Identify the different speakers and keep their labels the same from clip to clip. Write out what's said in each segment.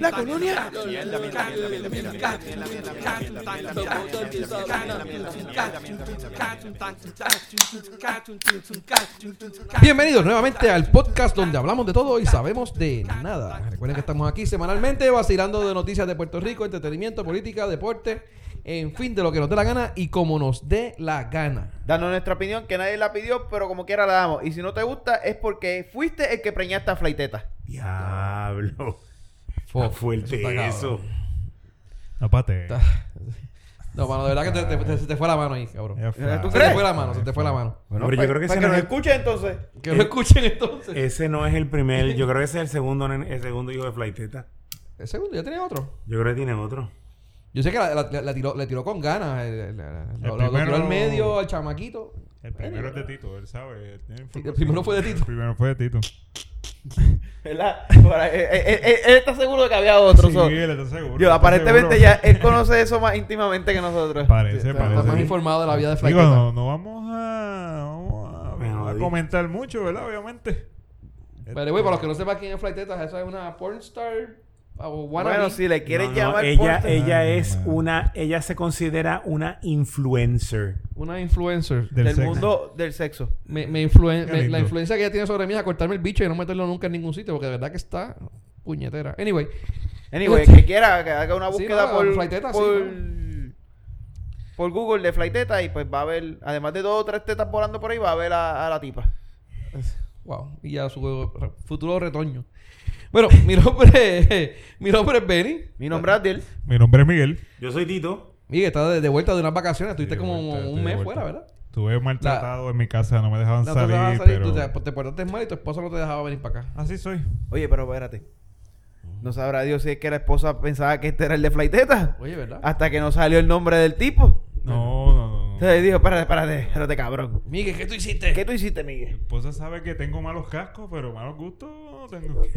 Speaker 1: La colonia.
Speaker 2: Bienvenidos nuevamente al podcast donde hablamos de todo y sabemos de nada. Recuerden que estamos aquí semanalmente vacilando de noticias de Puerto Rico, entretenimiento, política, deporte, en fin, de lo que nos dé la gana y como nos dé la gana.
Speaker 3: Danos nuestra opinión, que nadie la pidió, pero como quiera la damos. Y si no te gusta, es porque fuiste el que preñaste a Flaiteta.
Speaker 4: Diablo.
Speaker 2: Fo-
Speaker 4: Está fuerte
Speaker 2: eso está
Speaker 4: eso.
Speaker 2: cabrón.
Speaker 5: No, pate.
Speaker 2: Está- No, mano, de verdad que te- te- te- se te fue la mano ahí, cabrón.
Speaker 5: Es
Speaker 2: Se
Speaker 5: fla-
Speaker 3: ¿Tú
Speaker 2: te
Speaker 3: crees?
Speaker 2: fue la mano, se te fue la mano.
Speaker 4: Bueno, pero yo creo que
Speaker 3: Para que
Speaker 4: ese no,
Speaker 3: nos
Speaker 4: es el,
Speaker 3: escuchen entonces.
Speaker 5: Eh,
Speaker 2: Que lo escuchen entonces.
Speaker 4: ese no es el primer. Yo creo que ese es el segundo, nen- el segundo hijo de Flaiteta.
Speaker 2: El Eh, segundo, ya tenía otro.
Speaker 4: Yo creo que tienen otro.
Speaker 2: Yo sé que la, la- la- la tiró, le tiró con ganas. eh, el- el- la- la-
Speaker 5: El
Speaker 2: lo, lo tiró
Speaker 5: primero-
Speaker 2: al medio, al chamaquito.
Speaker 5: El primero es de Tito, él sabe. él tiene información.
Speaker 2: primero fue de Tito.
Speaker 5: El primero fue de Tito.
Speaker 3: ¿Verdad? Para- eh, eh, eh, él está seguro de que había otro. so-
Speaker 5: él está seguro.
Speaker 3: Yo,
Speaker 5: está
Speaker 3: aparentemente
Speaker 5: seguro.
Speaker 3: ya él conoce eso más íntimamente que nosotros.
Speaker 5: Parece,
Speaker 3: Está-
Speaker 5: parece.
Speaker 2: Está más
Speaker 5: Sí.
Speaker 2: informado de la vida de
Speaker 5: Digo,
Speaker 2: Flaqueta.
Speaker 5: no, no vamos a, vamos a-
Speaker 4: Me jodí.
Speaker 5: a comentar mucho, ¿verdad? Obviamente.
Speaker 2: Pero, güey, para los que no sepan quién es Flaiteta, esa es una pornstar o wannabe.
Speaker 3: Bueno, si le quieres
Speaker 4: No, no,
Speaker 3: llamar
Speaker 4: ella,
Speaker 3: pornstar.
Speaker 4: ella es
Speaker 5: Ah.
Speaker 4: una. Ella se considera una influencer.
Speaker 2: Una influencer.
Speaker 5: Del
Speaker 3: del
Speaker 5: sexo.
Speaker 3: mundo del sexo.
Speaker 2: Me, me influen-
Speaker 5: Qué
Speaker 2: me-
Speaker 5: lindo.
Speaker 2: la influencia que ella tiene sobre mí es a cortarme el bicho y no meterlo nunca en ningún sitio, porque de verdad que está puñetera. Anyway,
Speaker 3: Anyway, que quiera que haga una
Speaker 2: Sí,
Speaker 3: búsqueda
Speaker 2: no,
Speaker 3: por,
Speaker 2: Flaiteta, sí,
Speaker 3: por, por Google de Flaiteta y pues va a ver, además de dos o tres tetas volando por ahí, va a ver a, a la tipa.
Speaker 2: wow, y a su re- futuro retoño. Bueno, mi nombre, mi nombre es Benny.
Speaker 3: Mi nombre es Adiel.
Speaker 5: Mi nombre es Miguel.
Speaker 4: Yo soy Tito.
Speaker 2: Miguel, estás de, de vuelta de unas vacaciones, estuviste
Speaker 5: Estoy de
Speaker 2: como
Speaker 5: vuelta, estoy
Speaker 2: un
Speaker 5: de
Speaker 2: mes
Speaker 5: vuelta.
Speaker 2: fuera, ¿verdad?
Speaker 5: Estuve maltratado en mi casa, no me dejaban
Speaker 2: No te
Speaker 5: salir,
Speaker 2: dejaba salir,
Speaker 5: pero...
Speaker 2: tú pues. te, te portaste mal y tu esposo no te dejaba venir para acá.
Speaker 5: Así soy.
Speaker 3: Oye, pero espérate. No sabrá Dios si es que la esposa pensaba que este era el de Flaiteta.
Speaker 2: Oye, ¿verdad?
Speaker 3: Hasta que no salió el nombre del tipo.
Speaker 5: No, no, no. no.
Speaker 3: Entonces dijo, espérate, espérate, espérate, cabrón.
Speaker 2: Miguel, ¿qué tú hiciste?
Speaker 3: ¿Qué tú hiciste,
Speaker 5: Mi
Speaker 3: Miguel?
Speaker 5: esposa sabe que tengo malos cascos, pero malos gustos no tengo.
Speaker 2: Ok,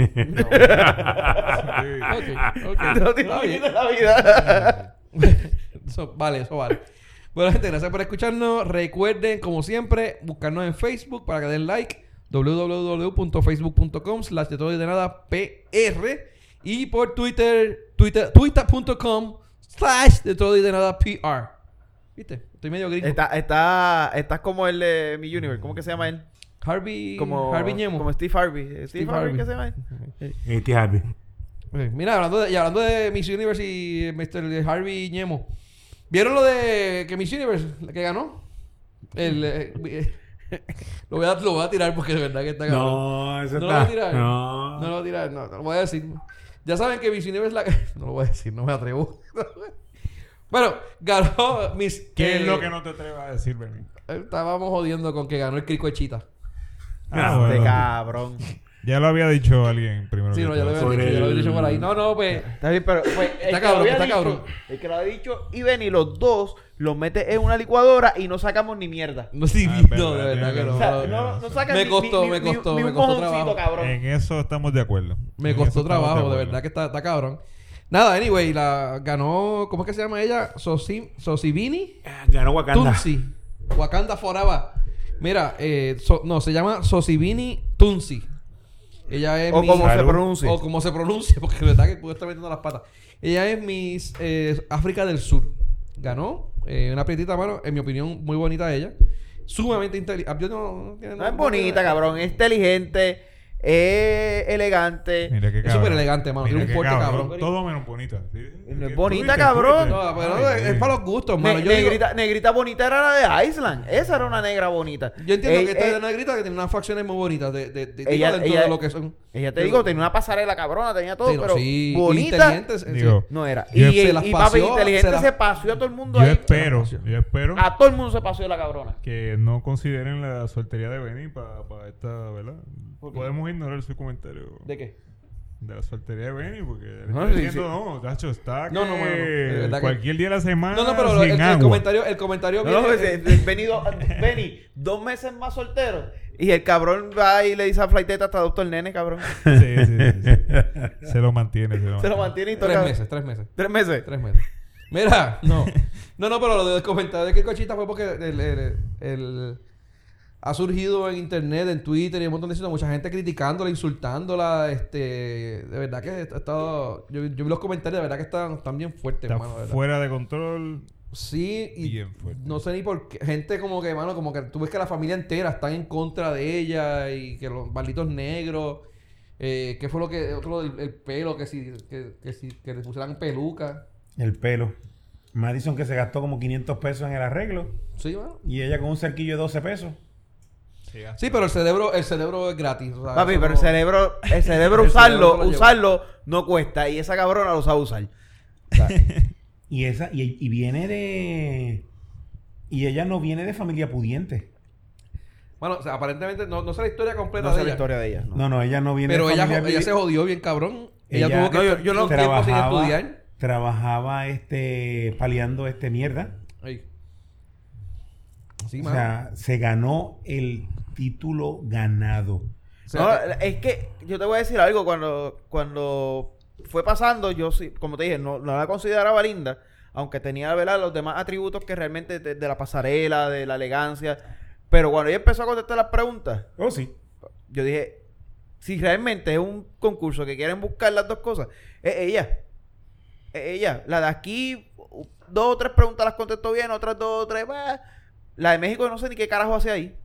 Speaker 5: Sí.
Speaker 2: ok.
Speaker 3: No te
Speaker 2: Está bien.
Speaker 3: imaginas la vida.
Speaker 2: Eso- vale, eso vale. Bueno, gente, gracias por escucharnos. Recuerden, como siempre, buscarnos en Facebook para que den like. www.facebook.com slash de todo y de nada PR y por Twitter, Twitter twitter.com slash de todo y de nada PR. ¿Viste? Estoy medio gringo.
Speaker 3: Está, está, estás como el de Mi Universe. ¿Cómo que se llama él?
Speaker 2: Harvey,
Speaker 3: Como,
Speaker 2: Harvey Ñemo.
Speaker 3: como Steve Harvey. Steve,
Speaker 2: Steve
Speaker 3: Harvey,
Speaker 2: Harvey.
Speaker 3: ¿qué se llama él?
Speaker 4: Este es Harvey.
Speaker 2: Ok, Mira, hablando de, y hablando de Miss Universe y Mr. Harvey Ñemo. ¿Vieron lo de que Miss Universe, la que ganó? El, eh, lo, voy a, lo voy a tirar porque de verdad que está ganando.
Speaker 4: No,
Speaker 2: No
Speaker 4: eso
Speaker 2: lo
Speaker 4: está.
Speaker 2: voy a tirar.
Speaker 4: No.
Speaker 2: lo voy a tirar, no, no lo voy a decir. Ya saben que Miss Universe la... No lo voy a decir, no me atrevo. bueno, ganó Miss...
Speaker 5: ¿Qué es
Speaker 2: eh,
Speaker 5: lo que no te atrevas a decir, Benny?
Speaker 2: Estábamos jodiendo con que ganó el Crico de Chita.
Speaker 5: Ah,
Speaker 3: Este
Speaker 5: bueno.
Speaker 3: cabrón.
Speaker 5: Ya lo había dicho alguien primero.
Speaker 2: Sí,
Speaker 5: que
Speaker 2: no,
Speaker 5: tú.
Speaker 2: ya lo había
Speaker 4: Sobre
Speaker 2: dicho, ya lo había
Speaker 4: el-
Speaker 2: dicho por ahí. No, no, pues...
Speaker 3: Está bien, pero pues, el que
Speaker 2: cabrón,
Speaker 3: lo había
Speaker 2: está
Speaker 3: dicho-
Speaker 2: cabrón.
Speaker 3: El que lo ha dicho, y Benny, los dos los metes en una licuadora y no sacamos ni mierda.
Speaker 2: No, sí,
Speaker 5: Ah,
Speaker 2: no,
Speaker 5: verdad,
Speaker 2: de verdad que
Speaker 5: tiene
Speaker 2: no.
Speaker 3: O sea,
Speaker 5: razón.
Speaker 2: no,
Speaker 3: no, Eh, no sacan
Speaker 2: Me
Speaker 3: ni-
Speaker 2: costó,
Speaker 3: ni,
Speaker 2: me
Speaker 3: ni-
Speaker 2: costó,
Speaker 3: ni
Speaker 2: me
Speaker 3: un
Speaker 2: costó
Speaker 3: mojoncito,
Speaker 2: trabajo.
Speaker 3: cabrón.
Speaker 5: En eso estamos de acuerdo.
Speaker 2: Me
Speaker 5: En eso
Speaker 2: costó
Speaker 5: estamos
Speaker 2: trabajo, de
Speaker 5: acuerdo.
Speaker 2: verdad que está, está cabrón. Nada, anyway, la ganó, ¿cómo es que se llama ella? Sosi- Sosibini
Speaker 4: Ah, Ganó Wakanda.
Speaker 2: Tunsi. Wakanda Foraba. Mira, eh, so- no, se llama Sosibini Tunsi. Ella es
Speaker 3: O
Speaker 2: mi-
Speaker 3: como se
Speaker 4: Salud.
Speaker 3: pronuncia.
Speaker 2: o como se pronuncia, porque de verdad que puedo estar metiendo las patas. Ella es Miss eh, África del Sur. Ganó eh, una prietita mano, en mi opinión, muy bonita ella. Sumamente inteligente. No, no-
Speaker 3: No es
Speaker 2: no-
Speaker 3: bonita, cabrón. Es inteligente, es elegante.
Speaker 5: Mira qué
Speaker 2: Es
Speaker 5: cabrón.
Speaker 2: súper elegante, mano.
Speaker 5: Mira
Speaker 2: Tiene un
Speaker 5: qué
Speaker 2: porte cabrón.
Speaker 5: Todo menos bonita. Sí,
Speaker 3: No es
Speaker 5: ¿Qué
Speaker 3: bonita,
Speaker 5: tuviste?
Speaker 3: cabrón.
Speaker 2: No, pero
Speaker 5: Ay,
Speaker 2: es, es
Speaker 5: sí.
Speaker 2: para los gustos, mano.
Speaker 3: Ne-
Speaker 2: Yo, digo-
Speaker 3: negrita, negrita bonita era la de Island. Esa era una negra bonita.
Speaker 2: yo entiendo
Speaker 3: Ey,
Speaker 2: que esta
Speaker 3: ey,
Speaker 2: es una negrita que tiene unas facciones muy bonitas de, de, de-
Speaker 3: Eh, Ella-
Speaker 2: dentro
Speaker 3: ella-
Speaker 2: de lo que son.
Speaker 3: Ella te
Speaker 2: Pero-
Speaker 3: digo, tenía una pasarela cabrona, tenía todo,
Speaker 2: Sí, no,
Speaker 3: pero
Speaker 2: sí,
Speaker 3: bonita
Speaker 2: inteligente, eh, sí.
Speaker 5: Digo,
Speaker 3: no era. Y,
Speaker 5: Yo-
Speaker 3: y,
Speaker 2: se las
Speaker 3: y papi
Speaker 2: paseó,
Speaker 3: inteligente
Speaker 2: se
Speaker 3: se,
Speaker 2: las-
Speaker 3: paseó a todo el mundo
Speaker 5: Yo
Speaker 3: ahí.
Speaker 5: espero, yo espero
Speaker 2: Ah.
Speaker 3: A todo el mundo se paseó la cabrona.
Speaker 5: que no consideren la soltería de Benny para esta, ¿verdad? Podemos ignorar su comentario
Speaker 3: ¿De qué?
Speaker 5: de la soltería de Benny porque le
Speaker 3: No,
Speaker 5: está
Speaker 3: sí,
Speaker 5: diciendo,
Speaker 3: sí.
Speaker 5: no, Tacho, está
Speaker 2: No,
Speaker 5: que
Speaker 2: no, mano, de verdad que-
Speaker 5: cualquier día de la semana
Speaker 2: No, no, pero
Speaker 5: ah,
Speaker 2: el,
Speaker 5: sin
Speaker 2: el
Speaker 5: agua.
Speaker 2: comentario, el comentario
Speaker 3: No, no,
Speaker 2: viene-
Speaker 3: pues, eh, eh, venido, vení, dos meses más soltero. Y el cabrón va y le dice a Flaiteta hasta adoptó el nene, cabrón.
Speaker 5: Sí, sí, sí, sí. Se lo mantiene, se lo
Speaker 3: Se lo
Speaker 5: mantiene.
Speaker 3: mantiene y toca.
Speaker 2: tres meses, tres meses.
Speaker 3: Tres meses.
Speaker 2: Tres meses. Mira, no. No, no, pero lo del comentario de que el cochita fue porque el, el, el ha surgido en internet, en Twitter y un montón de sitios, mucha gente criticándola, insultándola, este, de verdad que ha estado, yo, yo vi los comentarios, de verdad que están, están bien fuertes,
Speaker 5: Está
Speaker 2: hermano, de verdad.
Speaker 5: fuera de control.
Speaker 2: Sí, y
Speaker 5: Bien fuerte.
Speaker 2: no sé ni por qué. Gente como que, mano, como que tú ves que la familia entera está en contra de ella y que los malditos negros. Eh, ¿Qué fue lo que. Otro del el pelo, que si, que, que si que le pusieran peluca.
Speaker 4: El pelo. Madison que se gastó como 500 pesos en el arreglo
Speaker 2: Sí, mano.
Speaker 4: y ella con un cerquillo de 12 pesos.
Speaker 2: Sí, pero el cerebro, el cerebro es gratis. o sea,
Speaker 3: Papi,
Speaker 2: eso
Speaker 3: pero el
Speaker 2: no-
Speaker 3: cerebro, el cerebro
Speaker 2: El
Speaker 3: usarlo,
Speaker 2: cerebro lo lleva.
Speaker 3: usarlo no cuesta. Y esa cabrona lo sabe usar.
Speaker 4: Y esa y, y viene de y ella no viene de familia pudiente.
Speaker 2: Bueno, o sea, aparentemente no, no sé la historia completa
Speaker 3: Pues No
Speaker 2: de
Speaker 3: sé la
Speaker 2: ella.
Speaker 3: historia de ella. ¿no?
Speaker 4: No, no, ella no viene
Speaker 2: Pero
Speaker 4: de
Speaker 2: ella,
Speaker 4: familia
Speaker 2: ella se
Speaker 4: pudiente.
Speaker 2: jodió bien cabrón. Ella,
Speaker 4: Ella-
Speaker 2: tuvo que
Speaker 3: No, yo-
Speaker 2: estar
Speaker 3: yo no-
Speaker 2: un tiempo sin estudiar.
Speaker 4: Trabajaba este paliando este mierda.
Speaker 2: Ay. Sí,
Speaker 4: o
Speaker 2: mano.
Speaker 4: sea, se ganó el título ganado.
Speaker 2: O
Speaker 3: No,
Speaker 2: sea,
Speaker 3: es que yo te voy a decir algo. Cuando, cuando fue pasando, yo sí, como te dije, no, no la consideraba linda. Aunque tenía, ¿verdad? Los demás atributos que realmente de, de la pasarela, de la elegancia. Pero cuando ella empezó a contestar las preguntas,
Speaker 4: Oh, sí.
Speaker 3: yo dije, si realmente es un concurso que quieren buscar las dos cosas, es ella. Es ella. La de aquí, u- dos o tres preguntas las contestó bien, otras dos o tres, bah. La de México no sé ni qué carajo hace ahí.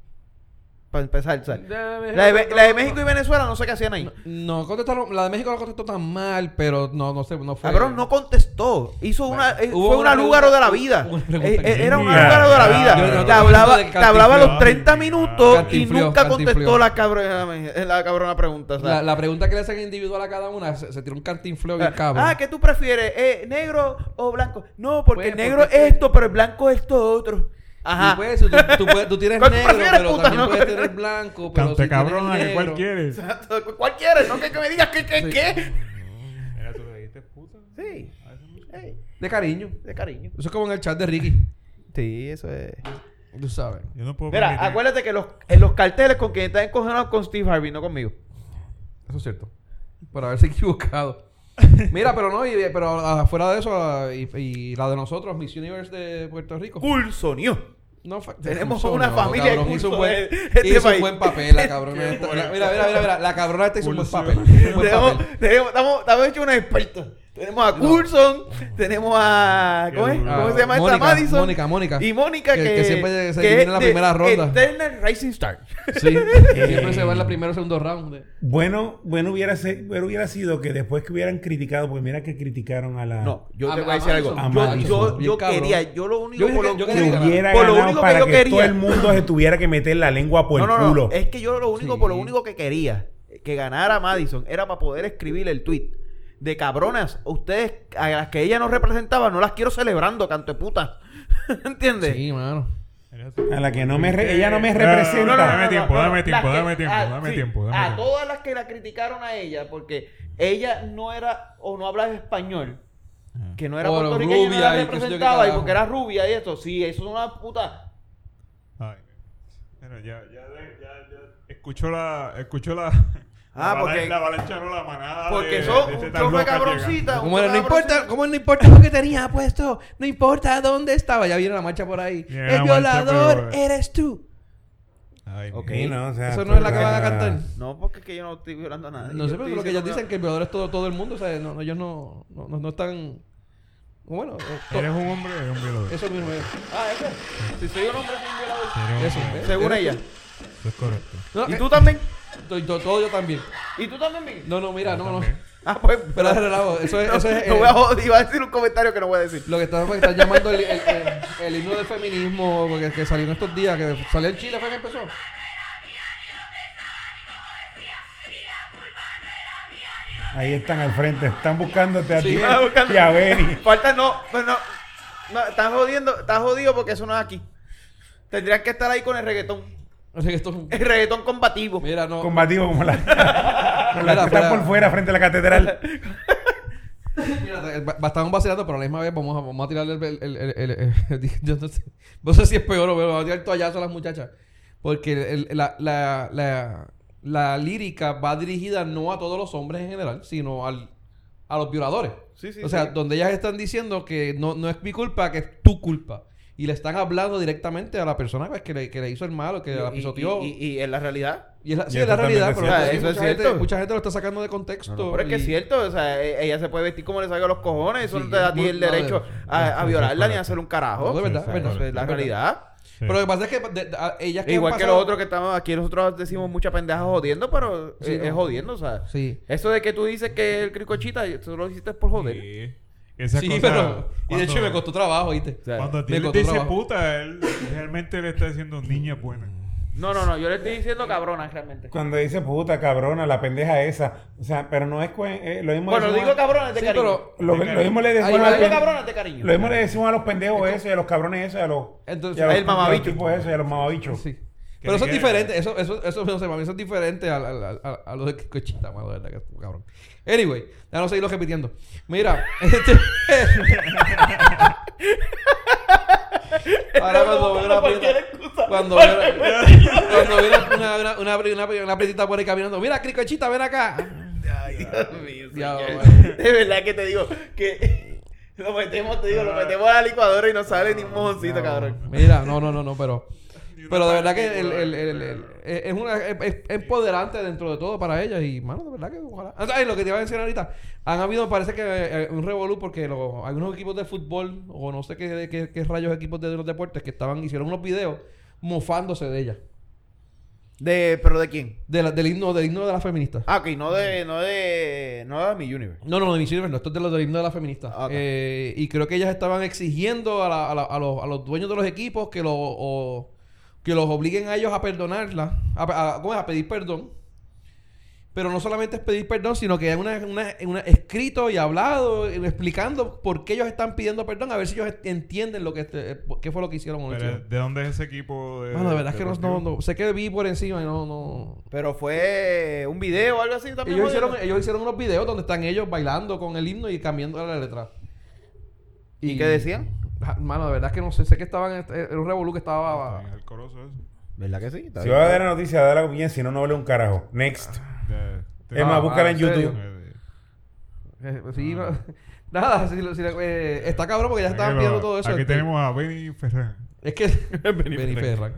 Speaker 3: Para empezar, ¿sabes? La de, Ve- la de México y Venezuela no sé qué hacían ahí.
Speaker 2: No contestaron, la de México no contestó tan mal, pero no, no sé, no fue.
Speaker 3: Cabrón, no contestó. Hizo una.
Speaker 2: Bueno,
Speaker 3: eh,
Speaker 2: hubo
Speaker 3: fue una
Speaker 2: una
Speaker 3: lúgaro
Speaker 2: pregunta-
Speaker 3: de la vida.
Speaker 2: una pregunta
Speaker 3: Eh,
Speaker 2: que-
Speaker 3: eh, era un
Speaker 5: Mira,
Speaker 3: lúgaro de la
Speaker 5: yo-
Speaker 3: vida.
Speaker 5: yo- yo-
Speaker 3: te,
Speaker 5: yo-
Speaker 3: hablaba,
Speaker 2: yo- yo-
Speaker 3: te hablaba los 30
Speaker 5: cantinfleo.
Speaker 3: minutos y
Speaker 2: Cantinfleo,
Speaker 3: nunca
Speaker 2: cantinfleo.
Speaker 3: contestó la cabrona, la cabrona pregunta. o sea.
Speaker 2: La, la pregunta que le hacen individual a cada una se, se tiró un cantinfleo bien cabrón.
Speaker 3: ah, ¿qué tú prefieres? Eh, ¿Negro o blanco? No, porque el
Speaker 2: Pues,
Speaker 3: negro
Speaker 2: porque-
Speaker 3: es esto, pero el blanco es esto otro. pues, Ajá.
Speaker 2: Tú, puedes- tú, tú puedes- tú tienes
Speaker 3: ¿Cuál
Speaker 2: negro,
Speaker 3: prefieres,
Speaker 2: pero
Speaker 3: puta?
Speaker 2: también
Speaker 3: No.
Speaker 2: puedes tener blanco. Pero
Speaker 5: Cante
Speaker 2: si
Speaker 5: cabrona,
Speaker 2: tienes
Speaker 5: que cuál
Speaker 2: negro-
Speaker 5: quieres.
Speaker 3: ¿Cuál quieres? No que, que me digas qué, qué, qué.
Speaker 5: Mira, tú te dijiste puta.
Speaker 3: Sí. Ey,
Speaker 2: De cariño.
Speaker 3: de cariño.
Speaker 2: Eso es como en el chat de Ricky.
Speaker 3: Sí, eso es.
Speaker 2: Tú sabes.
Speaker 5: Yo no puedo
Speaker 3: Mira,
Speaker 5: permitir-
Speaker 3: acuérdate que los, en los carteles con quien están encojonados con Steve Harvey, no conmigo.
Speaker 2: Eso es cierto. Por haberse equivocado. Mira, pero no, y, pero afuera de eso, y, y la de nosotros, Miss Universe de Puerto Rico.
Speaker 3: Curso, New.
Speaker 2: No, fa-
Speaker 3: Tenemos
Speaker 2: Curso
Speaker 3: una
Speaker 2: no,
Speaker 3: familia
Speaker 2: cabrón,
Speaker 3: de
Speaker 2: hizo un
Speaker 3: curso
Speaker 2: buen,
Speaker 3: de- de este
Speaker 2: hizo un
Speaker 3: país.
Speaker 2: buen papel la cabrona. esta. La- mira, mira, mira, mira, la cabrona esta hizo un buen
Speaker 5: Curso.
Speaker 2: papel. un buen
Speaker 3: Tenemos,
Speaker 2: papel.
Speaker 3: tenemos, estamos, estamos hechos unos expertos. Tenemos a Coulson, tenemos a. ¿Cómo, es?
Speaker 5: Qué duro.
Speaker 3: ¿Cómo se llama esta?
Speaker 2: Mónica,
Speaker 3: Madison.
Speaker 2: Mónica, Mónica.
Speaker 3: Y Mónica
Speaker 2: Que-
Speaker 3: que.
Speaker 2: que siempre se elimina en la primera ronda.
Speaker 3: Eternal Rising Star.
Speaker 2: Sí, eh, siempre se va en la primera o segundo round. de-
Speaker 4: Bueno, bueno hubiera, se- bueno hubiera sido que después que hubieran criticado, porque mira que criticaron a la...
Speaker 3: No, yo
Speaker 2: A-
Speaker 3: te voy
Speaker 2: a
Speaker 3: a decir algo.
Speaker 2: Madison.
Speaker 4: A
Speaker 3: Yo,
Speaker 4: Madison.
Speaker 3: yo,
Speaker 2: Bien
Speaker 3: yo
Speaker 2: cabrón.
Speaker 3: quería, yo lo único.
Speaker 2: Yo dije
Speaker 3: por
Speaker 2: que-
Speaker 3: lo-
Speaker 2: yo
Speaker 4: que
Speaker 2: quería
Speaker 4: hubiera
Speaker 3: Por lo
Speaker 4: ganado
Speaker 3: único que
Speaker 4: para
Speaker 3: yo
Speaker 4: que
Speaker 3: quería.
Speaker 4: todo el mundo se tuviera que meter la lengua por
Speaker 3: no, no,
Speaker 4: el culo.
Speaker 3: no. Es que yo lo único,
Speaker 2: Sí.
Speaker 3: por lo único que quería que ganara Madison era para poder escribir el tweet. De cabronas, ustedes a las que ella nos representaba, no las quiero celebrando, canto de puta. ¿Entiendes?
Speaker 2: Sí, mano.
Speaker 5: Mira, tú-
Speaker 4: A la que no me re-
Speaker 5: Eh,
Speaker 4: ella no me
Speaker 5: eh,
Speaker 4: representa.
Speaker 5: no, no, no, dame
Speaker 3: Ah, no, no,
Speaker 5: tiempo,
Speaker 3: no.
Speaker 5: dame tiempo,
Speaker 3: Las que-
Speaker 5: dame tiempo,
Speaker 3: ah,
Speaker 5: dame
Speaker 3: sí,
Speaker 5: tiempo,
Speaker 3: a
Speaker 5: dame tiempo.
Speaker 3: todas las que la criticaron a ella porque ella no era o no hablaba español, que no era
Speaker 2: O
Speaker 3: puertorriqueña, no la
Speaker 2: rubia y qué sé yo qué
Speaker 3: representaba y
Speaker 2: carajo.
Speaker 3: porque era rubia y esto, sí, eso es una puta.
Speaker 5: Ay, Bueno, ya, ya, ya, ya. Escucho la. Escucho la.
Speaker 3: Ah,
Speaker 5: la
Speaker 3: porque-
Speaker 5: avalan- La avalancha no la manada.
Speaker 3: Porque
Speaker 5: de-
Speaker 3: son
Speaker 5: de este
Speaker 3: un
Speaker 5: tan
Speaker 3: chorro de
Speaker 5: loca
Speaker 3: cabroncita.
Speaker 2: Como era, no
Speaker 3: cabrón,
Speaker 2: importa,
Speaker 3: sí.
Speaker 2: como no importa lo que tenía puesto, no importa dónde estaba, ya viene la marcha por ahí.
Speaker 5: Viene
Speaker 2: el
Speaker 5: la marcha,
Speaker 2: violador
Speaker 5: pero- eh.
Speaker 2: eres tú.
Speaker 5: llegando. Ay,
Speaker 3: Ok.
Speaker 4: Sí, no, o sea,
Speaker 2: Eso no es la que
Speaker 4: pero-
Speaker 2: van a cantar.
Speaker 3: No, porque es que yo no estoy violando a nadie.
Speaker 2: No
Speaker 3: Yo
Speaker 2: sé, pero
Speaker 3: estoy
Speaker 2: lo que ellos dicen
Speaker 3: diciendo
Speaker 2: que el violador es todo, todo el mundo, o sea, no, no, ellos no, no, no- no están. Bueno, eh,
Speaker 5: mi-
Speaker 2: to-
Speaker 5: Eres un hombre, eres un violador.
Speaker 2: eso mismo es.
Speaker 3: Ah, es que Si soy un hombre, soy un violador.
Speaker 5: Eres
Speaker 2: Eso,
Speaker 5: un hombre.
Speaker 2: eh.
Speaker 3: Según
Speaker 2: Eres-
Speaker 3: ella.
Speaker 5: Eso es correcto.
Speaker 2: No,
Speaker 3: ¿Y
Speaker 2: eh,
Speaker 3: tú también?
Speaker 2: to- to- todo yo también.
Speaker 3: ¿Y tú también, Miguel?
Speaker 2: No, no, mira, no, no.
Speaker 5: También.
Speaker 3: Ah, pues.
Speaker 2: Pero de relajo, eso es.
Speaker 3: no,
Speaker 2: eso es,
Speaker 3: no
Speaker 2: eh,
Speaker 3: voy a joder, iba a decir un comentario que no voy a decir.
Speaker 2: Lo que están, están llamando el, el, el- el himno del feminismo, porque que salió en estos días, que salió en Chile, fue que empezó.
Speaker 4: Ahí están al frente, están buscándote a
Speaker 2: Sí,
Speaker 4: ti
Speaker 3: están buscando-
Speaker 4: y a Benny.
Speaker 3: Falta no, pues no, no, estás jodiendo, estás jodido porque eso no es aquí. Tendrían que estar ahí con el reggaetón.
Speaker 2: O sea que esto es un-
Speaker 3: El reggaetón combativo.
Speaker 2: Mira, no.
Speaker 4: Combativo como la, como la
Speaker 2: Fuera,
Speaker 4: que está
Speaker 2: fuera.
Speaker 4: por fuera frente a la catedral.
Speaker 2: Mira, eh, ba- Estaban vacilando, pero a la misma vez vamos a, vamos a tirarle el... el- el- el- el- el- yo no sé, no sé si es peor o peor, vamos a tirar toallazo a las muchachas. Porque el- el- la, la, la, la lírica va dirigida no a todos los hombres en general, sino al, a los violadores.
Speaker 3: Sí, sí,
Speaker 2: o sea,
Speaker 3: sí.
Speaker 2: donde ellas están diciendo que no, no es mi culpa, que es tu culpa. y le están hablando directamente a la persona pues, que, le, que le hizo el malo, que la
Speaker 3: Y-
Speaker 2: pisoteó.
Speaker 3: y,
Speaker 2: Y,
Speaker 3: y- y en la realidad.
Speaker 2: es la, sí,
Speaker 4: y
Speaker 2: es la
Speaker 4: eso también
Speaker 2: realidad,
Speaker 4: es
Speaker 2: pero
Speaker 3: cierto.
Speaker 2: sí,
Speaker 3: Ah, eso es
Speaker 2: mucha, gente,
Speaker 3: cierto.
Speaker 2: mucha gente lo está sacando de contexto.
Speaker 3: Pero es que es
Speaker 2: Oh, y-
Speaker 3: cierto, o sea, e- ella se puede vestir como le salga a los cojones, eso
Speaker 2: Sí,
Speaker 3: no te da
Speaker 2: es
Speaker 3: a ti
Speaker 2: muy-
Speaker 3: el
Speaker 2: no, de-
Speaker 3: derecho a,
Speaker 5: eso
Speaker 3: a
Speaker 5: es
Speaker 3: violarla ni
Speaker 5: correcto.
Speaker 3: a hacer un
Speaker 2: No,
Speaker 3: carajo.
Speaker 2: de verdad, verdad,
Speaker 5: Sí,
Speaker 3: Eso es la
Speaker 2: de verdad.
Speaker 3: realidad.
Speaker 2: Pero lo que pasa es que de- de- a- ellas que han
Speaker 3: Igual que los
Speaker 2: pasado-
Speaker 3: otros que estamos aquí, nosotros decimos mucha pendeja jodiendo, pero eh,
Speaker 2: Sí,
Speaker 3: es,
Speaker 2: no.
Speaker 3: es jodiendo, o sea.
Speaker 2: Sí.
Speaker 3: Eso de que tú dices que el cricochita, eso lo hiciste por joder.
Speaker 5: Sí. Esas
Speaker 2: Sí,
Speaker 5: cosas,
Speaker 2: pero. Y de hecho
Speaker 5: cuando-
Speaker 2: me costó trabajo, ¿viste?
Speaker 3: O sea,
Speaker 5: Cuando a ti
Speaker 2: me
Speaker 5: le
Speaker 2: costó
Speaker 5: dice
Speaker 2: trabajo.
Speaker 5: puta, él realmente le está diciendo niña buena.
Speaker 3: No, no, no, yo le estoy diciendo cabrona realmente.
Speaker 4: Cuando dice puta, cabrona, la pendeja esa. O sea, pero no es. cuen- eh, lo mismo
Speaker 3: Bueno,
Speaker 4: decimos
Speaker 3: digo
Speaker 4: a-
Speaker 3: cabrona es de
Speaker 2: Sí,
Speaker 3: cariño.
Speaker 2: pero.
Speaker 4: Lo, lo mismo le
Speaker 2: Ahí
Speaker 4: decimos
Speaker 2: va,
Speaker 4: a la
Speaker 3: Digo
Speaker 4: pen-
Speaker 3: cabrona es de cariño.
Speaker 4: Lo mismo le decimos a los pendejos esos y a los cabrones esos y a los.
Speaker 2: Entonces,
Speaker 4: y a los-
Speaker 3: el mamabicho.
Speaker 4: y a los tipos esos y a los mamabichos.
Speaker 2: Sí. Pero eso es
Speaker 5: que-
Speaker 2: diferente, eso, eso, eso, no sé, para mí eso es diferente a, a, a, a lo de que cochita, mano, de verdad que es cabrón. Anyway, ya no seguirlo repitiendo. Mira, este. Ahora cuando veo una
Speaker 3: cualquier
Speaker 2: prieta.
Speaker 3: excusa.
Speaker 2: Cuando veo cuando veo una, una, una, una, una, una prietita por ahí caminando. Mira, cricochita, ven acá.
Speaker 3: Ay, Dios mío,
Speaker 2: Ya,
Speaker 3: señor.
Speaker 2: bueno.
Speaker 3: De verdad que te digo que lo metemos, te digo,
Speaker 2: Ah.
Speaker 3: lo metemos a la licuadora y no sale ni un mojoncito, cabrón.
Speaker 2: Mira, no, no, no, no, pero. Pero de verdad que el, el, el, el- el- es, una, es, es empoderante dentro de todo para ellas y, mano, de verdad que ojalá. Ah, ¿sabes? lo que te iba a mencionar ahorita, han habido, parece que eh, un revolú porque lo- algunos equipos de fútbol o no sé qué, qué, qué rayos equipos de los deportes que estaban, hicieron unos videos mofándose de ellas,
Speaker 3: De, ¿Pero de quién?
Speaker 2: de la- del, himno, del himno de las feministas.
Speaker 3: Ah, ok, no de, no de, no de mi Universe.
Speaker 2: No, no, no, de Miss Universe, no, esto es de los del himno de las feministas.
Speaker 3: Ah, ok.
Speaker 2: Eh, y creo que ellas estaban exigiendo a, la- a la- a los, a los dueños de los equipos que, lo- o- que los obliguen a ellos a perdonarla, a, a- ¿cómo es? a pedir perdón. Pero no solamente es pedir perdón, sino que hay una, una- una- escrito y hablado, eh, explicando por qué ellos están pidiendo perdón, a ver si ellos entienden lo que este- eh, qué fue lo que hicieron. o no
Speaker 5: Pero, eh,
Speaker 2: hicieron.
Speaker 5: ¿De dónde es ese equipo? De,
Speaker 2: Mano, de verdad es que no, no-
Speaker 5: deportivo?
Speaker 2: no- sé que vi por encima y no... no.
Speaker 3: Pero fue un video o algo así también.
Speaker 2: Ellos,
Speaker 3: jodiendo.
Speaker 2: hicieron, ellos hicieron unos videos donde están ellos bailando con el himno y cambiando la letra.
Speaker 3: ¿Y qué decían?
Speaker 2: Ah, Mano, de verdad es que no sé. Sé que estaban. en- este, Era un revolú que
Speaker 5: Ah,
Speaker 2: estaba.
Speaker 5: está bien, el corozo eso.
Speaker 3: ¿Verdad que sí? Está
Speaker 4: Si
Speaker 3: bien.
Speaker 4: vas a dar la noticia, dala bien, si no, no vale un carajo. Next.
Speaker 5: De- de-
Speaker 4: es más,
Speaker 2: ah,
Speaker 4: búscala en
Speaker 2: ¿en serio?
Speaker 4: YouTube.
Speaker 2: eh, sí, no- nada. si lo- si lo- eh, está cabrón porque ya
Speaker 5: Aquí
Speaker 2: estaban
Speaker 5: lo-
Speaker 2: pidiendo todo eso.
Speaker 5: Aquí
Speaker 2: este,
Speaker 5: tenemos a Benny Ferran.
Speaker 2: Es que. Benny Ferran.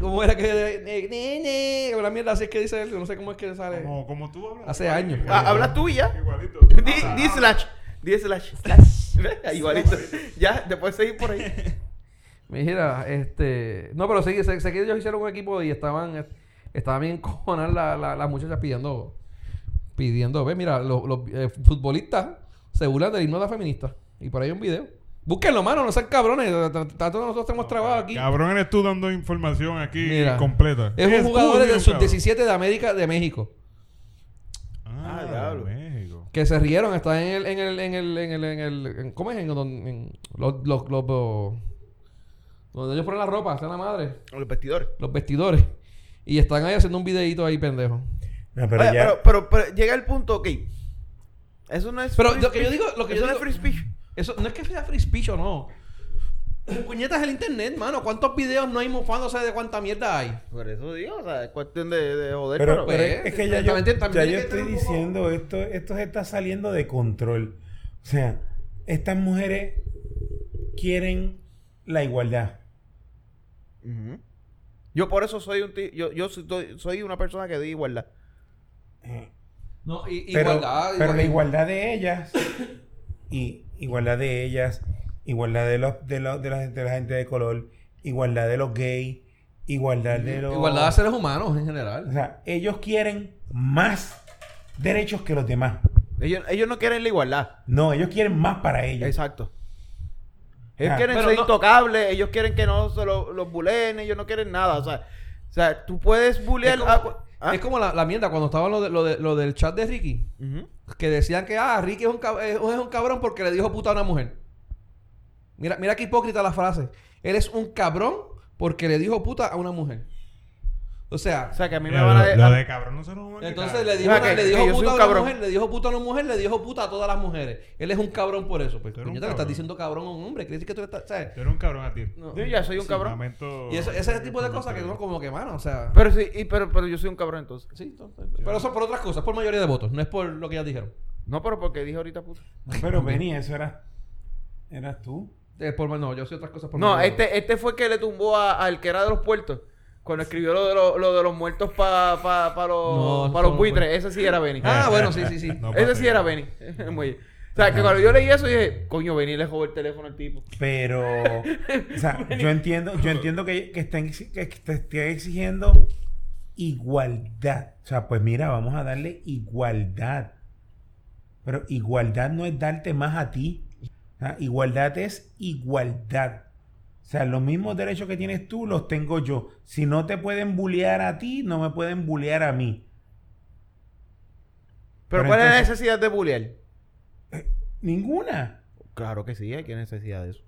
Speaker 2: ¿Cómo era que.? eh, Nene. Una mierda así es que dice él. Yo no sé cómo es que sale.
Speaker 5: Como, como tú hablas.
Speaker 2: Hace años.
Speaker 3: Ah, ¿Hablas tú y ya?
Speaker 5: Igualito. Ah,
Speaker 3: Di,
Speaker 2: Ah.
Speaker 3: di slash. Di slash. Ah, Igualito. Ya, después seguir por ahí.
Speaker 2: Mira, este. No, pero sí, sé, sé que ellos hicieron un equipo y estaban. eh, Estaban bien cojonadas la- la- las muchachas pidiendo. Pidiendo. Ve, mira, los, los, eh, futbolistas se burlan del himno de la feminista. Y por ahí hay un video. Búsquenlo, mano, no sean cabrones. Tanto nosotros tenemos trabajo aquí.
Speaker 5: Cabrón, eres tú dando información aquí
Speaker 2: Mira.
Speaker 5: completa.
Speaker 2: Es un
Speaker 5: tú,
Speaker 2: jugador del
Speaker 5: cabrón.
Speaker 2: sub-17 de América, de México.
Speaker 5: Ah,
Speaker 3: Ah, diablo.
Speaker 5: diablo. México.
Speaker 2: Que se rieron, está en el, en el, en el, en el, en el, en- ¿cómo es? En, don- en los, los, los- los- donde ellos ponen la ropa, está la madre,
Speaker 3: Los vestidores.
Speaker 2: los vestidores. Y están ahí haciendo un videito ahí, pendejo.
Speaker 4: No, Ah, pero
Speaker 3: Oye,
Speaker 4: ya.
Speaker 3: pero, pero- pero llega el punto, ok. Eso no es.
Speaker 2: Pero
Speaker 3: free
Speaker 2: lo que yo
Speaker 3: speech.
Speaker 2: digo- lo que
Speaker 3: Eso
Speaker 2: yo
Speaker 3: no es
Speaker 2: digo-
Speaker 3: free speech.
Speaker 2: Eso no es que sea free speech o no. Puñetas el internet, mano. ¿Cuántos videos no hay mofándose de cuánta mierda hay?
Speaker 3: Por eso digo, o sea, es cuestión de, de joder. Pero,
Speaker 4: Pero, pero
Speaker 2: pues,
Speaker 4: es que ya yo,
Speaker 2: también- también
Speaker 4: ya
Speaker 2: hay
Speaker 4: yo
Speaker 2: que
Speaker 4: estoy
Speaker 2: tener un poco-
Speaker 4: diciendo, esto, esto se está saliendo de control. O sea, estas mujeres quieren la igualdad.
Speaker 3: Ujú. Yo por eso soy un tío. Yo, yo soy, soy una persona que di igualdad.
Speaker 4: Eh,
Speaker 2: No, y-
Speaker 4: Pero,
Speaker 2: igualdad.
Speaker 4: pero la
Speaker 2: igual-
Speaker 4: igualdad de ellas, y igualdad de ellas, igualdad de los de, los- de la, gente- de la gente de color, igualdad de los gays, igualdad de los...
Speaker 2: igualdad de seres humanos en
Speaker 4: O
Speaker 2: general.
Speaker 4: sea, ellos quieren más derechos que los demás.
Speaker 3: Ellos, ellos no quieren la igualdad.
Speaker 4: No, ellos quieren más para ellos.
Speaker 3: Exacto. Ellos
Speaker 4: Ah,
Speaker 3: quieren
Speaker 2: pero
Speaker 3: ser
Speaker 2: no-
Speaker 3: intocables, ellos quieren que no se lo- los buleen, ellos no quieren nada. O sea, o sea tú puedes bulear.
Speaker 2: Es como,
Speaker 3: a cu- ¿Ah?
Speaker 2: es como la, la mierda cuando estaba lo, de- lo de- lo del chat de Ricky.
Speaker 3: Ujú.
Speaker 2: Que decían que, ah, Ricky es un, cab- es un- es un cabrón porque le dijo puta a una mujer. Mira, mira qué hipócrita la frase. Él es un cabrón porque le dijo puta a una mujer. O sea,
Speaker 3: O sea, que a mí me
Speaker 5: Mira,
Speaker 3: van a.
Speaker 5: lo-
Speaker 3: de-
Speaker 5: lo,
Speaker 3: a-
Speaker 5: de cabrón no se nos va a quitar.
Speaker 2: Entonces le dijo,
Speaker 3: Ah,
Speaker 2: una-
Speaker 3: que-
Speaker 2: le
Speaker 3: que
Speaker 2: dijo
Speaker 3: yo soy
Speaker 2: puta
Speaker 3: un
Speaker 2: a una
Speaker 3: cabrón.
Speaker 2: mujer, le dijo puta a una mujer, le dijo puta a todas las mujeres. Él es un cabrón por eso. Pues,
Speaker 5: Tú eres un
Speaker 2: puñeta, le estás
Speaker 5: cabrón.
Speaker 2: diciendo cabrón a un hombre. Quiere decir que tú le estás... ¿sabes?
Speaker 5: Tú eres un cabrón a ti.
Speaker 2: No.
Speaker 3: Yo ya soy un
Speaker 2: Sí.
Speaker 3: cabrón.
Speaker 5: Lamento-
Speaker 3: Oh,
Speaker 2: Y eso- ese tipo de cosas que uno como que, mano, o sea...
Speaker 3: Pero sí, y- pero, pero yo soy un cabrón entonces.
Speaker 2: sí, no, no, no. pero eso es por otras cosas, por mayoría de votos. No es por lo que ellas dijeron.
Speaker 3: No, pero porque dije ahorita puta.
Speaker 4: Pero Benny, eso era. Eras tú.
Speaker 2: Eh, por, no, yo sé otras cosas por
Speaker 3: No,
Speaker 2: Manuel.
Speaker 3: este, este fue el que le tumbó a- al que era de los puertos. Cuando escribió lo de, lo, lo de los muertos para pa, pa los,
Speaker 2: No,
Speaker 3: pa los
Speaker 2: no,
Speaker 3: buitres.
Speaker 2: bueno.
Speaker 3: Ese sí era Benny.
Speaker 2: Ah, bueno, sí, sí, sí.
Speaker 5: Eh, No,
Speaker 3: Ese
Speaker 5: papi.
Speaker 3: sí era Benny. El muelle. O sea, que cuando yo leí eso dije, coño, Benny le jodó el teléfono al tipo.
Speaker 4: Pero, o sea, yo entiendo, yo entiendo que, que estén exi- que te esté exigiendo igualdad. O sea, pues mira, vamos a darle igualdad. Pero igualdad no es darte más a ti. O sea, igualdad es igualdad. O sea, los mismos derechos que tienes tú los tengo yo. Si no te pueden bullear a ti, no me pueden bullear a mí.
Speaker 3: Pero,
Speaker 4: Pero
Speaker 3: ¿cuál es la
Speaker 4: entonces-
Speaker 3: necesidad de bullear?
Speaker 4: Ninguna.
Speaker 3: Claro que sí, hay que necesidad de eso.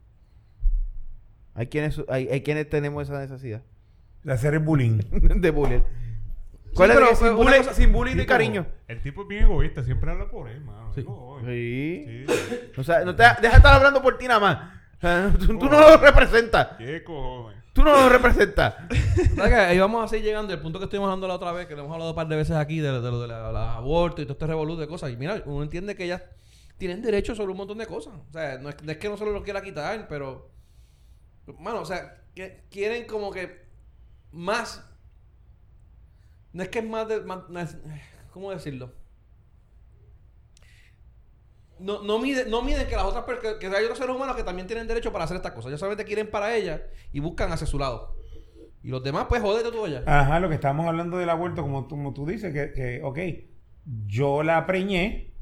Speaker 3: Hay quienes, hay, hay quienes tenemos esa necesidad
Speaker 4: De hacer el bullying.
Speaker 3: de bullear. ¿Cuál
Speaker 2: pero
Speaker 3: es la
Speaker 2: fue
Speaker 3: sin
Speaker 2: una
Speaker 3: bullying,
Speaker 2: cosa-
Speaker 3: sin bullying ni
Speaker 5: Tipo,
Speaker 3: cariño?
Speaker 5: El tipo es bien egoísta, siempre habla por él, mano.
Speaker 2: Sí.
Speaker 5: Es egoísta.
Speaker 3: Sí.
Speaker 5: Sí.
Speaker 3: O sea, no te, deja de estar hablando por ti nada más. O sea, tú, tú no lo representas.
Speaker 5: Qué cojones.
Speaker 3: Tú no lo representas.
Speaker 2: ¿Sabes qué? Ahí vamos a seguir llegando al punto que estuvimos hablando la otra vez, que lo hemos hablado un par de veces aquí, de, lo- de lo del aborto y todo este revolú de cosas. Y mira, uno entiende que ellas tienen derechos sobre un montón de cosas. O sea, no es, no es que no se lo quiera quitar, pero. Mano, o sea, que quieren como que más. No es que es más. De, más- no es- ¿Cómo decirlo? No, no, miden, no miden que las otras per- que, que hay otros seres humanos que también tienen derecho para hacer estas cosas. Ellos solamente quieren para ellas y buscan hacia su lado. Y los demás, pues, jódete tú allá.
Speaker 4: Ajá, lo que estamos hablando del aborto, como tú, como tú dices, que, que, ok, yo la preñé,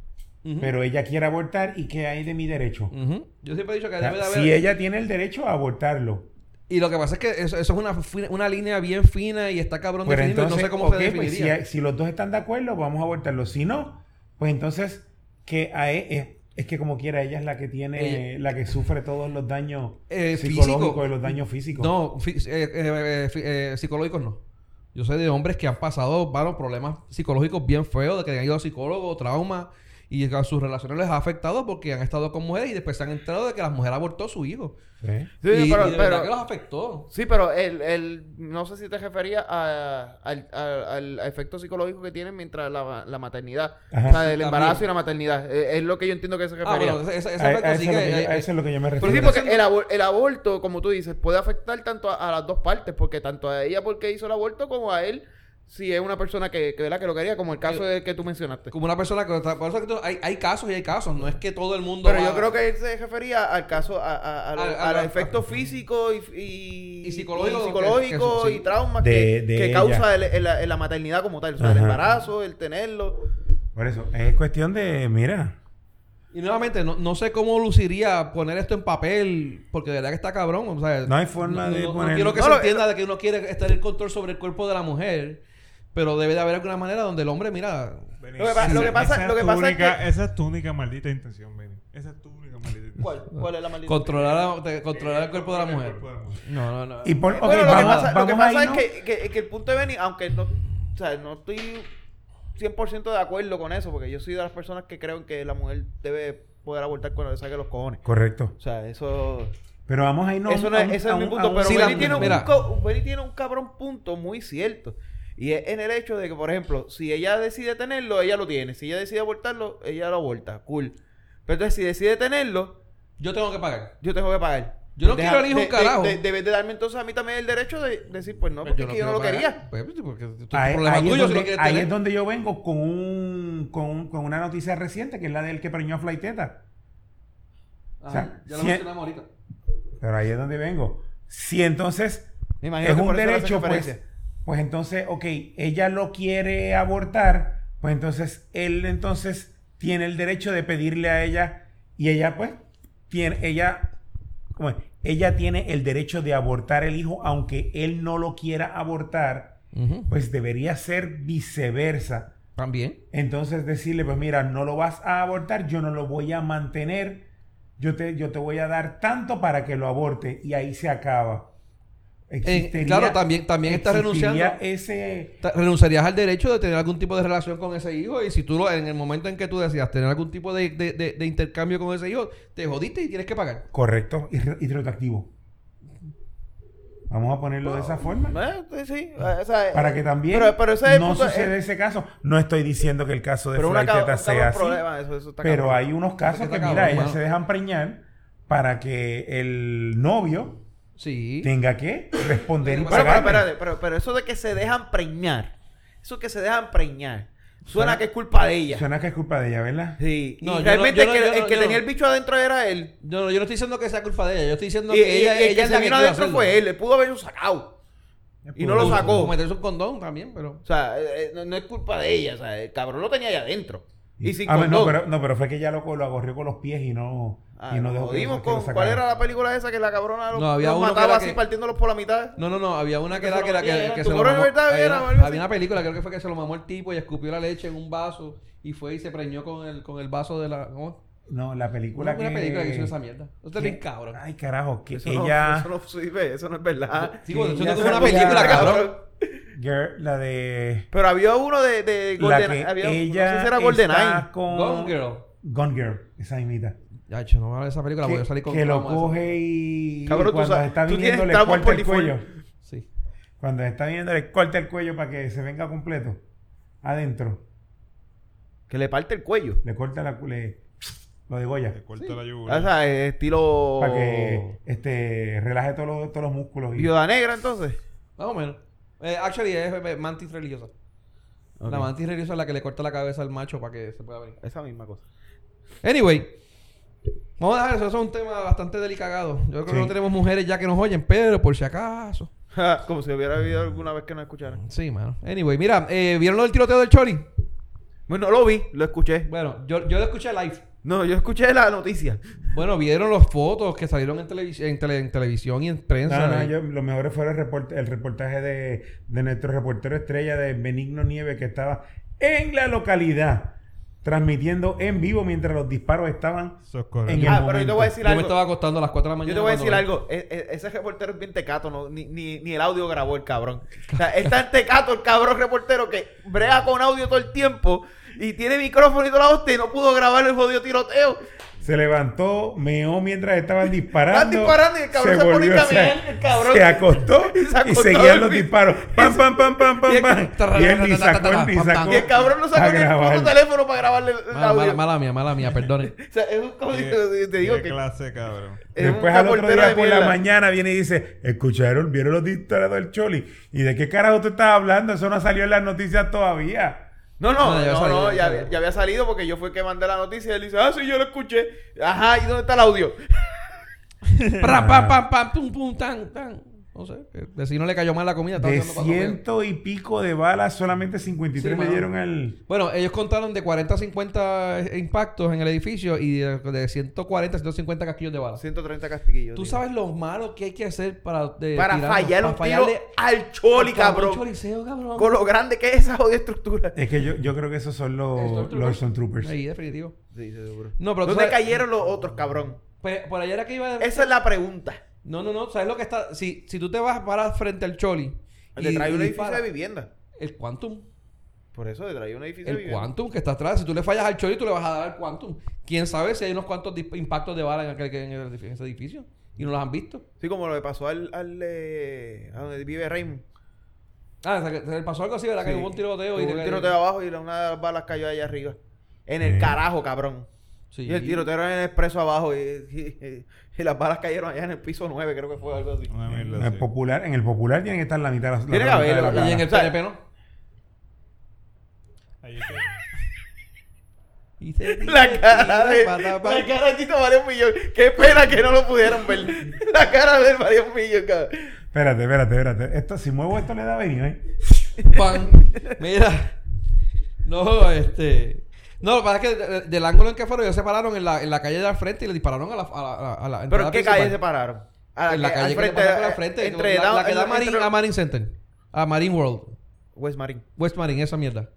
Speaker 2: Ujú.
Speaker 4: pero ella quiere abortar y ¿qué hay de mi derecho?
Speaker 2: Ujú. Yo siempre he dicho que
Speaker 4: O sea,
Speaker 2: debe de haber.
Speaker 4: si ella tiene el derecho a abortarlo.
Speaker 2: Y lo que pasa es que eso, eso es una, fi- una línea bien fina y está cabrón
Speaker 4: Pero
Speaker 2: definido y
Speaker 4: entonces,
Speaker 2: no sé cómo
Speaker 4: ok,
Speaker 2: se
Speaker 4: pues, si,
Speaker 2: definiría.
Speaker 4: hay- si los dos están de acuerdo, vamos a abortarlo. Si no, pues entonces, que a e- es, es que como quiera, ella es la que tiene, la que sufre todos los daños
Speaker 2: Eh,
Speaker 4: psicológicos
Speaker 2: físico.
Speaker 4: y los daños físicos.
Speaker 2: No, fi- eh, eh, eh, fi- eh, psicológicos no. Yo sé de hombres que han pasado varios problemas psicológicos bien feos, de que han ido a psicólogos, traumas, y que a sus relaciones les ha afectado porque han estado con mujeres y después se han enterado de que la mujer abortó a su hijo.
Speaker 4: Sí.
Speaker 3: Sí,
Speaker 2: y,
Speaker 3: pero,
Speaker 2: y de verdad
Speaker 3: pero-
Speaker 2: que los afectó.
Speaker 3: sí, pero el, el- no sé si te refería a- al, al- al efecto psicológico que tienen mientras la, la maternidad.
Speaker 4: Ajá.
Speaker 3: O sea, del
Speaker 2: También.
Speaker 3: embarazo y la maternidad. Eh, Es, lo que yo entiendo que se refería.
Speaker 2: Ah, bueno, ese, ese- ese
Speaker 4: A-
Speaker 2: aspecto
Speaker 4: a
Speaker 2: sí
Speaker 4: eso es
Speaker 2: que-
Speaker 4: lo que yo-
Speaker 2: eh,
Speaker 4: a eso es lo que yo me
Speaker 3: Pero sí,
Speaker 4: refiero.
Speaker 3: porque el, abor- el aborto, como tú dices, puede afectar tanto a, a las dos partes, porque tanto a ella porque hizo el aborto como a él si es una persona que, que, ¿verdad? que lo quería, como el caso de que tú mencionaste.
Speaker 2: como una persona que está- por eso que tú- hay, hay casos y hay casos, no es que todo el mundo
Speaker 3: Pero
Speaker 2: va-
Speaker 3: yo creo que él se refería al caso, a, a, a,
Speaker 2: Al-
Speaker 3: los- a
Speaker 2: al-
Speaker 3: los
Speaker 2: al-
Speaker 3: efectos físicos y, y,
Speaker 2: Y psicológicos,
Speaker 3: y, psicológicos
Speaker 2: que- que- sí.
Speaker 3: y traumas
Speaker 4: De-
Speaker 3: que,
Speaker 4: de
Speaker 3: que
Speaker 4: ella.
Speaker 3: causa el, el- el- la maternidad como tal. O sea, el
Speaker 4: Ajá.
Speaker 3: embarazo, el tenerlo.
Speaker 4: Por eso, es cuestión de, mira,
Speaker 2: Y nuevamente, no, no sé cómo luciría poner esto en papel, porque de verdad que está cabrón. O sea,
Speaker 4: No hay forma de
Speaker 2: no- no
Speaker 4: ponerlo.
Speaker 2: quiero que
Speaker 3: No,
Speaker 2: se
Speaker 3: lo-
Speaker 2: entienda de que uno quiere estar el control sobre el cuerpo de la mujer, pero debe de haber alguna manera donde el hombre, mira.
Speaker 5: Benny,
Speaker 3: Lo que pa- lo que
Speaker 5: esa-
Speaker 3: pasa-
Speaker 5: esa
Speaker 3: lo que pasa es
Speaker 5: túnica-
Speaker 3: que-
Speaker 5: Esa es tu única maldita intención, Benny. Esa es tu única maldita intención.
Speaker 3: ¿Cuál, cuál es la maldita?
Speaker 2: Controlar, a- de- controlar el cuerpo de la
Speaker 5: El
Speaker 2: mujer.
Speaker 5: cuerpo de la mujer.
Speaker 2: No, no, no.
Speaker 4: y por, ok,
Speaker 3: bueno, lo que
Speaker 4: vamos,
Speaker 3: pasa, lo que
Speaker 4: vamos
Speaker 3: pasa
Speaker 4: ahí,
Speaker 3: es
Speaker 4: ¿no?
Speaker 3: que, que- que el punto de Benny, aunque no, o sea, no estoy 100% de acuerdo con eso, porque yo soy de las personas que creo en que la mujer debe poder abortar cuando le saque los cojones.
Speaker 4: Correcto.
Speaker 3: O sea, eso...
Speaker 4: Pero vamos ahí no.
Speaker 3: eso no
Speaker 4: a
Speaker 3: es,
Speaker 4: un-
Speaker 3: ese
Speaker 4: a
Speaker 3: es mi
Speaker 4: un- a
Speaker 3: punto.
Speaker 4: un-
Speaker 3: Pero
Speaker 2: sí,
Speaker 4: sí,
Speaker 2: la-
Speaker 3: Benny, tiene un
Speaker 2: mira.
Speaker 3: co- Benny tiene un cabrón punto muy cierto. Y es en el hecho de que, por ejemplo, si ella decide tenerlo, ella lo tiene. Si ella decide abortarlo, ella lo aborta. Cool. Pero entonces, si decide tenerlo,
Speaker 2: Yo tengo que pagar.
Speaker 3: yo tengo que pagar.
Speaker 2: Yo no
Speaker 3: Deja-
Speaker 2: quiero el hijo,
Speaker 3: de-
Speaker 2: un carajo.
Speaker 3: de- de- Debes de darme entonces a mí también el derecho de decir, pues no, porque es que yo no lo
Speaker 2: quiero
Speaker 3: quería.
Speaker 2: pagar. Pues, pues, porque es tu
Speaker 4: Ahí,
Speaker 2: problema
Speaker 4: ahí es
Speaker 2: tuyo si
Speaker 4: donde,
Speaker 2: lo quieres
Speaker 4: ahí
Speaker 2: tener.
Speaker 4: es donde yo vengo con, un, con, un- con una noticia reciente que es la del que preñó a Flaiteta.
Speaker 2: Ajá,
Speaker 4: o
Speaker 3: Ah,
Speaker 4: sea,
Speaker 2: ya lo
Speaker 4: si-
Speaker 2: mencionamos ahorita.
Speaker 4: Pero ahí es donde vengo. Si entonces
Speaker 3: Me imagino
Speaker 4: es
Speaker 3: que
Speaker 4: un
Speaker 3: por eso le hace
Speaker 4: derecho, pues,
Speaker 3: referencia.
Speaker 4: pues entonces, ok, ella lo quiere abortar, pues entonces él entonces tiene el derecho de pedirle a ella y ella pues tiene, ella, ¿cómo es? Ella tiene el derecho de abortar el hijo aunque él no lo quiera abortar,
Speaker 2: Ujú.
Speaker 4: pues debería ser viceversa.
Speaker 2: También.
Speaker 4: Entonces decirle, pues mira, no lo vas a abortar, yo no lo voy a mantener, yo te, yo te voy a dar tanto para que lo aborte y ahí se acaba. Existiría-
Speaker 2: Eh, claro, también- también está
Speaker 4: existiría
Speaker 2: renunciando.
Speaker 4: Ese,
Speaker 2: Ta- renunciarías al derecho de tener algún tipo de relación con ese hijo y si tú lo, en el momento en que tú decías tener algún tipo de, de- de- de intercambio con ese hijo, te jodiste y tienes que pagar.
Speaker 4: correcto, y, re- y retroactivo. Vamos a ponerlo de esa forma.
Speaker 3: Eh, sí, o sea, eh,
Speaker 4: Para que también
Speaker 3: Pero, pero ese es el
Speaker 4: no
Speaker 3: punto, eh,
Speaker 4: suceda ese caso. No estoy diciendo que el caso de
Speaker 3: pero una, cab-
Speaker 4: Flaiteta
Speaker 3: un
Speaker 4: sea
Speaker 3: cabrón
Speaker 4: así.
Speaker 3: problema. Eso, eso está
Speaker 4: Pero
Speaker 3: cabrón.
Speaker 4: hay unos casos
Speaker 2: Eso
Speaker 4: que,
Speaker 2: está
Speaker 4: mira,
Speaker 2: cabrón,
Speaker 4: ellas
Speaker 2: mano.
Speaker 4: se dejan preñar para que el novio
Speaker 2: Sí.
Speaker 4: tenga que responder y
Speaker 2: Pero,
Speaker 3: Pero, pero,
Speaker 4: pagarle.
Speaker 3: espérate, pero, pero eso de que se dejan preñar, eso que se dejan preñar, suena que es culpa de ella.
Speaker 4: Suena que es culpa de ella, ¿verdad?
Speaker 3: Sí,
Speaker 2: No,
Speaker 3: y
Speaker 2: yo
Speaker 3: realmente
Speaker 2: no- yo
Speaker 3: el que,
Speaker 2: no- yo
Speaker 3: el
Speaker 2: no-
Speaker 3: que
Speaker 2: yo
Speaker 3: tenía
Speaker 2: no.
Speaker 3: el bicho adentro era él.
Speaker 2: Yo no, yo no estoy diciendo que sea culpa de ella. Yo estoy diciendo
Speaker 3: y,
Speaker 2: que
Speaker 3: y-
Speaker 2: ella,
Speaker 3: y el
Speaker 2: ella
Speaker 3: que
Speaker 2: es la
Speaker 3: se
Speaker 2: que
Speaker 3: vino
Speaker 2: quiso
Speaker 3: adentro
Speaker 2: hacerlo.
Speaker 3: fue él, le pudo haberlo sacado. Y no lo
Speaker 2: O- o
Speaker 3: sacó.
Speaker 2: Cometerse un condón también, pero.
Speaker 3: O sea, eh, eh, no, no es culpa de ella, o sea, el cabrón lo tenía ahí adentro. Y sin
Speaker 4: Ah, no,
Speaker 3: condón.
Speaker 4: pero, no, pero fue que ella lo, lo agorrió con los pies y no,
Speaker 3: Ah,
Speaker 4: y no
Speaker 3: nos
Speaker 4: dejó que-
Speaker 3: jodimos
Speaker 4: que lo
Speaker 3: con cuál
Speaker 4: sacaran.
Speaker 3: era la película esa que la cabrona los,
Speaker 2: No, había
Speaker 3: los
Speaker 2: uno que
Speaker 3: mataba
Speaker 2: era
Speaker 3: así
Speaker 2: que-
Speaker 3: partiéndolos por la mitad.
Speaker 2: No, no, no. Había una que
Speaker 3: Que
Speaker 2: era
Speaker 3: se
Speaker 2: que
Speaker 3: lo
Speaker 2: era que,
Speaker 3: mamó.
Speaker 2: que
Speaker 3: Tu
Speaker 2: se lo
Speaker 3: correo de
Speaker 2: mamó.
Speaker 3: verdad
Speaker 2: Había,
Speaker 3: era,
Speaker 2: una,
Speaker 3: o algo
Speaker 2: había
Speaker 3: así.
Speaker 2: una película, creo que fue que se lo mamó el tipo y escupió la leche en un vaso y fue y se preñó con el, con el vaso de la. ¿Cómo?
Speaker 4: No, la película
Speaker 2: Una,
Speaker 4: que...
Speaker 2: una película que hizo esa mierda. Usted es bien
Speaker 4: que-
Speaker 2: cabrón.
Speaker 4: Ay, carajo, que
Speaker 3: Eso,
Speaker 4: ella...
Speaker 3: no, eso, no, sirve, eso no es verdad.
Speaker 2: Sí, bueno,
Speaker 4: que
Speaker 2: eso
Speaker 4: ella
Speaker 2: no tuvo una
Speaker 4: sacó la-
Speaker 2: película, cabrón.
Speaker 4: Girl, la de...
Speaker 3: Pero había uno de, de
Speaker 4: La
Speaker 3: Golden
Speaker 4: que
Speaker 3: había,
Speaker 4: ella
Speaker 3: No sé si era
Speaker 4: está
Speaker 3: GoldenEye.
Speaker 4: con...
Speaker 2: Gone Girl.
Speaker 4: Gone Girl, esa imita.
Speaker 2: Ya, hecho, no me hablar de esa película, voy a salir
Speaker 4: Que,
Speaker 2: con
Speaker 4: que lo
Speaker 2: trauma de
Speaker 4: coge y...
Speaker 3: Cabrón,
Speaker 4: y
Speaker 3: tú
Speaker 4: cuando
Speaker 3: sabes-
Speaker 4: está
Speaker 3: tú tienes
Speaker 4: viniendo le
Speaker 3: traumas
Speaker 4: corta el
Speaker 3: poliformes.
Speaker 4: cuello.
Speaker 2: esa. Sí.
Speaker 4: Cuando está viniendo le corta el cuello para que se venga completo. Adentro.
Speaker 3: Que le parte el cuello.
Speaker 4: Le corta la... cu- Le, lo
Speaker 5: Le
Speaker 4: degolla.
Speaker 5: corta la
Speaker 3: O
Speaker 5: yugular.
Speaker 3: sea, es estilo.
Speaker 4: Para
Speaker 3: Oh.
Speaker 4: que este, relaje todos los, todos los músculos. Y,
Speaker 3: Viuda negra, entonces.
Speaker 2: Más o menos. Eh, actually, es eh, mantis religiosa.
Speaker 3: Ok.
Speaker 2: La mantis religiosa es la que le corta la cabeza al macho para que se pueda venir.
Speaker 3: Esa misma cosa.
Speaker 2: Anyway. Vamos a dejar eso. Eso es un tema bastante delicagado. Yo creo que
Speaker 4: Sí.
Speaker 2: no tenemos mujeres ya que nos oyen, pero por si acaso.
Speaker 3: Como si hubiera habido alguna vez que no escucharan.
Speaker 2: Sí, mano. Anyway, mira, eh, ¿vieron lo del tiroteo del Choli?
Speaker 3: Bueno, lo vi, lo escuché.
Speaker 2: Bueno, yo, yo lo escuché live.
Speaker 3: No, yo escuché la noticia.
Speaker 2: Bueno, vieron las fotos que salieron en, televis- en, tele- en televisión y en prensa.
Speaker 4: No, no,
Speaker 2: y-
Speaker 4: yo, lo mejor fue el, report- el reportaje de, de nuestro reportero estrella de Benigno Nieve que estaba en la localidad transmitiendo en vivo mientras los disparos estaban.
Speaker 5: Eso es correcto.
Speaker 4: en el
Speaker 3: Ah, pero yo te
Speaker 4: momento.
Speaker 3: voy a decir
Speaker 2: Yo me
Speaker 3: algo.
Speaker 2: estaba acostando a las 4 de la mañana.
Speaker 3: Yo te voy a decir
Speaker 2: cuando-
Speaker 3: algo. E- e- ese reportero es bien tecato, ¿no? ni, ni, ni el audio grabó el cabrón. O sea, es tan tecato el cabrón reportero que brega con audio todo el tiempo y tiene micrófono y toda la hostia y no pudo grabar el jodido tiroteo.
Speaker 4: Se levantó, meó mientras estaban disparando.
Speaker 3: Estaban disparando y el cabrón se pone a
Speaker 4: volvió, o sea,
Speaker 3: caminar, el cabrón.
Speaker 4: Se acostó
Speaker 3: Y se
Speaker 4: y
Speaker 3: acostó
Speaker 4: seguían
Speaker 3: a
Speaker 4: los
Speaker 3: dormir.
Speaker 4: disparos. Pam, pam, pam, pam,
Speaker 3: y
Speaker 4: pam,
Speaker 3: el-
Speaker 4: pam. Y él ni sacó, él ni sacó.
Speaker 3: Y el cabrón no
Speaker 4: a
Speaker 3: sacó ni el
Speaker 4: grabar.
Speaker 3: puto teléfono para grabarle el, el
Speaker 2: Mala,
Speaker 3: audio.
Speaker 2: mala, mala mía, mala mía, perdone.
Speaker 3: O sea, es un- como
Speaker 5: Qué-
Speaker 3: te, te digo
Speaker 5: qué
Speaker 3: que
Speaker 5: clase, cabrón.
Speaker 3: es un
Speaker 4: Después al otro
Speaker 3: reportero
Speaker 4: día
Speaker 3: de
Speaker 4: por la
Speaker 3: mierda.
Speaker 4: mañana viene y dice, escucharon, vieron los disparos del Choli. ¿Y de qué carajo tú estás hablando? Eso no salió en las noticias todavía.
Speaker 3: No, no,
Speaker 2: No,
Speaker 3: no,
Speaker 2: ya había
Speaker 3: no,
Speaker 2: salido, ya
Speaker 3: ya,
Speaker 2: había
Speaker 3: había, ya había salido porque yo fui el que mandé la noticia y él dice, ah, sí, yo lo escuché. Ajá, ¿y dónde está el audio?
Speaker 2: Pra, pam, pam, pam, pum, pum, tan, tan. No sé, el vecino le cayó mal la comida. estaba
Speaker 4: De
Speaker 2: dando paso a comer.
Speaker 4: ciento y pico de balas, solamente 53
Speaker 2: Sí,
Speaker 4: le
Speaker 2: mano.
Speaker 4: dieron al...
Speaker 2: Bueno, ellos contaron de 40 a 50 impactos en el edificio y de, de 140 a 150 casquillos de bala.
Speaker 3: 130 castillos.
Speaker 2: ¿Tú
Speaker 3: digo.
Speaker 2: sabes lo malo que hay que hacer para... de
Speaker 3: Para
Speaker 2: tirarnos,
Speaker 3: fallar
Speaker 2: para
Speaker 3: un tiro
Speaker 2: fallarle
Speaker 3: al choli,
Speaker 2: al cabrón
Speaker 3: cabrón.
Speaker 2: choliseo, cabrón.
Speaker 3: Con lo grande que es esa jodida estructura.
Speaker 4: Es que yo, yo creo que esos son los,
Speaker 2: Stormtroopers.
Speaker 4: los Stormtroopers.
Speaker 2: Sí, definitivo.
Speaker 3: Sí, seguro.
Speaker 2: No, pero tú
Speaker 3: ¿Dónde
Speaker 2: sabes-
Speaker 3: cayeron los otros, cabrón?
Speaker 2: Pues, por allá era que iba...
Speaker 3: Esa es la pregunta.
Speaker 2: No, no, no. ¿Sabes lo que está...? Si, si tú te vas para frente al choli...
Speaker 3: Te trae un edificio
Speaker 2: disparas-
Speaker 3: de vivienda.
Speaker 2: El Quantum.
Speaker 3: Por eso te trae un edificio de
Speaker 2: El
Speaker 3: vivienda.
Speaker 2: Quantum que está atrás. Si tú le fallas al Choli, tú le vas a dar al Quantum. ¿Quién sabe si hay unos cuantos dis- impactos de bala en, aquel, en el edificio- en ese edificio? Y no los han visto.
Speaker 3: Sí, como lo que pasó al, al eh, a donde vive Raymond.
Speaker 2: Ah, o sea, que se le pasó algo así, ¿verdad? Que
Speaker 3: Sí.
Speaker 2: hubo un tiroteo.
Speaker 3: Hubo
Speaker 2: y
Speaker 3: un tiroteo abajo y la- una de las balas cayó allá arriba. En el
Speaker 4: Sí.
Speaker 3: carajo, cabrón.
Speaker 2: Sí.
Speaker 3: Y el tiroteo era en el expreso abajo y, y- y las balas cayeron allá en el piso 9, creo que fue algo así.
Speaker 2: Ah.
Speaker 5: Una
Speaker 4: En
Speaker 5: mierda
Speaker 4: el
Speaker 5: así.
Speaker 4: popular, en el popular tienen que estar la mitad de la, la
Speaker 3: Tiene que
Speaker 4: mitad de
Speaker 3: haberlo,
Speaker 4: la
Speaker 2: Y
Speaker 4: bala.
Speaker 2: en el
Speaker 3: O sea,
Speaker 2: PNP no.
Speaker 5: Ahí es que-
Speaker 2: Y se-
Speaker 3: La cara de.
Speaker 2: pa, pa,
Speaker 3: La
Speaker 2: pa.
Speaker 3: cara de Tito valió un millón. Qué pena que no lo pudieron ver. La cara de él valió un millón, cabrón.
Speaker 4: Espérate, espérate, espérate. Esto, si muevo esto le da venido, ¿eh?
Speaker 2: Pan. Mira. No, este. No, lo que pasa es que de- de- del ángulo en que fueron, ellos se pararon en la, en la calle de al frente y le dispararon a la, a la, a la
Speaker 3: Pero
Speaker 2: entrada
Speaker 3: ¿en qué
Speaker 2: principal.
Speaker 3: calle se pararon? A
Speaker 2: pues, En la
Speaker 3: que-
Speaker 2: calle
Speaker 3: al
Speaker 2: que te
Speaker 3: frente,
Speaker 2: pasa por la
Speaker 3: eh,
Speaker 2: frente.
Speaker 3: Entre
Speaker 2: la, la que da
Speaker 3: entre-
Speaker 2: Marine- a Marine Center. A Marine World.
Speaker 3: West Marine.
Speaker 2: West Marine, esa mierda.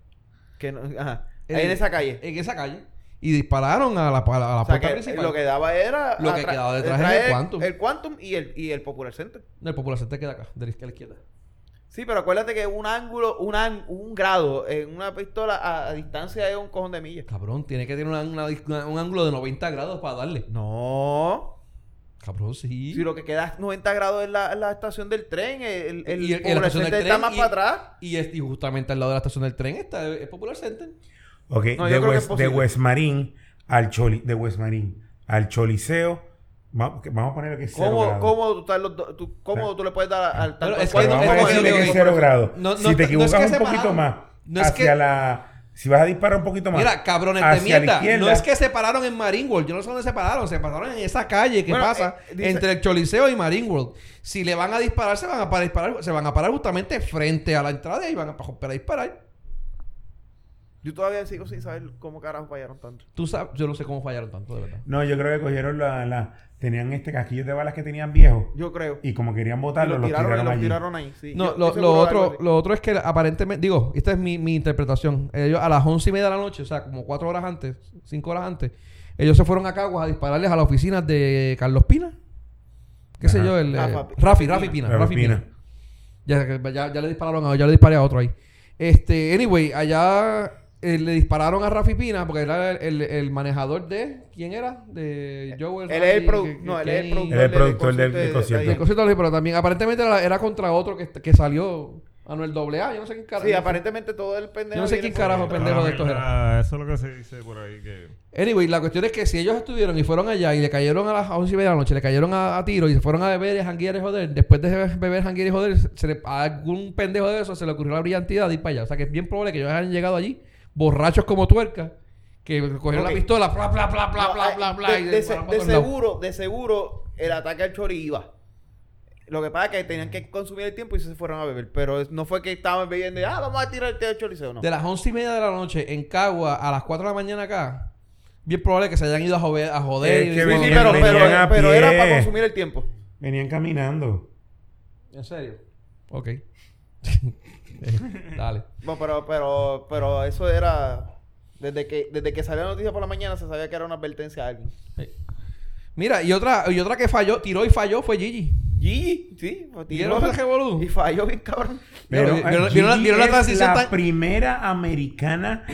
Speaker 3: Que no, ajá. Ahí
Speaker 2: Eh,
Speaker 3: en esa calle.
Speaker 2: En esa calle. Y dispararon a la, a la, a la
Speaker 3: O sea,
Speaker 2: puerta
Speaker 3: que
Speaker 2: principal.
Speaker 3: lo que daba era. ah,
Speaker 2: Lo que
Speaker 3: atra-
Speaker 2: quedaba detrás
Speaker 3: atraer
Speaker 2: era el Quantum.
Speaker 3: El Quantum y el, y el Popular Center.
Speaker 2: No, el popular se te queda acá, de la izquierda. a la izquierda.
Speaker 3: Sí, pero acuérdate que un ángulo, un, an- un grado en una pistola a, a distancia es un cojón de millas.
Speaker 2: Cabrón, tiene que tener una- una- una- un ángulo de 90 grados para darle.
Speaker 3: No.
Speaker 2: Cabrón, sí.
Speaker 3: Si lo que queda es 90 grados es la, la estación del tren, el, el,
Speaker 2: Y el-
Speaker 3: Popular
Speaker 2: la estación del
Speaker 3: Center está
Speaker 2: tren
Speaker 3: más
Speaker 2: y-
Speaker 3: para atrás.
Speaker 2: Y, es- y justamente al lado de la estación del tren está el, el Popular Center.
Speaker 4: Ok,
Speaker 3: No, yo
Speaker 4: de,
Speaker 3: creo que es
Speaker 4: West, de
Speaker 3: posible.
Speaker 4: West Marín al Choli, de West Marín al Choliseo, Vamos, que- vamos a poner que es cero
Speaker 3: ¿Cómo,
Speaker 4: grado.
Speaker 3: cómo tú, estás los dos- tú- cómo tú le puedes dar al
Speaker 2: Bueno,
Speaker 3: tanto
Speaker 2: es
Speaker 4: Pero
Speaker 2: que no-
Speaker 4: vamos a
Speaker 2: es que
Speaker 4: decirle
Speaker 2: no-
Speaker 4: que es cero grado.
Speaker 2: no- no-
Speaker 4: si te
Speaker 2: no es
Speaker 4: equivocas
Speaker 2: que
Speaker 4: un
Speaker 2: separado.
Speaker 4: poquito más
Speaker 2: No es
Speaker 4: hacia
Speaker 2: que-
Speaker 4: la... Si vas a disparar un poquito más
Speaker 2: Mira, cabrones de
Speaker 4: Ah, hacia la
Speaker 2: mierda.
Speaker 4: izquierda,
Speaker 2: No es que se pararon en Marine World. Yo no sé dónde se pararon. Se pararon en esa calle que
Speaker 3: Bueno,
Speaker 2: pasa
Speaker 3: eh, dice-
Speaker 2: entre el Choliseo y Marine World. Si le van a disparar, se van a para disparar, se van a parar justamente frente a la entrada y van a pa- para disparar.
Speaker 3: Yo todavía sigo sin saber cómo carajo fallaron tanto.
Speaker 2: Tú sabes, yo no sé cómo fallaron tanto, de verdad.
Speaker 4: No, yo creo que cogieron la... la- tenían este casquillo de balas que tenían viejos
Speaker 3: Yo creo.
Speaker 4: y como querían
Speaker 3: Y
Speaker 4: botarlo,
Speaker 3: los
Speaker 4: los
Speaker 3: tiraron, y
Speaker 4: tiraron
Speaker 3: los
Speaker 4: allí.
Speaker 3: tiraron ahí. sí.
Speaker 2: No,
Speaker 3: Yo-
Speaker 2: lo,
Speaker 3: estoy
Speaker 2: lo
Speaker 3: seguro de algo
Speaker 2: otro,
Speaker 3: así.
Speaker 2: lo otro es que aparentemente, digo, esta es mi, mi interpretación. Ellos a las once y media de la noche, o sea, como cuatro horas antes, cinco horas antes, ellos se fueron a Caguas a dispararles a las oficinas de Carlos Pina. ¿Qué sé
Speaker 4: Ajá.
Speaker 2: yo? El, eh,
Speaker 3: Rafa-
Speaker 2: Rafi, Rafi Pina.
Speaker 4: La
Speaker 2: Rafi Pina.
Speaker 4: propina.
Speaker 2: Ya, ya, ya le dispararon a, ya le disparé a otro ahí. Este, anyway, allá eh, le dispararon a Rafi Pina porque era el, el- el manejador de. ¿Quién era? De Joel.
Speaker 3: Él es el
Speaker 2: Randy,
Speaker 3: produ-
Speaker 2: pues, que- que-
Speaker 3: no, él es el
Speaker 2: Kenny-
Speaker 3: productor.
Speaker 4: Él es el productor del- del
Speaker 2: de
Speaker 4: concierto.
Speaker 2: cositas así, pero también aparentemente era, era contra otro que, que salió Anuel AA. Yo no sé quién carajo.
Speaker 3: Sí, aparentemente todo el pendejo.
Speaker 2: Yo no sé
Speaker 3: viene
Speaker 2: quién
Speaker 3: por-
Speaker 2: carajo, pendejo.
Speaker 5: Ah,
Speaker 2: de estos era.
Speaker 5: mira, Eso es lo que se dice por ahí que...
Speaker 2: Anyway, la cuestión es que si ellos estuvieron y fueron allá y le cayeron a las 11 y media de la noche, le cayeron a, a tiro y se fueron a beber y janguear y joder, después de beber, janguear y joder, se le- a algún pendejo de eso se le ocurrió la brillantidad de ir para allá. O sea que es bien probable que ellos hayan llegado allí, borrachos como tuerca, que cogieron
Speaker 3: Ok.
Speaker 2: la pistola, bla, bla, bla, bla,
Speaker 3: No,
Speaker 2: bla,
Speaker 3: ah,
Speaker 2: bla, bla.
Speaker 3: de-
Speaker 2: y
Speaker 3: De,
Speaker 2: le
Speaker 3: se-
Speaker 2: dispararon
Speaker 3: de
Speaker 2: por todos lados.
Speaker 3: seguro, de seguro, el ataque al chori iba. Lo que pasa es que tenían que consumir el tiempo y se fueron a beber. Pero es- no fue que estaban bebiendo y, ah, vamos a tirar el té al choriceo, no.
Speaker 2: De las 11 y media de la noche en Cagua a las 4 de la mañana acá, bien probable que se hayan ido a joder. A
Speaker 3: Eh,
Speaker 2: joder
Speaker 4: Es
Speaker 2: y
Speaker 4: que
Speaker 2: digo,
Speaker 3: Sí,
Speaker 4: venían-
Speaker 3: pero, pero,
Speaker 4: venían a
Speaker 3: pero era
Speaker 4: pie.
Speaker 3: para consumir el tiempo.
Speaker 4: Venían caminando.
Speaker 2: ¿En serio? Ok. Dale.
Speaker 3: No, pero, pero, pero eso era. Desde que, desde que salió la noticia por la mañana se sabía que era una advertencia a alguien.
Speaker 2: Mira, y otra, y otra que falló, tiró y falló fue Gigi.
Speaker 3: Gigi, sí, fue
Speaker 2: ¿Vieron
Speaker 3: tiro.
Speaker 2: ese revolú?
Speaker 3: Y falló bien cabrón.
Speaker 4: Pero eh,
Speaker 2: Vieron- vieron-
Speaker 4: Gigi
Speaker 2: vieron la- vieron la
Speaker 4: es
Speaker 2: transición
Speaker 4: la
Speaker 2: tan-
Speaker 4: primera americana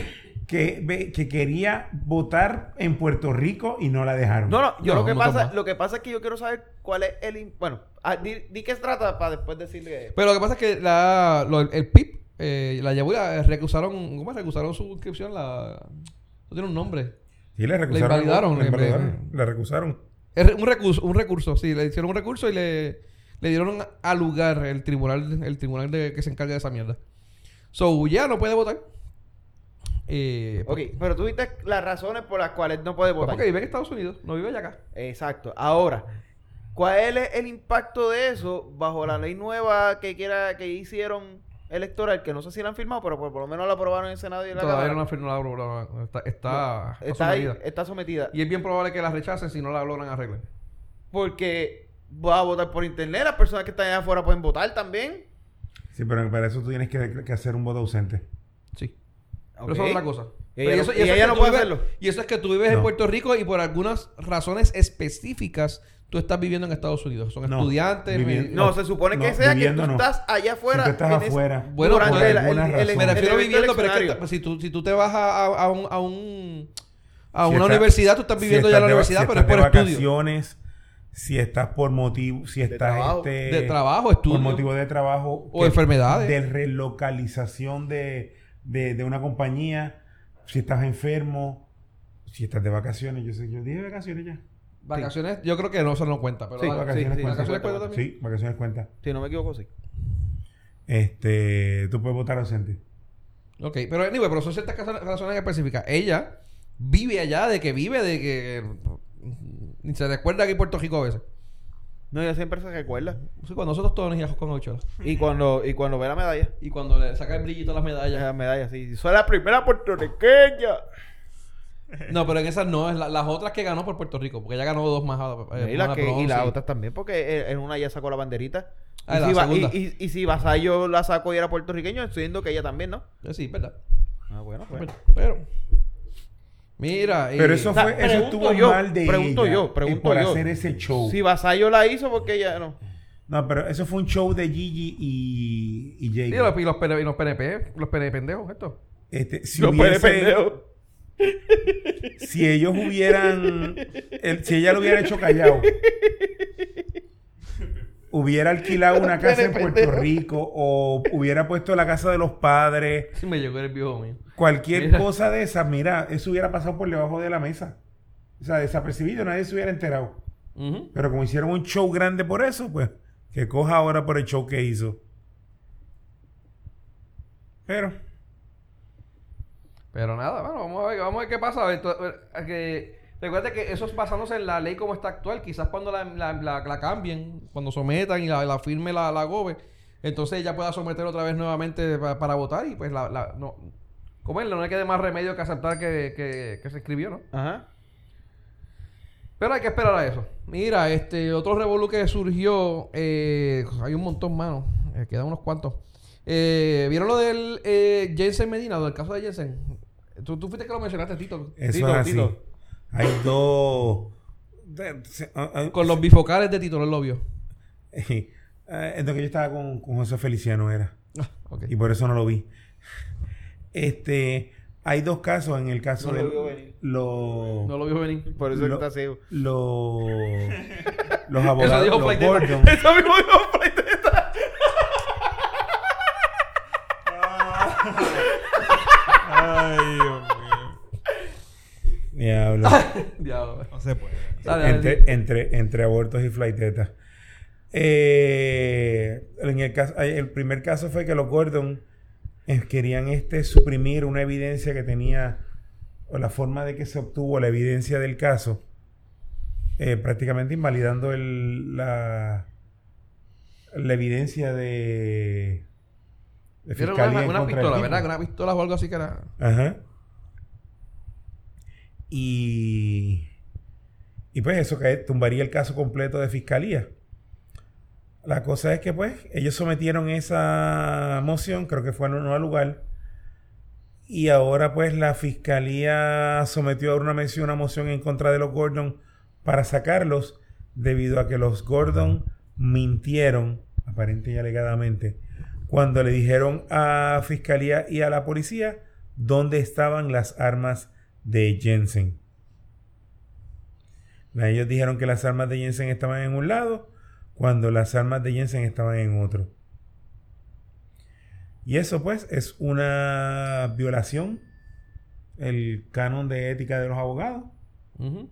Speaker 4: que, ve- que quería votar en Puerto Rico y no la dejaron.
Speaker 3: No, no, yo
Speaker 2: No,
Speaker 3: lo, que
Speaker 2: no
Speaker 3: pasa,
Speaker 2: toma.
Speaker 3: lo que pasa es que yo quiero saber cuál es el... in- Bueno, ah, di, di qué se trata para después decirle...
Speaker 2: Pero lo que pasa es que la, lo- el PIB eh, la llevó y la recusaron, ¿cómo es? recusaron su inscripción? La, no tiene un nombre.
Speaker 4: Sí, le
Speaker 2: La invalidaron,
Speaker 4: La
Speaker 2: le-
Speaker 4: invalidaron. La recusaron.
Speaker 2: Es re- un recurso, un recurso, sí, le hicieron un recurso y le, le dieron a lugar el tribunal, el tribunal de, que se encarga de esa mierda. So, ya no puede votar. Eh,
Speaker 3: Ok, pero tú viste las razones por las cuales no puede
Speaker 2: pues
Speaker 3: votar.
Speaker 2: porque vive en Estados Unidos, no vive allá acá.
Speaker 3: Exacto. Ahora, ¿cuál es el impacto de eso bajo la ley nueva que quiera que hicieron electoral? Que no sé si la han firmado, pero por, por lo menos la aprobaron en el Senado y en la
Speaker 2: Todavía no
Speaker 3: Cámara.
Speaker 2: ha firmado la obra, está, está,
Speaker 3: está,
Speaker 2: sometida.
Speaker 3: ahí, eh. está sometida.
Speaker 2: Y es bien probable que la rechacen si no la logran arreglar.
Speaker 3: Porque va a votar por internet, las personas que están allá afuera pueden votar también.
Speaker 4: Sí, pero para eso tú tienes que, que hacer un voto ausente.
Speaker 2: Sí.
Speaker 3: Ok.
Speaker 2: Pero eso es otra cosa.
Speaker 3: Y
Speaker 2: Pero
Speaker 3: ella no- y
Speaker 2: es
Speaker 3: ella
Speaker 2: que
Speaker 3: no
Speaker 2: tú
Speaker 3: puede
Speaker 2: vives-
Speaker 3: hacerlo.
Speaker 2: Y eso es que tú vives en
Speaker 4: No.
Speaker 2: Puerto Rico y por algunas razones específicas tú estás viviendo en Estados Unidos. Son
Speaker 4: No.
Speaker 2: estudiantes. eh, me-
Speaker 4: Vivi-
Speaker 3: No,
Speaker 4: No,
Speaker 3: se supone que
Speaker 4: no,
Speaker 3: sea que
Speaker 4: viviendo
Speaker 3: tú
Speaker 4: no.
Speaker 3: estás allá afuera.
Speaker 4: Si tú estás
Speaker 3: en ese-
Speaker 4: afuera,
Speaker 2: Bueno,
Speaker 3: durante
Speaker 2: pues,
Speaker 3: el- el-
Speaker 4: alguna
Speaker 3: el-
Speaker 4: razón.
Speaker 2: me
Speaker 3: el
Speaker 2: refiero a
Speaker 3: evento
Speaker 2: viviendo, pero es que
Speaker 3: eleccionario.
Speaker 2: t- si tú, si tú te vas a, a- a un, a un- a
Speaker 4: Si
Speaker 2: una
Speaker 4: está-
Speaker 2: universidad, tú estás
Speaker 4: si
Speaker 2: viviendo ya en
Speaker 4: estás
Speaker 2: la
Speaker 4: de va-
Speaker 2: universidad,
Speaker 4: si
Speaker 2: pero es por
Speaker 4: estás de
Speaker 2: estudio.
Speaker 4: vacaciones, si estás por motivo, si estás
Speaker 3: trabajo.
Speaker 4: este,
Speaker 2: De trabajo, estudio.
Speaker 4: por motivo de trabajo
Speaker 2: O enfermedades.
Speaker 4: de relocalización de, de, de una compañía, si estás enfermo, si estás de vacaciones, yo sé, yo dije vacaciones ya.
Speaker 2: Vacaciones, yo creo que no, eso no cuenta. Pero
Speaker 3: Sí,
Speaker 2: dale.
Speaker 4: vacaciones
Speaker 3: sí,
Speaker 4: cuenta.
Speaker 2: vacaciones cuenta también.
Speaker 4: Sí, vacaciones cuenta.
Speaker 3: Si no me equivoco, sí.
Speaker 4: Este, tú puedes votar ausente.
Speaker 2: Ok, pero anyway, pero son ciertas caso- razones específicas. Ella vive allá, de que vive, de que. mm, Ni se recuerda aquí en Puerto Rico a veces.
Speaker 3: No, ella siempre se recuerda.
Speaker 2: Sí, cuando nosotros todos nos íbamos con ocho
Speaker 3: Y cuando, y cuando ve la medalla.
Speaker 2: Y cuando le saca el brillito a las medallas.
Speaker 3: La medalla, sí. Soy la primera puertorriqueña.
Speaker 2: No, pero en esas no, es la- las otras que ganó por Puerto Rico, porque ella ganó dos más. eh,
Speaker 3: y la,
Speaker 2: una
Speaker 3: que, y
Speaker 2: bronce.
Speaker 3: la otra también, porque eh, en una ya sacó la banderita.
Speaker 2: Ah,
Speaker 3: y,
Speaker 2: la
Speaker 3: si va- y,
Speaker 2: segunda.
Speaker 3: y- y si Basayo la sacó y era puertorriqueño, estoy viendo que ella también, ¿no?
Speaker 2: Eh, Sí, verdad.
Speaker 3: Ah, bueno, pues.
Speaker 2: Pero. Mira. y-
Speaker 4: Pero eso
Speaker 3: Eh, O sea,
Speaker 4: fue, eso
Speaker 3: pregunto
Speaker 4: estuvo
Speaker 3: yo,
Speaker 4: mal de
Speaker 3: pregunto
Speaker 4: ella,
Speaker 3: yo,
Speaker 4: y
Speaker 3: pregunto
Speaker 4: por
Speaker 3: yo.
Speaker 4: hacer ese show.
Speaker 3: Si Basayo la hizo, porque ella no.
Speaker 4: No, pero eso fue un show de Gigi y, y
Speaker 2: Y
Speaker 4: Jay.
Speaker 2: los, y los PN- y los PNP, los PNP pendejos, esto.
Speaker 4: Este, si,
Speaker 3: no puede
Speaker 4: hubiese-
Speaker 3: pendejo.
Speaker 4: si ellos hubieran, el- si ella lo hubiera hecho callado, hubiera alquilado una casa en Puerto Rico o hubiera puesto la casa de los padres,
Speaker 2: Sí, me llegó el viejo mío.
Speaker 4: cualquier
Speaker 2: Mira.
Speaker 4: cosa de esas, mira, eso hubiera pasado por debajo de la mesa. O sea, desapercibido, nadie se hubiera enterado.
Speaker 2: Ujú.
Speaker 4: Pero como hicieron un show grande por eso, pues que coja ahora por el show que hizo. Pero,
Speaker 2: Pero nada, bueno, vamos a ver, vamos a ver qué pasa. A ver, to- a que, recuerda que eso es basándose en la ley como está actual. Quizás cuando la, la, la- la cambien, cuando sometan y la, la firme la, la gobe, entonces ella pueda someter otra vez nuevamente pa- para, votar y pues la, la- no, como es, no le quede más remedio que aceptar que, que- que se escribió, ¿no?
Speaker 3: Ajá.
Speaker 2: Pero hay que esperar a eso. Mira, este otro revolú que surgió, eh, hay un montón, mano. eh, quedan unos cuantos. Eh, ¿Vieron lo del eh, Jensen Medina, del caso de Jensen? Tú, tú fuiste que lo mencionaste, Tito.
Speaker 4: eso
Speaker 2: Tito,
Speaker 4: es así.
Speaker 2: Tito.
Speaker 4: Hay dos. de- se- ah, ah,
Speaker 2: Con los bifocales de Tito, él lo vio.
Speaker 4: eh, en lo que yo estaba con, con José Feliciano, era.
Speaker 2: Ah, ok.
Speaker 4: Y por eso no lo vi. Este, hay dos casos. En el caso
Speaker 3: No lo
Speaker 4: de.
Speaker 3: vio venir.
Speaker 4: lo-
Speaker 2: No lo vio venir.
Speaker 3: Por eso es que
Speaker 4: Lo-
Speaker 3: está ciego.
Speaker 4: lo- los abogados.
Speaker 2: dijo
Speaker 4: los
Speaker 2: Flight Data.
Speaker 4: Gordon.
Speaker 3: Eso mismo dijo Play Data.
Speaker 5: Ay, Dios mío.
Speaker 4: Diablo.
Speaker 2: Diablo.
Speaker 5: No se puede.
Speaker 2: Dale, dale,
Speaker 4: entre,
Speaker 2: Tito.
Speaker 4: entre, entre abortos y flighteta. Eh, en el, caso, ay, el primer caso fue que los Gordon eh, querían este, suprimir una evidencia que tenía, o la forma de que se obtuvo la evidencia del caso, eh, prácticamente invalidando el- la, la evidencia de, de
Speaker 2: Vieron
Speaker 4: fiscalía
Speaker 2: una,
Speaker 4: en
Speaker 2: una
Speaker 4: contra del
Speaker 2: pistola,
Speaker 4: tipo.
Speaker 2: ¿verdad? Una pistola o algo así que era.
Speaker 4: Ajá. Y. Y pues eso cae, tumbaría el caso completo de fiscalía. La cosa es que, pues, ellos sometieron esa moción, creo que fue no al lugar. Y ahora, pues, la fiscalía sometió a una, mención- una moción en contra de los Gordon para sacarlos, debido a que los Gordon mintieron, aparente y alegadamente, cuando le dijeron a fiscalía y a la policía dónde estaban las armas de Jensen. Ellos dijeron que las armas de Jensen estaban en un lado, cuando las armas de Jensen estaban en otro. Y eso pues es una violación, el canon de ética de los abogados.
Speaker 2: Ujú.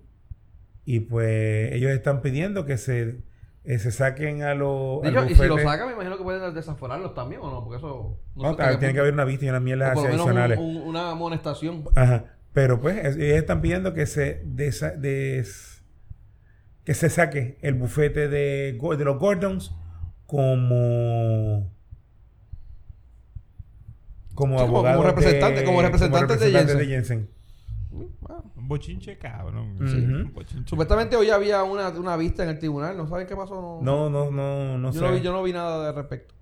Speaker 4: Y pues ellos están pidiendo que se, eh, se saquen a los...
Speaker 2: De
Speaker 4: al
Speaker 2: hecho, y si lo
Speaker 4: bufete.
Speaker 2: sacan, me imagino que pueden desaforarlos también, ¿o no? Porque eso.
Speaker 4: No,
Speaker 2: sé
Speaker 4: tal-
Speaker 2: hasta qué
Speaker 4: Ah, tiene que
Speaker 2: punto.
Speaker 4: haber una vista y unas
Speaker 2: O
Speaker 4: mielas
Speaker 2: por lo menos un-
Speaker 4: adicionales.
Speaker 2: un- una amonestación.
Speaker 4: Ajá. Pero pues es- ellos están pidiendo que se desa- des- que se saque el bufete de, Go- de los Gordons como como
Speaker 2: Sí, como- como
Speaker 4: abogados de-
Speaker 2: representante- como representantes de
Speaker 4: representantes
Speaker 2: Ah.
Speaker 5: Un bochinche cabrón.
Speaker 4: Ujú.
Speaker 5: Sí, un bochinche.
Speaker 2: Supuestamente hoy había una, una vista en el tribunal, ¿no saben qué pasó? No,
Speaker 4: No, no, no, no
Speaker 2: yo,
Speaker 4: sé.
Speaker 2: no vi, yo no vi nada de respecto.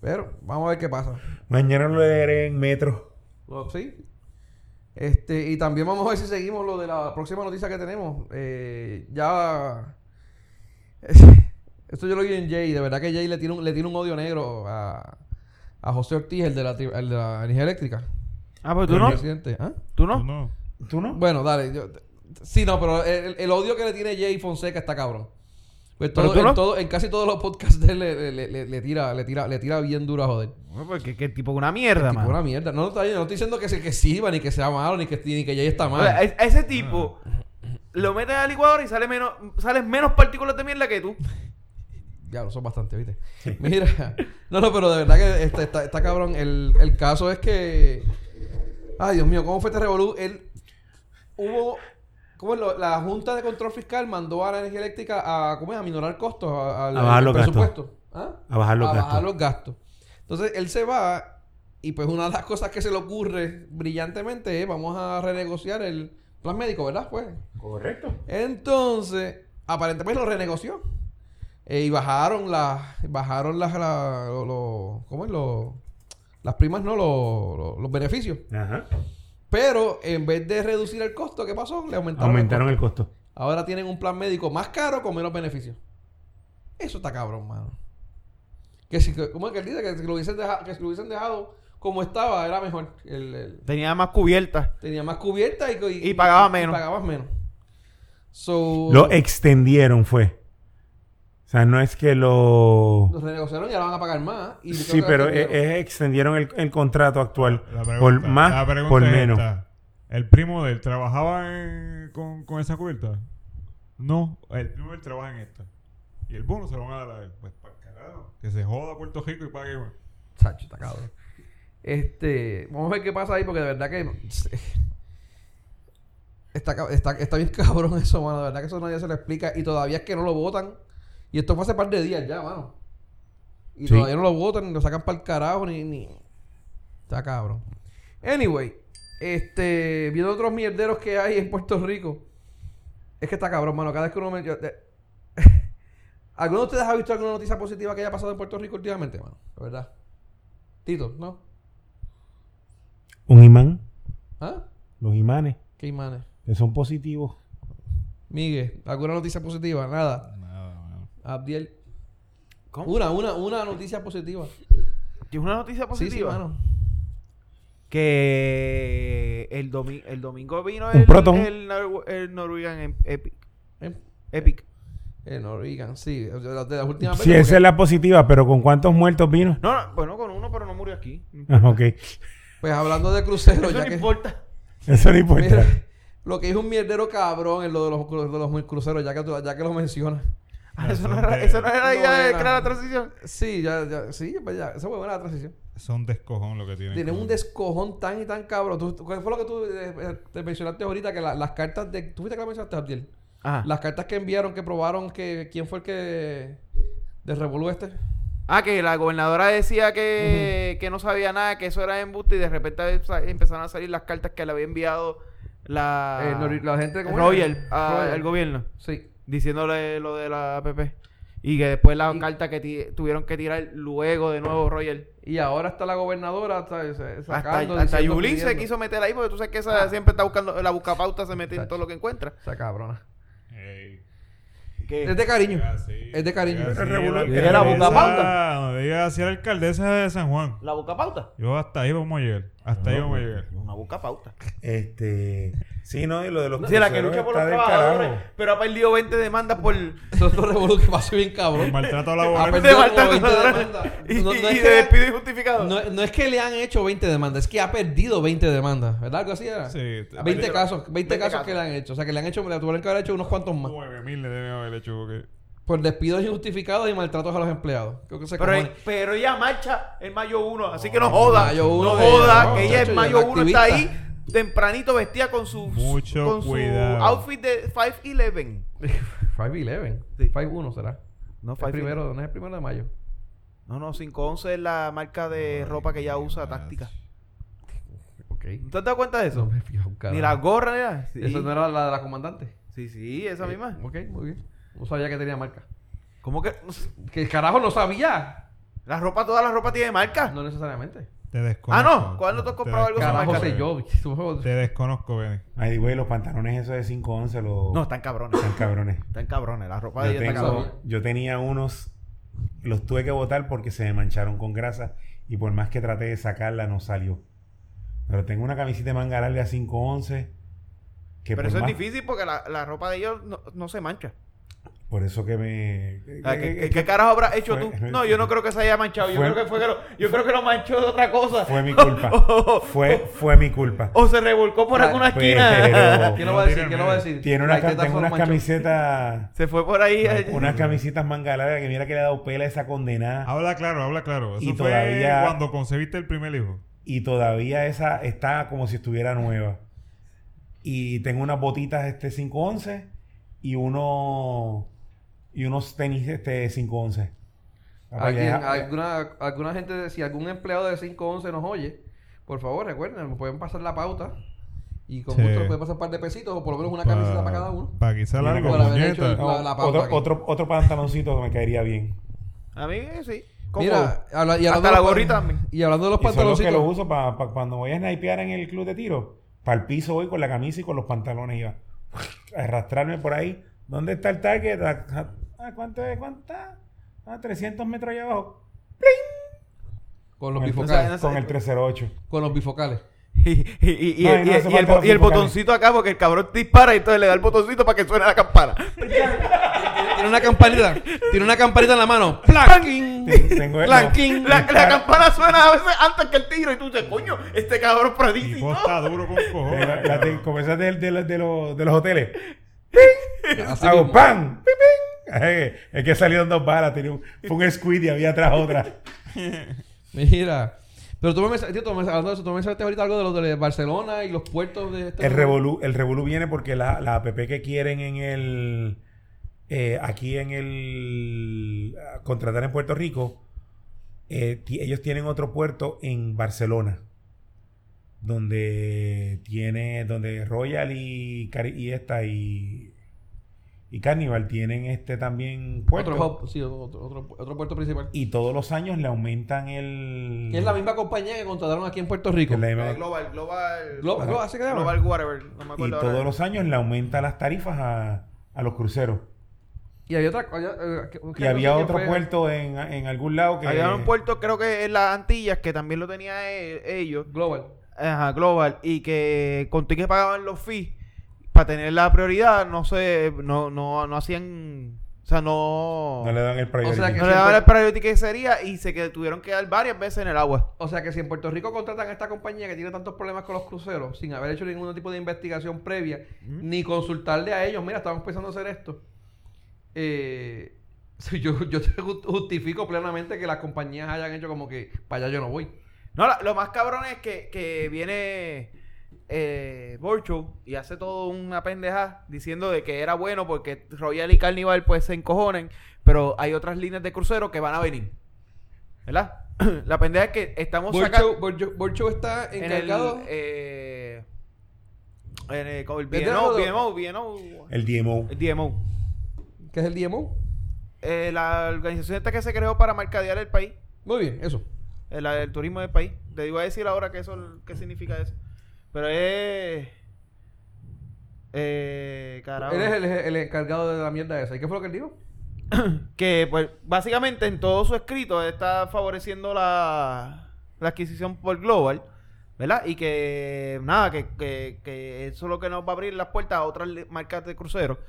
Speaker 2: Pero vamos a ver qué pasa.
Speaker 4: Mañana lo leeré en Metro.
Speaker 2: Lo- Sí. Este, y también vamos a ver si seguimos lo de la próxima noticia que tenemos. Eh, ya. Esto yo lo vi en Jay. De verdad que Jay le tiene un, le tiene un odio negro a, a José Ortiz, el de la, tri- el de la energía eléctrica.
Speaker 3: Ah, pero
Speaker 2: El
Speaker 3: tú no.
Speaker 2: presidente. ¿Ah?
Speaker 3: Tú
Speaker 5: ¿Tú
Speaker 3: no.
Speaker 5: no?
Speaker 4: ¿Tú no?
Speaker 2: Bueno, dale. yo- sí, no, pero el, el odio que le tiene Jay Fonseca está cabrón. Pues
Speaker 3: Pero
Speaker 2: todo-
Speaker 3: tú
Speaker 2: en,
Speaker 3: no.
Speaker 2: todo- en casi todos los podcasts de él le, le- le- le tira, le, tira, le tira bien duro a joder.
Speaker 3: No, porque es que el tipo es una mierda,
Speaker 2: Tipo
Speaker 3: man.
Speaker 2: una mierda. No, no, está bien, no estoy diciendo que, se- que sirva, ni que sea malo, ni que, ni que Jay está
Speaker 3: O sea,
Speaker 2: mal.
Speaker 3: es- a ese tipo lo metes a la licuadora y sale menos, salen menos partículas de mierda que tú.
Speaker 2: Diablo, son bastante, ¿viste? Mira. No, no, pero de verdad que este- está, está cabrón. El, el caso es que. Ay, Dios mío, ¿cómo fue este revolú? Él. Hubo. ¿Cómo es lo- La Junta de Control Fiscal mandó a la energía eléctrica a. ¿Cómo es? A minorar costos. A, al-
Speaker 4: A bajar
Speaker 2: al
Speaker 4: los gastos.
Speaker 2: presupuesto. ¿Ah?
Speaker 4: A bajar los
Speaker 2: a
Speaker 4: gastos.
Speaker 2: bajar los gastos. Entonces él se va y pues una de las cosas que se le ocurre brillantemente es vamos a renegociar el plan médico, ¿verdad? Pues.
Speaker 4: Correcto.
Speaker 2: Entonces, aparentemente lo renegoció. Eh, y bajaron las bajaron las la- lo- lo- ¿cómo es? Lo- las primas no Lo- lo- los beneficios.
Speaker 4: Ajá.
Speaker 2: Pero en vez de reducir el costo, ¿qué pasó? Le aumentaron,
Speaker 4: Aumentaron
Speaker 2: el
Speaker 4: el costo.
Speaker 2: costo. Ahora tienen un plan médico más caro con menos beneficios. Eso está cabrón, mano. Que si, que- ¿Cómo es que él dice? Que si lo hubiesen dejado, que si lo hubiesen dejado como estaba, era mejor. El- el-
Speaker 3: Tenía más cubiertas.
Speaker 2: tenía más cubierta y,
Speaker 3: Y pagaba menos.
Speaker 2: pagabas menos. So,
Speaker 4: Lo extendieron fue. O sea, no es que lo...
Speaker 2: Los renegociaron y ahora van a pagar más. Y creo
Speaker 4: Sí,
Speaker 2: que
Speaker 4: pero
Speaker 2: gastaron
Speaker 4: eh,
Speaker 2: dinero.
Speaker 4: eh, extendieron el, el contrato actual
Speaker 5: La pregunta-
Speaker 4: por más,
Speaker 5: la pregunta
Speaker 4: por
Speaker 5: es
Speaker 4: menos.
Speaker 5: esta. ¿El primo de él trabajaba en- con, con esa cubierta? No, el primo de él trabaja en esta. Y el bono se lo van a dar a él. Pues para carajo. Que se joda Puerto Rico y pague más.
Speaker 2: Sacho, está cabrón. Este, vamos a ver qué pasa ahí, porque de verdad que. Está, ca- está, está bien cabrón eso, mano. De verdad que eso nadie se lo explica. Y todavía es que no lo votan. Y esto fue hace par de días ya, mano. Y
Speaker 4: Sí.
Speaker 2: todavía no lo votan, ni lo sacan para el carajo, ni, ni. Está cabrón. Anyway, este. Viendo otros mierderos que hay en Puerto Rico. Es que está cabrón, mano. Cada vez que uno me. yo- de- ¿Alguno de ustedes ha visto alguna noticia positiva que haya pasado en Puerto Rico últimamente, mano? La verdad. Tito, ¿no?
Speaker 4: Un imán,
Speaker 2: ¿Ah?
Speaker 4: los imanes,
Speaker 2: ¿Qué imanes?
Speaker 4: que son positivos.
Speaker 2: Miguel, ¿alguna noticia positiva? Nada.
Speaker 5: Nada, mano.
Speaker 2: Abdiel.
Speaker 3: ¿Cómo?
Speaker 2: Una, una, una noticia positiva.
Speaker 3: ¿Tienes una noticia
Speaker 2: Sí, sí,
Speaker 3: positiva?
Speaker 2: mano.
Speaker 3: Que el, domi- el domingo vino
Speaker 4: Un
Speaker 3: el,
Speaker 4: protón.
Speaker 3: el, Nor- el Norwegian em- Epic.
Speaker 2: En,
Speaker 3: Epic.
Speaker 2: en Oregon, eh, sí. De las de las últimas
Speaker 4: Sí,
Speaker 2: veces,
Speaker 4: esa es la positiva, pero ¿con cuántos muertos vino?
Speaker 3: No, no, bueno, con uno, pero no murió aquí.
Speaker 4: Ah, ok.
Speaker 2: porque- Pues hablando de cruceros,
Speaker 3: Eso
Speaker 2: ya
Speaker 3: no
Speaker 2: que.
Speaker 3: importa.
Speaker 4: Eso no importa.
Speaker 2: Mira, lo que es un mierdero cabrón en lo de los, cru- de los cruceros, ya que, tú- ya que lo mencionas.
Speaker 3: Ah, eso,
Speaker 5: Eso
Speaker 3: no
Speaker 5: es
Speaker 3: era,
Speaker 5: de-
Speaker 3: eso no era la
Speaker 2: No
Speaker 3: idea de
Speaker 2: era.
Speaker 3: crear la transición.
Speaker 2: Sí, ya, ya, sí, pues ya. Esa fue buena la transición.
Speaker 5: Son descojón lo que tienen.
Speaker 2: Tienen un
Speaker 5: descojón.
Speaker 2: descojón tan y tan cabrón. Tú- tú- ¿Cuál fue lo que tú eh, eh, te mencionaste ahorita? Que la- las cartas de. ¿Tú viste que la mencionaste, Abdiel?
Speaker 3: Ajá.
Speaker 2: Las cartas que enviaron que probaron que quién fue el que de Revolú este.
Speaker 3: Ah, que la gobernadora decía que, que no sabía nada, que eso era embuste y de repente sa- empezaron a salir las cartas que le había enviado la,
Speaker 2: Eh, Nori- la gente, ¿cómo
Speaker 3: Royal
Speaker 2: era?
Speaker 3: a-
Speaker 2: Royal.
Speaker 3: al gobierno,
Speaker 2: Sí.
Speaker 3: diciéndole lo de la APP. Y que después la
Speaker 2: Y-
Speaker 3: carta que ti- tuvieron que tirar luego de nuevo Royal.
Speaker 2: Y ahora está la gobernadora ¿sabes? Eh,
Speaker 3: Hasta,
Speaker 2: sacando.
Speaker 3: hasta
Speaker 2: diciendo,
Speaker 3: Yulín se
Speaker 2: pidiendo. Ah.
Speaker 3: quiso meter ahí porque tú sabes que esa siempre está buscando, la buscapauta se mete en todo lo que encuentra.
Speaker 2: Esa cabrona.
Speaker 5: Ey.
Speaker 2: Es de cariño.
Speaker 5: Diga así,
Speaker 2: Es de cariño.
Speaker 5: diga así,
Speaker 4: Es regular.
Speaker 5: alcaldesa-
Speaker 3: Era Bucapauta.
Speaker 5: No, diga así la alcaldesa de San Juan.
Speaker 3: ¿La buscapauta?
Speaker 5: Yo hasta ahí vamos a llegar. Hasta ahí vamos a llegar.
Speaker 3: Una buscapauta.
Speaker 4: Este. Sí, no, y lo de los
Speaker 3: Sí, la que
Speaker 4: cruceros
Speaker 3: lucha por
Speaker 4: está
Speaker 3: los
Speaker 4: del
Speaker 3: trabajadores,
Speaker 4: carajo.
Speaker 3: pero ha perdido 20 demandas por...
Speaker 2: Eso es otro Revolú que pasó bien
Speaker 5: El
Speaker 2: cabrón.
Speaker 5: maltrato
Speaker 2: Ah,
Speaker 5: laboral.
Speaker 2: perdón.
Speaker 3: de
Speaker 2: como
Speaker 3: maltrato
Speaker 2: 20
Speaker 3: laboral.
Speaker 2: demandas.
Speaker 3: Y,
Speaker 2: No- no
Speaker 3: y-
Speaker 2: es
Speaker 3: y
Speaker 2: que-
Speaker 3: de despido injustificado.
Speaker 2: No, no es que le han hecho 20 demandas, es que ha perdido 20 demandas, ¿verdad? Algo así era.
Speaker 5: Sí,
Speaker 2: 20,
Speaker 5: 20
Speaker 2: casos, 20,
Speaker 3: 20
Speaker 2: casos,
Speaker 3: casos.
Speaker 2: que le han hecho. O sea, que le han hecho, le tuvieron que haber hecho unos cuantos más.
Speaker 5: 9000 le deben haber hecho porque.
Speaker 2: Por despidos injustificados y maltratos a los empleados. Creo que se
Speaker 3: pero,
Speaker 2: cojones.
Speaker 3: pero ella marcha en mayo 1, así que no joda.
Speaker 2: Mayo 1,
Speaker 3: no joda,
Speaker 2: no,
Speaker 3: que ella en
Speaker 2: muchacho, ella
Speaker 3: mayo
Speaker 2: es
Speaker 3: 1 está
Speaker 2: activista.
Speaker 3: ahí tempranito vestida con su,
Speaker 5: Mucho
Speaker 3: con su
Speaker 5: cuidado.
Speaker 3: outfit de 5'11.
Speaker 2: 5-11.
Speaker 3: Sí.
Speaker 2: 5-1 será.
Speaker 3: No,
Speaker 2: El primero, no es el primero de mayo.
Speaker 3: No, no, 5'11 es la marca de ropa que ella usa táctica.
Speaker 2: Ok.
Speaker 3: ¿No te has dado cuenta de
Speaker 2: Eso
Speaker 3: eso?
Speaker 2: me he fijado,
Speaker 3: Ni
Speaker 2: carajo.
Speaker 3: la gorra ni nada. Sí,
Speaker 2: Eso no era la de la comandante. Eh,
Speaker 3: sí, sí, esa misma.
Speaker 2: Ok, muy bien. No sabía que tenía marca.
Speaker 3: ¿Cómo que?
Speaker 2: Que el carajo no sabía.
Speaker 3: La ropa, toda la ropa tiene marca.
Speaker 2: No necesariamente.
Speaker 5: Te desconozco.
Speaker 3: Ah, no. ¿Cuándo tú has
Speaker 5: Te
Speaker 3: comprado algo sin
Speaker 2: Carajo
Speaker 5: desconozco,
Speaker 3: marca?
Speaker 2: sé yo.
Speaker 5: Te desconozco, Benny.
Speaker 4: Ay, güey, los pantalones esos de 511 los.
Speaker 3: No, están cabrones.
Speaker 4: están cabrones.
Speaker 3: Están cabrones. La ropa de
Speaker 4: Yo,
Speaker 3: ella está cabrona.
Speaker 4: tengo, yo tenía unos, los tuve que botar porque se me mancharon con grasa y por más que traté de sacarla no salió. Pero tengo una camisita de manga larga 511 que
Speaker 3: Pero
Speaker 4: por
Speaker 3: eso
Speaker 4: más-
Speaker 3: es difícil porque la, la ropa de ellos no, no se mancha.
Speaker 4: Por eso que me...
Speaker 3: O sea, ¿qué,
Speaker 4: que-
Speaker 3: qué-
Speaker 4: Eh, que-
Speaker 3: qué carajo habrás hecho
Speaker 4: fue-
Speaker 3: tú? No, yo no creo que se haya manchado. Yo
Speaker 4: fue-
Speaker 3: creo que fue que lo, yo creo que lo manchó de otra cosa.
Speaker 4: Fue mi culpa.
Speaker 3: Oh,
Speaker 4: fue, fue mi culpa.
Speaker 3: O se revolcó por
Speaker 2: Ah,
Speaker 3: alguna Oh, esquina.
Speaker 2: ¿Qué
Speaker 4: Pero
Speaker 2: lo va a decir? ¿Qué lo va a decir?
Speaker 4: tiene una,
Speaker 2: Las
Speaker 4: ca-
Speaker 2: tetas
Speaker 4: tengo
Speaker 2: fueron
Speaker 4: unas
Speaker 2: manchón.
Speaker 4: camisetas...
Speaker 3: Se fue por ahí.
Speaker 4: Unas camisitas manga larga que mira que le ha dado pela a esa condenada.
Speaker 5: Habla claro, habla claro. Eso
Speaker 4: Y
Speaker 5: fue
Speaker 4: todavía-
Speaker 5: cuando concebiste el primer hijo.
Speaker 4: y todavía esa está como si estuviera nueva. Y tengo unas botitas este 511 y uno y unos tenis este 511. Papá,
Speaker 2: Alguien-
Speaker 4: ya-
Speaker 2: alguna, alguna gente, de- si algún empleado de 511 nos oye, por favor recuerden, nos pueden pasar la pauta y con
Speaker 5: Sí.
Speaker 2: gusto nos pueden pasar un par de pesitos o por lo menos una camiseta para cada uno.
Speaker 5: Para quizá
Speaker 4: Mira,
Speaker 5: largo,
Speaker 4: por haber
Speaker 5: puñeta.
Speaker 2: hecho la- la pauta
Speaker 4: otro,
Speaker 2: aquí.
Speaker 4: otro, otro pantaloncito que me caería bien.
Speaker 3: A mí eh, sí.
Speaker 2: Mira, habla- y hablando
Speaker 3: Hasta
Speaker 2: de los
Speaker 3: la
Speaker 2: pan-
Speaker 3: gorrita también.
Speaker 2: Y hablando de los
Speaker 4: Y son los que
Speaker 2: pantaloncitos.
Speaker 4: los uso para cuando voy a snipear en el club de tiro. Para el piso voy con la camisa y con los pantalones iba. Arrastrarme por ahí. ¿Dónde está el target? Ah, ah, ¿Cuánto es? ¿Cuánto está? Ah, 300 metros allá abajo.
Speaker 2: Con los
Speaker 4: Con el-
Speaker 2: bifocales.
Speaker 4: Con el 308.
Speaker 2: Con los bifocales.
Speaker 3: Y, y- y- y-
Speaker 4: No, y no
Speaker 3: y-
Speaker 4: hace
Speaker 3: y el,
Speaker 4: falta
Speaker 3: bo- y el
Speaker 4: los
Speaker 3: botoncito acá porque el cabrón dispara y entonces le da el botoncito para que suene la campana.
Speaker 2: Tiene una campanita. Tiene una campanita en la mano. ¡Planking!
Speaker 4: Ten- Tengo el.
Speaker 3: La, la- la campana suena a veces antes que el tiro y tú dices, coño, este cabrón
Speaker 5: Y
Speaker 3: predicito.
Speaker 5: Oh, vos está duro con cojones.
Speaker 4: La, la-
Speaker 5: cabrón.
Speaker 4: como esas de, de, la- de los- de los hoteles.
Speaker 2: Así
Speaker 4: Hago
Speaker 2: mismo.
Speaker 4: ¡pam! ¡Pim, pim! Eh, Es que salieron dos balas. Tenía un, fue un squid y había atrás otra.
Speaker 2: Mira. Pero tú me, tío, tú me- hablando de eso, tú me mencionaste ahorita algo de los de Barcelona y los puertos de este
Speaker 4: El revolú, el revolú viene porque la, la app que quieren en el. eh, aquí en el. ah, Contratar en Puerto Rico. eh, ti- ellos tienen otro puerto en Barcelona. Donde tiene. Donde Royal y, Cari- y esta y. Y Carnival tienen este también puerto.
Speaker 2: otro, hub, sí, otro, otro- otro puerto principal.
Speaker 4: Y todos los años le aumentan el.
Speaker 2: Que es la misma compañía que contrataron aquí en Puerto Rico.
Speaker 4: que la misma-
Speaker 3: Eh, Global, Global.
Speaker 2: Glo- Glo- así que se llama.
Speaker 3: Global whatever. No me
Speaker 4: y
Speaker 3: acuerdo ahora.
Speaker 4: todos los años le aumenta las tarifas a, a los cruceros.
Speaker 2: Y había otra. había, eh, que- que
Speaker 4: Y
Speaker 2: no
Speaker 4: había
Speaker 2: sé qué
Speaker 4: otro
Speaker 2: fue.
Speaker 4: puerto en, en algún lado que.
Speaker 3: Había un puerto, creo que en las Antillas, que también lo tenían ellos.
Speaker 2: Global.
Speaker 3: Ajá, Global. Y que contigo que pagaban los fees para tener la prioridad, no sé, no, no, no hacían. O sea, no.
Speaker 4: No le dan el priority.
Speaker 2: O sea que-
Speaker 3: no le daban el priority que sería y se que tuvieron que dar varias veces en el agua.
Speaker 2: O sea que si en Puerto Rico contratan a esta compañía que tiene tantos problemas con los cruceros, sin haber hecho ningún tipo de investigación previa, ni consultarle a ellos, mira, estamos pensando hacer esto. Eh, si yo, yo te ju- justifico plenamente que las compañías hayan hecho como que para allá yo no voy.
Speaker 3: No, la- lo más cabrón es que, que viene eh, Borcho y hace todo una pendeja diciendo de que era bueno porque Royal y Carnival pues se encojonen, pero hay otras líneas de crucero que van a venir. ¿Verdad? la pendeja es que estamos
Speaker 2: Borcho,
Speaker 3: sacando
Speaker 2: Borcho- Borcho está
Speaker 3: en el...
Speaker 2: encargado.
Speaker 3: eh, en el, con el
Speaker 2: ¿Vete
Speaker 3: BNO,
Speaker 2: algo de-
Speaker 3: BNO, BNO,
Speaker 4: El DMO.
Speaker 3: el DMO.
Speaker 2: que es el DMO.
Speaker 3: Eh, la organización esta que se creó para mercadear el país.
Speaker 2: Muy bien, eso.
Speaker 3: El, el turismo del país. Te iba a decir ahora que eso, qué significa eso. Pero es... Eh, carajo.
Speaker 2: Él es el, el encargado de la mierda esa. ¿Y qué fue lo que él dijo?
Speaker 3: Que, pues, básicamente en todo su escrito está favoreciendo la, la adquisición por Global, ¿verdad? Y que, nada, que, que, que eso es lo que nos va a abrir las puertas a otras li- marcas de crucero.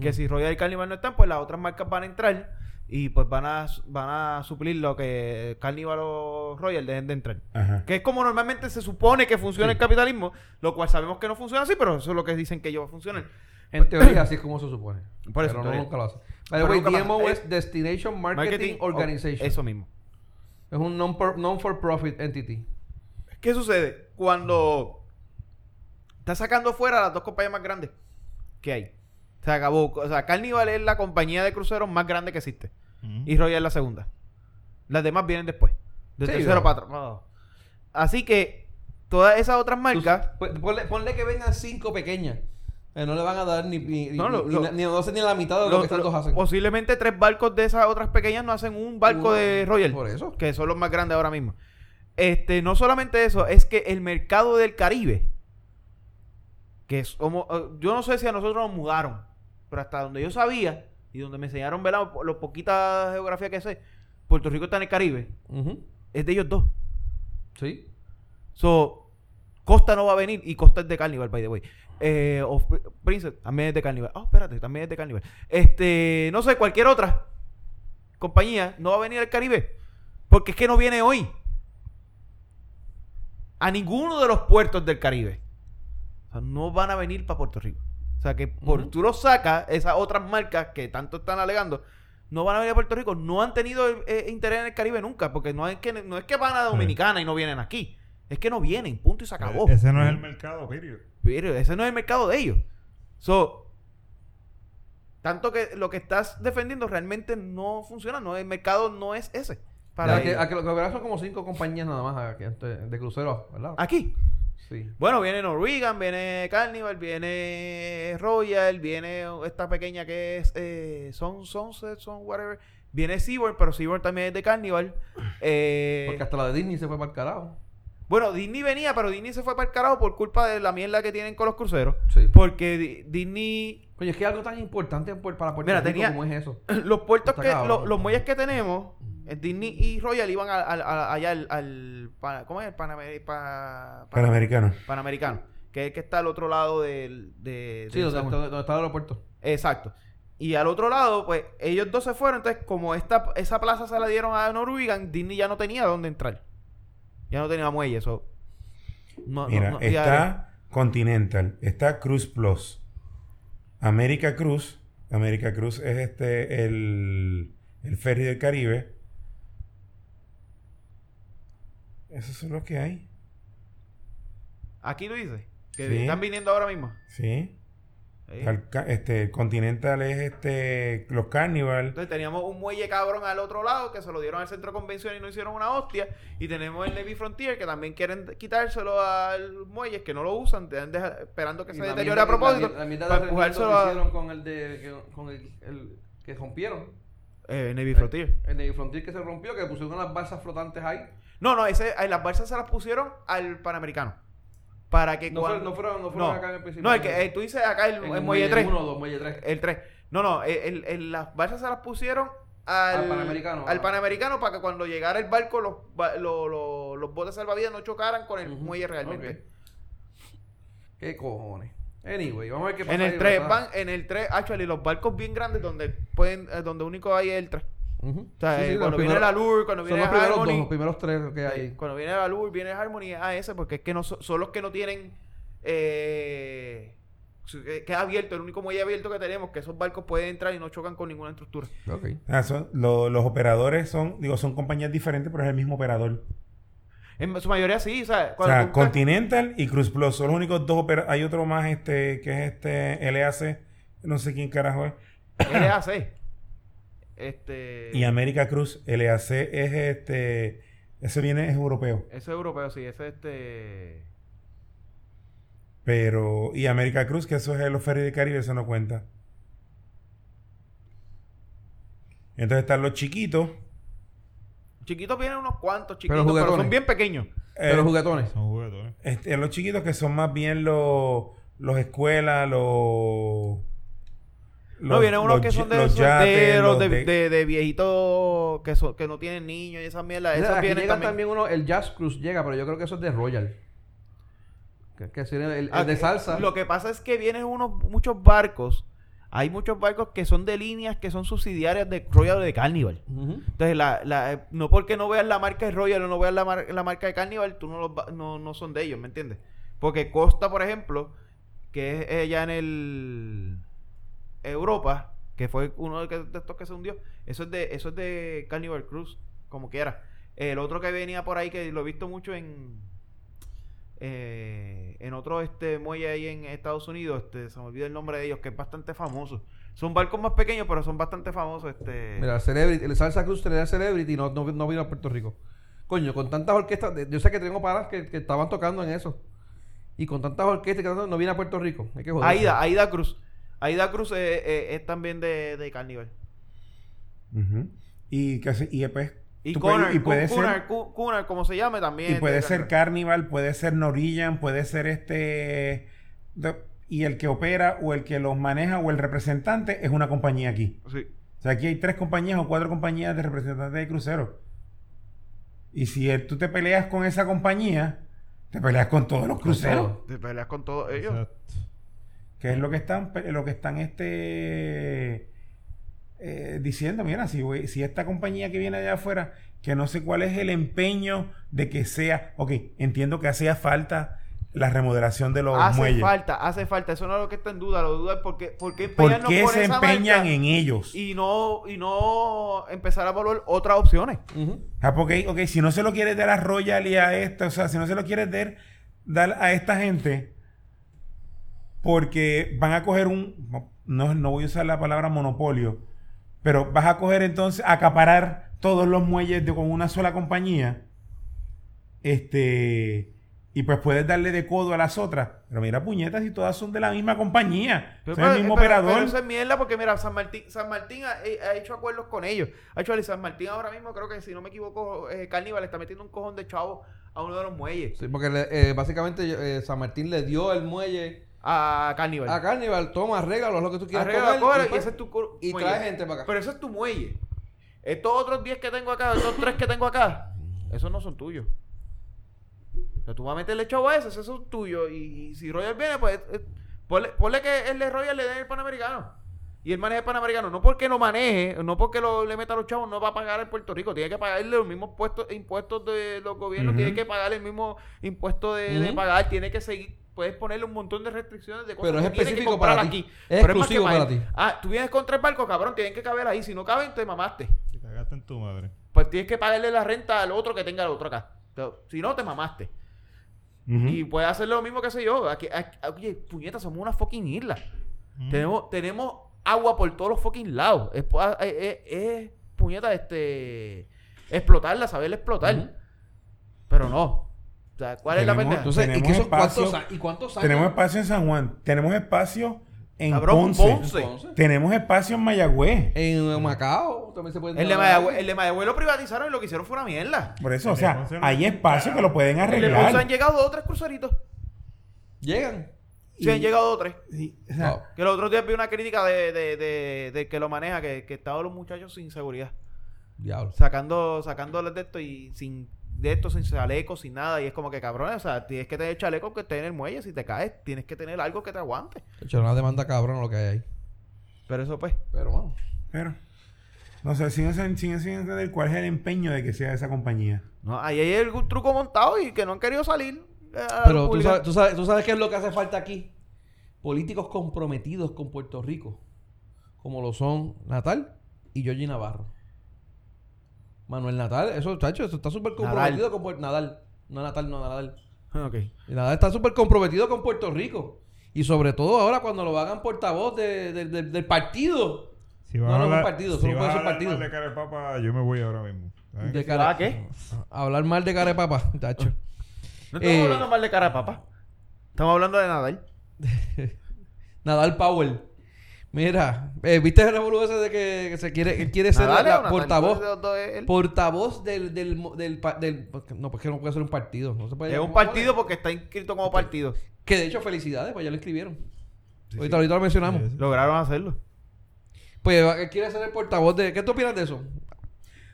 Speaker 3: Que si Royal y Carnival no están, pues las otras marcas van a entrar y pues van a, van a suplir lo que Carnival o Royal dejen de entrar.
Speaker 4: Ajá.
Speaker 3: Que es como normalmente se supone que funciona el capitalismo, lo cual sabemos que no funciona así, pero eso es lo que dicen que ellos va a funcionar.
Speaker 2: En teoría, así es como se supone.
Speaker 3: Por eso,
Speaker 2: Pero no,
Speaker 3: teoría.
Speaker 2: nunca lo hace. By the
Speaker 3: Pero
Speaker 2: way,
Speaker 3: nunca pasa.
Speaker 2: DMO
Speaker 3: Eh,
Speaker 2: es Destination Marketing,
Speaker 3: o-
Speaker 2: Organization.
Speaker 3: Eso mismo.
Speaker 2: Es un non-por- non-for-profit entity.
Speaker 3: ¿Qué sucede? Cuando está sacando fuera las dos compañías más grandes que hay. Se acabó. O sea, Carnival es la compañía de cruceros más grande que existe. Y Royal es la segunda. Las demás vienen después. De
Speaker 2: Sí,
Speaker 3: tercero
Speaker 2: no.
Speaker 3: para atrás. No. Así que todas esas otras marcas...
Speaker 2: Tú- pon- Pues, ponle, ponle que vengan cinco pequeñas. Eh, no le van a dar ni, ni,
Speaker 3: No, lo-
Speaker 2: ni-
Speaker 3: lo-
Speaker 2: ni la- ni no sé ni la mitad de lo,
Speaker 3: Lo-
Speaker 2: que estas
Speaker 3: lo-
Speaker 2: dos hacen.
Speaker 3: Posiblemente tres barcos de esas otras pequeñas no hacen un barco
Speaker 2: Uno,
Speaker 3: de Royal.
Speaker 2: por eso.
Speaker 3: Que son los más grandes ahora mismo. Este, no solamente eso, es que el mercado del Caribe, que es como, eh, yo no sé si a nosotros nos mudaron, pero hasta donde yo sabía y donde me enseñaron, ¿verdad? Lo- Lo poquita geografía que sé, Puerto Rico está en el Caribe,
Speaker 2: Ujú.
Speaker 3: es de ellos dos.
Speaker 2: Sí.
Speaker 3: So, Costa no va a venir y Costa es de Carnival, by the way. Eh, o Pr- Princess también es de Carnival. Oh, espérate, también es de Carnival. Este, no sé, cualquier otra compañía no va a venir al Caribe. Porque es que no viene hoy. A ninguno de los puertos del Caribe. O sea, no van a venir para Puerto Rico. O sea, que por
Speaker 2: Ujú.
Speaker 3: tú lo sacas, esas otras marcas que tanto están alegando, no van a venir a Puerto Rico. No han tenido eh, interés en el Caribe nunca, porque no es que, no es que van a Dominicana y no vienen aquí. Es que no vienen, punto y
Speaker 2: Eh,
Speaker 3: se acabó.
Speaker 5: Ese no es el mercado, period.
Speaker 3: Pero ese no es el mercado de ellos. So, tanto que lo que estás defendiendo realmente no funciona. No, el mercado no es ese. Para
Speaker 2: a, que,
Speaker 3: ellos.
Speaker 2: a que lo que verás son como cinco compañías nada más aquí, este, de cruceros, ¿verdad?
Speaker 3: aquí.
Speaker 2: Sí.
Speaker 3: Bueno, viene Norwegian, viene Carnival, viene Royal, viene esta pequeña que es eh, Sun- Sunset, Sun whatever. Viene Seaborn, pero Seaborn también es de Carnival. Eh,
Speaker 2: Porque hasta la de Disney se fue para el carajo.
Speaker 3: bueno, Disney venía, pero Disney se fue para el carajo por culpa de la mierda que tienen con los cruceros.
Speaker 2: Sí.
Speaker 3: Porque Di- Disney
Speaker 2: Coño, es que algo tan importante en Puer- para Puerto
Speaker 3: Mira,
Speaker 2: Rico
Speaker 3: tenía-
Speaker 2: como es eso.
Speaker 3: los puertos
Speaker 2: Está
Speaker 3: que
Speaker 2: cabrón.
Speaker 3: lo- los muelles que tenemos eh, Disney y Royal iban a- a- a- allá al, al pa- ¿cómo es? El Panamer- pa- pa-
Speaker 4: Panamericano.
Speaker 3: Panamericano que es el que está al otro lado del de,
Speaker 2: Sí,
Speaker 3: del
Speaker 2: donde,
Speaker 3: San Juan.
Speaker 2: está- donde está el aeropuerto.
Speaker 3: exacto y al otro lado pues ellos dos se fueron entonces como esta esa plaza se la dieron a Norwegian Disney ya no tenía dónde entrar ya no tenía muelle eso no, no,
Speaker 4: Mira,
Speaker 3: no, ya-
Speaker 4: está Continental, está Cruz Plus, América Cruz, América Cruz es este el, el ferry del Caribe. Esos son los que hay.
Speaker 3: Aquí lo dice. Que
Speaker 4: Sí.
Speaker 3: están viniendo ahora mismo.
Speaker 4: Sí.
Speaker 3: Sí.
Speaker 4: Al ca- este Continental es este los Carnival.
Speaker 3: Entonces teníamos un muelle cabrón al otro lado que se lo dieron al centro de convención y no hicieron una hostia. Y tenemos el Navy Frontier que también quieren quitárselo al muelle que no lo usan, te dan deja- esperando que se deteriore a propósito. para empujárselo
Speaker 2: lo
Speaker 3: a
Speaker 2: hicieron con el de que- con el, el que rompieron.
Speaker 3: Eh, Navy Frontier.
Speaker 2: El de Frontier que se rompió, que pusieron las balsas flotantes ahí.
Speaker 3: No, no, ese, a las balsas se las pusieron al Panamericano. Para que
Speaker 2: No
Speaker 3: cuando-
Speaker 2: fueron- no fueron- no fueron acá en el principal.
Speaker 3: No, el que, eh, tú dices acá el,
Speaker 2: En
Speaker 3: el
Speaker 2: un
Speaker 3: muelle 3.
Speaker 2: uno o dos, muelle 3.
Speaker 3: El 3. No, no, el, el- el- las balsas se las pusieron al,
Speaker 2: Al Panamericano. ah.
Speaker 3: al Panamericano para que cuando llegara el barco los, ba- lo- lo- los botes salvavidas no chocaran con el
Speaker 2: Ujú.
Speaker 3: muelle realmente.
Speaker 2: Ok. ¿Qué cojones? Anyway, vamos a ver qué pasa.
Speaker 3: En
Speaker 2: ahí,
Speaker 3: el 3,
Speaker 2: ¿verdad?
Speaker 3: van, en el 3, actually, los barcos bien grandes donde pueden, eh, donde único hay el 3.
Speaker 2: Ujú.
Speaker 3: O sea,
Speaker 2: Sí,
Speaker 3: eh,
Speaker 2: sí, los
Speaker 3: cuando viene
Speaker 2: primeros-
Speaker 3: la Lure, cuando
Speaker 2: Son
Speaker 3: viene
Speaker 2: los primeros dos,
Speaker 3: Harmony,
Speaker 2: los primeros tres que hay.
Speaker 3: eh, cuando viene la Lure, viene Harmony, a ese, porque es que no so- son los que no tienen, eh, su- que, que es abierto, el único muelle abierto que tenemos, que esos barcos pueden entrar y no chocan con ninguna estructura.
Speaker 2: Ok.
Speaker 4: Ah, son- lo- los operadores son, digo, son compañías diferentes, pero es el mismo operador.
Speaker 3: En su mayoría sí, o sea,
Speaker 4: o sea,
Speaker 3: tú buscas-
Speaker 4: Continental y Cruz Plus son los únicos dos opera- Hay otro más este que es este LAC, no sé quién carajo es.
Speaker 3: LAC. Este.
Speaker 4: Y América Cruz, LAC es este, ese viene es europeo,
Speaker 3: Eso es europeo, sí, eso es este.
Speaker 4: pero y América Cruz que eso es los ferries del Caribe, eso no cuenta. Entonces están los chiquitos,
Speaker 3: Chiquitos vienen unos cuantos chiquitos, pero,
Speaker 2: juguetones.
Speaker 3: son bien pequeños.
Speaker 4: eh,
Speaker 2: Pero juguetones.
Speaker 5: Son juguetones.
Speaker 4: este, los chiquitos que son más bien los los escuelas, los
Speaker 3: no, vienen unos
Speaker 4: los
Speaker 3: que
Speaker 4: ye-
Speaker 3: son de
Speaker 4: los yates,
Speaker 3: solteros,
Speaker 4: los
Speaker 3: de, de, de viejitos que, son- que no tienen niños y esas mierdas. Esas
Speaker 2: Aquí
Speaker 3: vienen
Speaker 2: llegan
Speaker 3: también.
Speaker 2: también. uno, el Jazz Cruise llega, pero yo creo que eso es de Royal. Que, que sería el, el
Speaker 3: Ah,
Speaker 2: de salsa.
Speaker 3: Lo que pasa es que vienen unos, muchos barcos. Hay muchos barcos que son de líneas que son subsidiarias de Royal o de Carnival.
Speaker 2: Ujú.
Speaker 3: Entonces, la, la, eh, no porque no veas la marca de Royal o no veas la, mar- la marca de Carnival, tú no, los va- no, no son de ellos, ¿me entiendes? Porque Costa, por ejemplo, que es ella en el Europa, que fue uno de, que- de estos que se hundió, eso es de, eso es de Carnival Cruise, como quiera. El otro que venía por ahí, que lo he visto mucho en eh, en otro este muelle ahí en Estados Unidos, este, se me olvida el nombre de ellos, que es bastante famoso. Son barcos más pequeños, pero son bastante famosos. Este,
Speaker 2: Mira, el, Celebrity, el Salsa Cruz tenía Celebrity y no, no, no vino a Puerto Rico. Coño, con tantas orquestas, de- yo sé que tengo panas que, que estaban tocando en eso. Y con tantas orquestas que estaban- no vino a Puerto Rico. Hay que joder.
Speaker 3: Aida, Aida Cruz. Aida Cruz eh, eh, es, también de, de Carnival.
Speaker 4: Ujú. y que se- y pues,
Speaker 3: Y
Speaker 4: tú puedes-
Speaker 3: Connor,
Speaker 4: y puede ser-
Speaker 3: Connor, Cu- Connor, como se llame también.
Speaker 4: Y
Speaker 3: es
Speaker 4: puede
Speaker 3: de
Speaker 4: ser
Speaker 3: Carnival.
Speaker 4: Carnival, puede ser Norillan, puede ser este. de- y el que opera, o el que los maneja, o el representante es una compañía aquí.
Speaker 3: Sí.
Speaker 4: O sea, aquí hay tres compañías o cuatro compañías de representantes de cruceros. Y si eh, tú te peleas con esa compañía, te peleas con todos los cruceros.
Speaker 2: todos.
Speaker 3: Te peleas con todos ellos.
Speaker 5: Exacto.
Speaker 4: Que es lo que están, pe- lo que están este. eh, diciendo, mira, si, voy- si esta compañía que viene de afuera, que no sé cuál es el empeño de que sea, ok, entiendo que hacía falta la remodelación de los
Speaker 3: hace
Speaker 4: muelles.
Speaker 3: falta, hace falta. Eso no es lo que está en duda. Lo duda es porque, porque
Speaker 4: ¿Por
Speaker 3: empeñarnos
Speaker 4: qué
Speaker 3: por
Speaker 4: se
Speaker 3: esa
Speaker 4: empeñan
Speaker 3: marca
Speaker 4: en ellos?
Speaker 3: y no, y no empezar a evaluar otras opciones.
Speaker 2: Ujú.
Speaker 4: Ah, porque, ok, si no se lo quieres dar a Royal y a esta, o sea, si no se lo quieres dar, dar a esta gente, porque van a coger un, no, no voy a usar la palabra monopolio, pero vas a coger entonces, acaparar todos los muelles de, con una sola compañía, este, y pues puedes darle de codo a las otras, pero mira puñetas, si todas son de la misma compañía, son el
Speaker 3: pero-
Speaker 4: mismo operador.
Speaker 3: pero eso es mierda porque, mira, San Martín, San Martín ha, eh, ha hecho acuerdos con ellos. Actually, San Martín ahora mismo creo que, si no me equivoco, eh, Carnival está metiendo un cojón de chavo a uno de los muelles.
Speaker 2: Sí, porque le- eh, básicamente eh, San Martín le dio el muelle
Speaker 3: A Carnival.
Speaker 2: a Carnival. Toma, arréglalo, haz lo que tú quieras.
Speaker 3: Arregla,
Speaker 2: con él,
Speaker 3: cógelo, y
Speaker 2: pues,
Speaker 3: ese es tu cor-
Speaker 2: y
Speaker 3: muelle.
Speaker 2: trae gente para acá.
Speaker 3: Pero ese es tu muelle. Estos otros 10 que tengo acá, estos 3 que tengo acá, esos no son tuyos. O sea, tú vas a meterle chavo a esos, esos son tuyos. Y, y si Royal viene, pues eh, ponle, ponle que el de Royal le den el Panamericano. Y él maneja el panamericano, no porque lo maneje, no porque lo, le meta a los chavos, no va a pagar en Puerto Rico. Tiene que pagarle los mismos puestos, e impuestos de los gobiernos,
Speaker 4: Ujú.
Speaker 3: tiene que pagar el mismo impuesto de, de
Speaker 2: Ujú.
Speaker 3: pagar, tiene que seguir. Puedes ponerle un montón de restricciones de cosas
Speaker 2: Pero es
Speaker 3: que tiene que
Speaker 2: específico
Speaker 3: comprar
Speaker 2: para ti.
Speaker 3: aquí.
Speaker 2: Es
Speaker 3: Pero más que
Speaker 2: exclusivo para
Speaker 3: él.
Speaker 2: ti.
Speaker 3: Ah, tú vienes con tres barcos, cabrón, tienen que caber ahí. Si no caben, te mamaste.
Speaker 5: Te cagaste en tu madre.
Speaker 3: Pues tienes que pagarle la renta al otro que tenga al otro acá. Pero Si no, te mamaste.
Speaker 4: Ujú.
Speaker 3: Y puede hacer lo mismo que sé yo. Aquí, aquí- oye, puñeta, somos una fucking isla.
Speaker 5: Mm.
Speaker 3: Tenemos, tenemos agua por todos los fucking lados. Es, po- ah, eh, eh, es, puñeta, este. Explotarla, saberla explotar.
Speaker 2: Ujú.
Speaker 3: Pero no. O sea, ¿cuál es la
Speaker 4: Tenemos-
Speaker 3: pendeja?
Speaker 2: Entonces, ¿y,
Speaker 4: Tenemos
Speaker 2: qué son,
Speaker 4: espacio-
Speaker 2: ¿cuántos, a- ¿y cuántos años?
Speaker 4: Tenemos espacio en San Juan, tenemos espacio en
Speaker 3: Cabrón,
Speaker 4: Ponce,
Speaker 3: Ponce.
Speaker 2: Entonces,
Speaker 4: tenemos espacio en Mayagüez.
Speaker 2: en Macao también se puede.
Speaker 3: El de, Mayagüez, el de Mayagüez lo privatizaron y lo que hicieron fue una mierda.
Speaker 4: Por eso,
Speaker 5: El
Speaker 4: o
Speaker 5: de
Speaker 4: sea,
Speaker 5: Ponce no-
Speaker 4: hay espacio que lo pueden
Speaker 3: El de Ponce han
Speaker 4: arreglar.
Speaker 3: llegado dos Pues, o tres cruceritos.
Speaker 2: Llegan.
Speaker 3: Sí, han llegado dos o tres.
Speaker 4: Sí, o sea,
Speaker 2: Wow.
Speaker 3: Que el otro día vi una crítica de, de, de- de que lo maneja, que, que estaban los muchachos sin seguridad.
Speaker 2: Diablo.
Speaker 3: Sacando, sacándoles de esto y sin de esto, sin chaleco, sin nada. Y es como que cabrones, o sea, tienes que tener chaleco que esté en el muelle. Si te caes, tienes que tener algo que te aguante.
Speaker 2: Hecho, una demanda cabrón lo que hay ahí.
Speaker 3: Pero eso pues.
Speaker 2: Pero bueno.
Speaker 4: Pero, no sé, sin, sin, sin, sin entender cuál es el empeño de que sea esa compañía.
Speaker 3: No, ahí hay algún truco montado y que no han querido salir. eh, a la
Speaker 2: Pero tú
Speaker 3: pública.
Speaker 2: sabes, tú, sabes, tú sabes qué es lo que hace falta aquí. Políticos comprometidos con Puerto Rico, como lo son Natal y Yogi Navarro. Manuel Natal, eso, chacho, eso está súper comprometido con Puerto Nadal. No Natal, no Nadal.
Speaker 3: Ah, ok.
Speaker 2: Y Nadal está súper comprometido con Puerto Rico. Y sobre todo ahora cuando lo hagan portavoz de- de- de- del partido.
Speaker 5: Si
Speaker 2: No,
Speaker 5: vas a
Speaker 2: no es un
Speaker 5: hablar-
Speaker 2: partido,
Speaker 5: si
Speaker 2: solo
Speaker 5: vas
Speaker 2: puede
Speaker 5: a
Speaker 2: ser
Speaker 5: hablar
Speaker 2: partido.
Speaker 5: mal de cara al papa, yo me voy ahora mismo. ¿Saben?
Speaker 2: De
Speaker 3: ¿Para
Speaker 2: cara,
Speaker 3: Ah, qué?
Speaker 2: Hablar mal de cara de papá, chacho.
Speaker 3: No estamos
Speaker 2: Eh,
Speaker 3: hablando mal de cara, papá. Estamos hablando de Nadal.
Speaker 2: Nadal Powell. Mira, eh, ¿viste el revolú ese de que, que se quiere, él quiere ser la-
Speaker 3: Nadal
Speaker 2: la
Speaker 3: o Nadal?
Speaker 2: portavoz?
Speaker 3: Entonces, los dos es él.
Speaker 2: Portavoz del, del, mo- del, pa- del- No, pues que no puede ser un partido. No se puede
Speaker 3: Es
Speaker 2: llamar
Speaker 3: un
Speaker 2: como
Speaker 3: partido porque está inscrito como partido.
Speaker 2: puede. Que de hecho, felicidades, pues ya lo escribieron.
Speaker 5: Sí,
Speaker 2: ahorita,
Speaker 5: sí.
Speaker 2: ahorita lo mencionamos.
Speaker 5: Sí, sí.
Speaker 3: Lograron hacerlo.
Speaker 2: Pues va- él quiere ser el portavoz de. ¿Qué tú opinas de eso?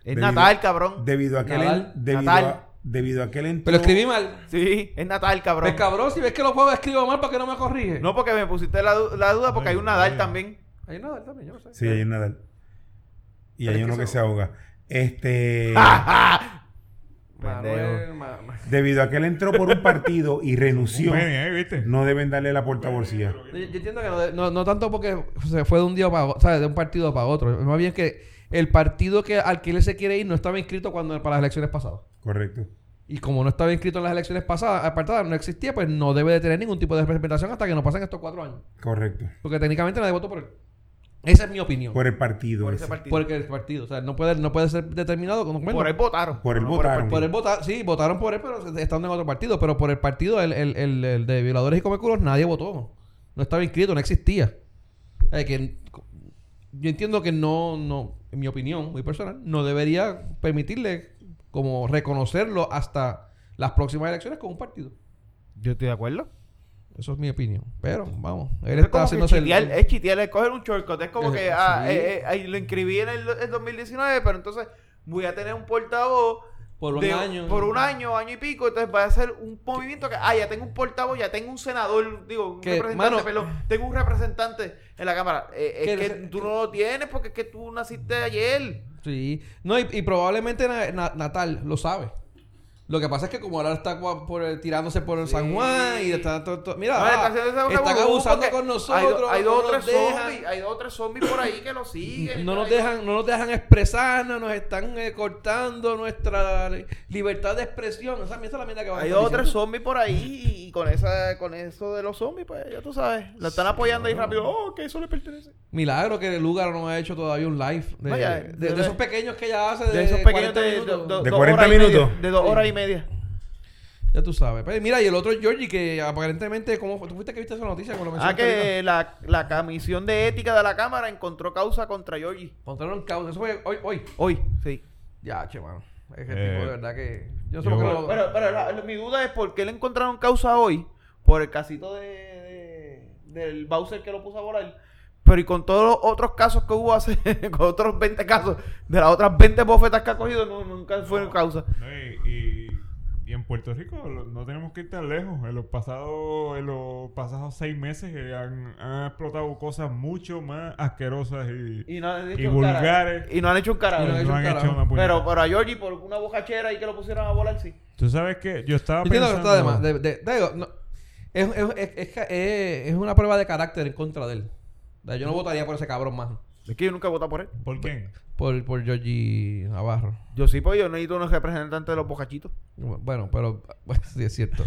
Speaker 3: Es
Speaker 4: Debido-
Speaker 3: Natal, cabrón.
Speaker 4: Debido a aquel,
Speaker 2: Nadal.
Speaker 4: debido
Speaker 3: Natal.
Speaker 4: A, debido a aquel entorno.
Speaker 2: Pero escribí mal.
Speaker 3: Sí, es Natal,
Speaker 2: Pues
Speaker 3: cabrón.
Speaker 2: cabrón, si ves que los juegos escribo mal, ¿para qué no me corrige?
Speaker 3: No, porque me pusiste la, du- la duda porque
Speaker 5: Ay,
Speaker 3: hay un Nadal
Speaker 5: ay.
Speaker 3: también.
Speaker 2: Hay Nadal también, yo no sé.
Speaker 4: Sí, hay un Nadal. Y
Speaker 3: Pero
Speaker 4: hay
Speaker 3: es que
Speaker 4: uno que
Speaker 3: se-
Speaker 4: se ahoga. Este.
Speaker 2: Manuel, ma- ma-
Speaker 4: Debido a que él entró por un partido y renunció,
Speaker 5: Un genio, ¿eh? ¿Viste?
Speaker 4: no deben darle la portavoncía.
Speaker 2: Yo, yo entiendo que no, de- no, no tanto porque se fue de un día para otro, de un partido para otro. Más bien que el partido que, al que él se quiere ir no estaba inscrito cuando para las elecciones pasadas.
Speaker 4: Correcto.
Speaker 2: Y como no estaba inscrito en las elecciones pasadas, apartadas, no existía, pues no debe de tener ningún tipo de representación hasta que no pasen estos cuatro años.
Speaker 4: Correcto.
Speaker 2: Porque técnicamente nadie votó por él. Esa es mi opinión.
Speaker 4: Por el partido.
Speaker 3: Por
Speaker 4: Por,
Speaker 3: ese partido.
Speaker 2: Porque el partido, o sea, no puede, no puede ser determinado como
Speaker 3: Por él votaron.
Speaker 4: por él
Speaker 3: No,
Speaker 4: votaron.
Speaker 2: Por él votar, sí, votaron por él, pero se- estando en otro partido. Pero por el partido, el, el, el, el de violadores y comeculos, nadie votó. No estaba inscrito, no existía. Eh, que, yo entiendo que no, no, en mi opinión, muy personal, no debería permitirle como reconocerlo hasta las próximas elecciones con un partido.
Speaker 3: Yo estoy de acuerdo.
Speaker 2: Eso es mi opinión. Pero vamos, él
Speaker 3: Es
Speaker 2: está
Speaker 3: como que eh,
Speaker 2: haciéndose el-
Speaker 3: chitear, es chitear, es coger un shortcut. Es como
Speaker 2: Eh,
Speaker 3: que ah,
Speaker 2: sí.
Speaker 3: eh, eh, ahí lo inscribí en el, el 2019, pero entonces voy a tener un portavoz
Speaker 2: por un
Speaker 3: de-
Speaker 2: año.
Speaker 3: por un año, año y pico. Entonces va a ser un movimiento que, ah, ya tengo un portavoz, ya tengo un senador, digo, un
Speaker 2: Que,
Speaker 3: representante,
Speaker 2: mano,
Speaker 3: perdón, tengo un representante en la Cámara. Eh, es
Speaker 2: que-
Speaker 3: que, tú no lo tienes porque es que tú naciste ayer.
Speaker 2: Sí, no, y, y probablemente Na- Na- Natal lo sabe. Lo que pasa es que como ahora está gua- por el- tirándose por el
Speaker 3: Sí.
Speaker 2: San Juan y está todo- todo- mira,
Speaker 3: No, le
Speaker 2: ah,
Speaker 3: está haciendo ese
Speaker 2: están
Speaker 3: revolú
Speaker 2: abusando
Speaker 3: porque
Speaker 2: con
Speaker 3: Hay,
Speaker 2: nosotros,
Speaker 3: do- hay dos
Speaker 2: no
Speaker 3: o
Speaker 2: nos
Speaker 3: tres
Speaker 2: dejan-
Speaker 3: zombies, hay dos o tres zombies por ahí que lo siguen.
Speaker 2: no nos
Speaker 3: Entonces,
Speaker 2: dejan, no nos dejan expresarnos, nos están eh, cortando nuestra li- libertad de expresión. Esa, esa es la mierda que van a
Speaker 3: Hay
Speaker 2: estar
Speaker 3: dos o tres
Speaker 2: diciendo.
Speaker 3: zombies por ahí y- y con esa con eso de los zombies, pues ya tú sabes. La están apoyando ahí rápido. Oh, que eso le pertenece.
Speaker 2: Milagro que Lugaro no ha hecho todavía un live de,
Speaker 3: Vaya,
Speaker 2: de- de
Speaker 3: de-
Speaker 2: esos pequeños que ella hace de,
Speaker 3: De esos pequeños
Speaker 2: 40
Speaker 3: de, de-
Speaker 2: minutos.
Speaker 3: do-
Speaker 4: De
Speaker 3: dos
Speaker 4: 40
Speaker 3: horas y media,
Speaker 4: minutos.
Speaker 3: de dos horas y media.
Speaker 2: Ya tú sabes. Pero mira, y el otro Georgie que aparentemente ¿cómo fue? ¿Tú fuiste que viste esa noticia cuando lo
Speaker 3: Ah,
Speaker 2: mencionaste ahorita?
Speaker 3: que la, la comisión de ética de la Cámara encontró causa contra Giorgi.
Speaker 2: Encontraron causa. Eso fue hoy. hoy.
Speaker 3: Hoy, sí.
Speaker 2: Ya, che, mano. Es que el
Speaker 5: Eh,
Speaker 2: tipo de verdad que. Yo no sé
Speaker 5: yo-
Speaker 2: por qué
Speaker 5: Pero-
Speaker 2: lo-
Speaker 3: Pero, pero la- la- mi duda es por qué le encontraron causa hoy por el casito de, de- del Bowser que lo puso a volar. Pero y con todos los otros casos que hubo hace, con otros 20 casos, de las otras 20 bofetas que ha cogido, no- nunca fueron causa.
Speaker 5: No, y, y, Y en Puerto Rico lo- no tenemos que ir tan lejos. En los pasados, en los pasados seis meses eh, han, han explotado cosas mucho más asquerosas y,
Speaker 3: Y no han
Speaker 5: y
Speaker 3: hecho un carajo.
Speaker 5: vulgares.
Speaker 3: Y no han hecho un carajo.
Speaker 5: y
Speaker 2: no han hecho
Speaker 5: no Ah, pues
Speaker 2: un
Speaker 5: han hecho
Speaker 2: carajo.
Speaker 5: una
Speaker 3: Pero,
Speaker 5: puñeta.
Speaker 3: pero a Georgie por una bocachera y que lo pusieron a volar, sí.
Speaker 5: Tú sabes que yo estaba
Speaker 2: Entiendo que
Speaker 5: pensando...
Speaker 2: está de más. de- de- te digo, no, es, es- es- es ca- es- es una prueba de carácter en contra de él. O sea, Yo no votaría por ese cabrón más.
Speaker 3: Es que yo nunca he votado por él.
Speaker 5: ¿Por qué?
Speaker 2: Por, por Georgie Navarro.
Speaker 3: Yo sí, pues yo necesito unos representantes de los bocachitos.
Speaker 2: Bueno, pero bueno, sí es cierto.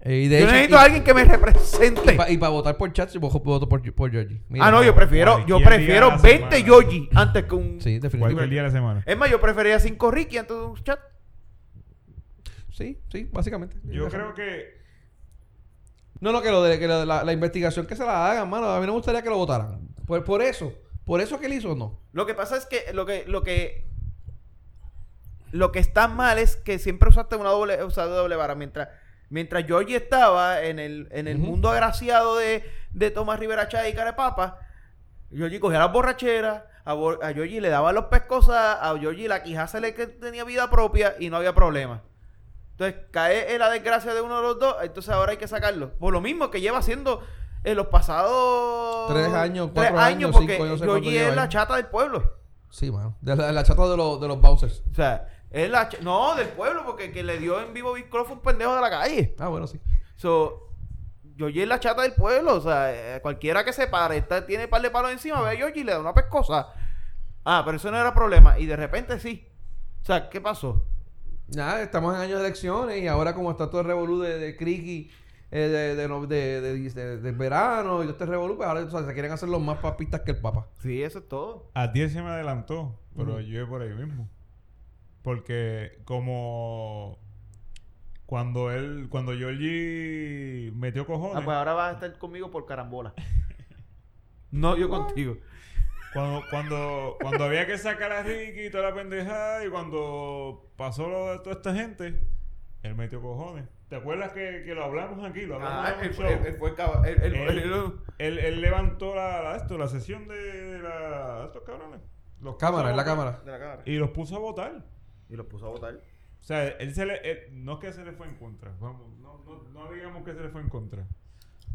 Speaker 2: Eh, y de
Speaker 3: Yo
Speaker 2: hecho-
Speaker 3: necesito
Speaker 2: y-
Speaker 3: a alguien que me represente.
Speaker 2: Y para votar por chat, yo voto voto por, por Georgie. Mira.
Speaker 3: Ah, no, yo prefiero, yo
Speaker 5: Cualquier
Speaker 3: prefiero
Speaker 5: día de la
Speaker 3: 20
Speaker 5: semana.
Speaker 3: Georgie antes que un.
Speaker 2: Sí,
Speaker 5: Cualquier día
Speaker 2: definitivamente.
Speaker 5: de la semana.
Speaker 3: Es más, yo prefería 5 Ricky antes de un chat.
Speaker 2: Sí, sí, básicamente.
Speaker 5: Yo creo que
Speaker 2: No, no, que lo de que lo de la, la investigación que se la hagan, mano. A mí no me gustaría que lo votaran. Por, por eso. Por eso que él hizo, no.
Speaker 3: Lo que pasa es que lo que lo que lo que está mal es que siempre usaste una doble usaste doble vara mientras mientras Georgie estaba en el en el
Speaker 2: Ujú.
Speaker 3: mundo agraciado de, de Tomás Rivera Chávez y Carepapa, Georgie cogía las borracheras, a, Bo- a Georgie le daba los pescosas, a Georgie la quija se le que tenía vida propia y no había problema. Entonces cae en la desgracia de uno de los dos, entonces ahora hay que sacarlo. Por lo mismo que lleva haciendo en los pasados
Speaker 2: Tres años,
Speaker 3: tres
Speaker 2: cuatro años,
Speaker 3: porque
Speaker 2: cinco, yo no sé cuánto
Speaker 3: Georgie
Speaker 2: lleva
Speaker 3: es la
Speaker 2: ahí.
Speaker 3: chata del pueblo.
Speaker 2: Sí, mano. De la, la chata de, los de los Bowsers.
Speaker 3: O sea, es la ch- no, del pueblo, porque el que le dio en vivo Big Crow fue un pendejo de la calle.
Speaker 2: Ah, bueno, sí.
Speaker 3: So, Georgie es la chata del pueblo. O sea, eh, cualquiera que se pare, está, tiene par de palos encima, ve a Georgie y le da una pescosa. Ah, pero eso no era problema. Y de repente sí. O sea, ¿qué pasó?
Speaker 2: Nada, estamos en años de elecciones y ahora como está todo el revolú de, de Criqui, eh, de, de, no- de- de- de- del verano y todo este revolú, pues ahora o sea, se quieren hacer los más papistas que el papa.
Speaker 3: Sí, eso es todo.
Speaker 5: A 10 se me adelantó, pero yo por ahí mismo. Porque como cuando él, cuando Georgie metió cojones,
Speaker 3: Ah, pues ahora vas a estar conmigo por carambola. No, yo contigo.
Speaker 5: cuando, cuando, cuando había que sacar a Ricky y toda la pendejada, y cuando pasó lo de toda esta gente, él metió cojones. ¿Te acuerdas que, que lo hablamos aquí? Lo hablamos
Speaker 3: Ah,
Speaker 5: en un
Speaker 3: él
Speaker 5: show.
Speaker 3: fue- él fue cab- él- él-
Speaker 5: Él-
Speaker 3: él-
Speaker 5: Él, él levantó la, la- esto, la sesión de, de la- estos cabrones. Los
Speaker 2: Cámara,
Speaker 5: puso a
Speaker 2: es la
Speaker 5: votar.
Speaker 2: cámara.
Speaker 3: de la cámara.
Speaker 5: Y los puso a votar.
Speaker 3: Y lo puso a votar.
Speaker 5: O sea, él se le, él- no es que se le fue en contra. Vamos, no, no, no digamos que se le fue en contra.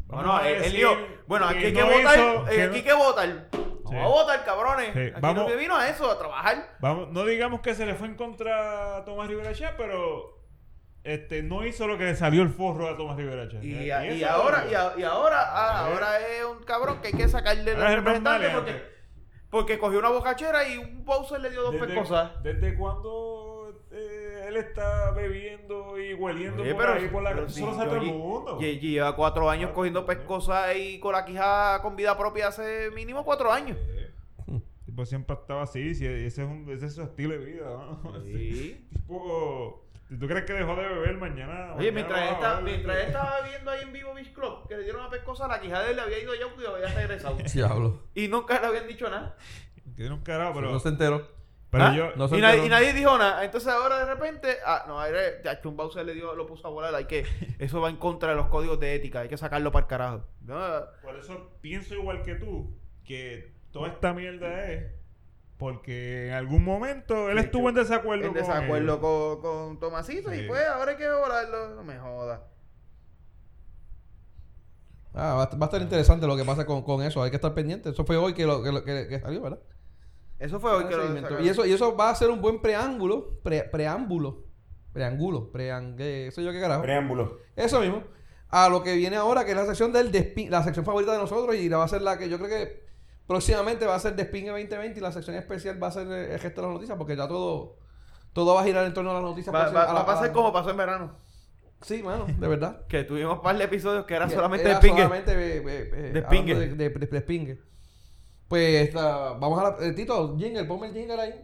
Speaker 5: Vamos
Speaker 3: Bueno,
Speaker 5: a
Speaker 3: él, él
Speaker 5: decir
Speaker 3: dijo, bueno, aquí hay que
Speaker 5: no
Speaker 3: votar,
Speaker 5: hizo-
Speaker 3: eh,
Speaker 5: que
Speaker 3: aquí hay
Speaker 5: no-
Speaker 3: que votar. Vamos
Speaker 5: Sí.
Speaker 3: a votar, cabrones.
Speaker 5: Sí,
Speaker 3: Aquí
Speaker 5: vamos.
Speaker 3: lo que vino a eso, a trabajar.
Speaker 5: vamos, no digamos que se le fue en contra a Tomás Rivera Chá, pero este, no hizo lo que le salió el forro a Tomás Rivera Chá.
Speaker 3: Y,
Speaker 5: Eh,
Speaker 3: a- y
Speaker 5: eso
Speaker 3: ahora,
Speaker 5: es
Speaker 3: y, a- y ahora, ah,
Speaker 5: Eh.
Speaker 3: ahora es un cabrón que hay que sacarle
Speaker 5: Ahora
Speaker 3: los
Speaker 5: es el más
Speaker 3: representantes
Speaker 5: maleante.
Speaker 3: porque, porque cogió una bocachera y un Bowser le dio dos
Speaker 5: desde,
Speaker 3: pescosas.
Speaker 5: ¿Desde cuándo eh, él está bebiendo y hueliendo
Speaker 3: Oye,
Speaker 5: por ahí por la
Speaker 3: pero
Speaker 5: pero
Speaker 3: si
Speaker 5: solo sabe todo el
Speaker 3: Yoyi-
Speaker 5: mundo?
Speaker 3: Ye- lleva cuatro años
Speaker 5: Ah,
Speaker 3: cogiendo
Speaker 5: coño.
Speaker 3: pescosas y con la quija con vida propia hace mínimo cuatro años.
Speaker 5: Tipo siempre estaba así, si e- ese es, un, ese es su estilo de vida. ¿no?
Speaker 3: Sí.
Speaker 5: Tipo, si tú crees que dejó de beber mañana.
Speaker 3: Oye,
Speaker 5: mañana
Speaker 3: mientras,
Speaker 5: vas a
Speaker 3: esta-
Speaker 5: ver.
Speaker 3: mientras estaba viendo ahí en vivo Beach Club, que le dieron una pescosa, la quijada de él le había ido ya y había regresado.
Speaker 2: Diablo.
Speaker 3: Y nunca le habían dicho nada.
Speaker 5: Tiene un carajo, pero.
Speaker 2: no se enteró.
Speaker 5: pero
Speaker 3: ¿Ah?
Speaker 5: yo.
Speaker 2: No sé.
Speaker 3: y,
Speaker 2: se
Speaker 3: nadie,
Speaker 2: enteró.
Speaker 3: y nadie dijo nada. Entonces ahora de repente, ah, no, aire, ya que un Bowser le dio, lo puso a volar. Hay que, eso va en contra de los códigos de ética. Hay que sacarlo para el carajo. No,
Speaker 5: Por eso pienso igual que tú, que
Speaker 3: Pues,
Speaker 5: toda esta mierda es. Porque en algún momento él
Speaker 3: Sí,
Speaker 5: estuvo
Speaker 3: yo-
Speaker 5: en desacuerdo.
Speaker 3: en
Speaker 5: con
Speaker 3: desacuerdo
Speaker 5: él.
Speaker 3: con, con Tomasito
Speaker 5: Sí.
Speaker 3: y pues ahora hay que volarlo. No me jodas.
Speaker 2: Ah, va, a- va a estar interesante lo que pasa con, con eso. Hay que estar pendiente. Eso fue hoy que, lo, que, lo- que- que salió, ¿verdad?
Speaker 3: Eso fue hoy que lo sacaron.
Speaker 2: Ah, y, eso, y eso va a ser un buen preángulo. pre- preámbulo. Preángulo. Preangue. Eso yo qué carajo.
Speaker 4: Preámbulo.
Speaker 2: Eso mismo. A lo que viene ahora, que es la sección del despin, la sección favorita de nosotros y la va a ser la que yo creo que próximamente va a ser Despingue 2020 y la sección especial va a ser el gesto de las noticias porque ya todo todo va a girar en torno a las noticias.
Speaker 3: Va,
Speaker 2: próximas-
Speaker 3: va-
Speaker 2: a la-
Speaker 3: va a
Speaker 2: a-
Speaker 3: pasar como pasó en verano.
Speaker 2: Sí, mano, de verdad.
Speaker 3: Que tuvimos un par de episodios que eran
Speaker 2: Que
Speaker 3: solamente
Speaker 2: era
Speaker 3: de pingue.
Speaker 2: solamente, eh, eh, eh,
Speaker 3: Despingue.
Speaker 2: hablando De, de- de despingue. Pues la- vamos a la... eh, Tito, jingle, ponme el jingle ahí.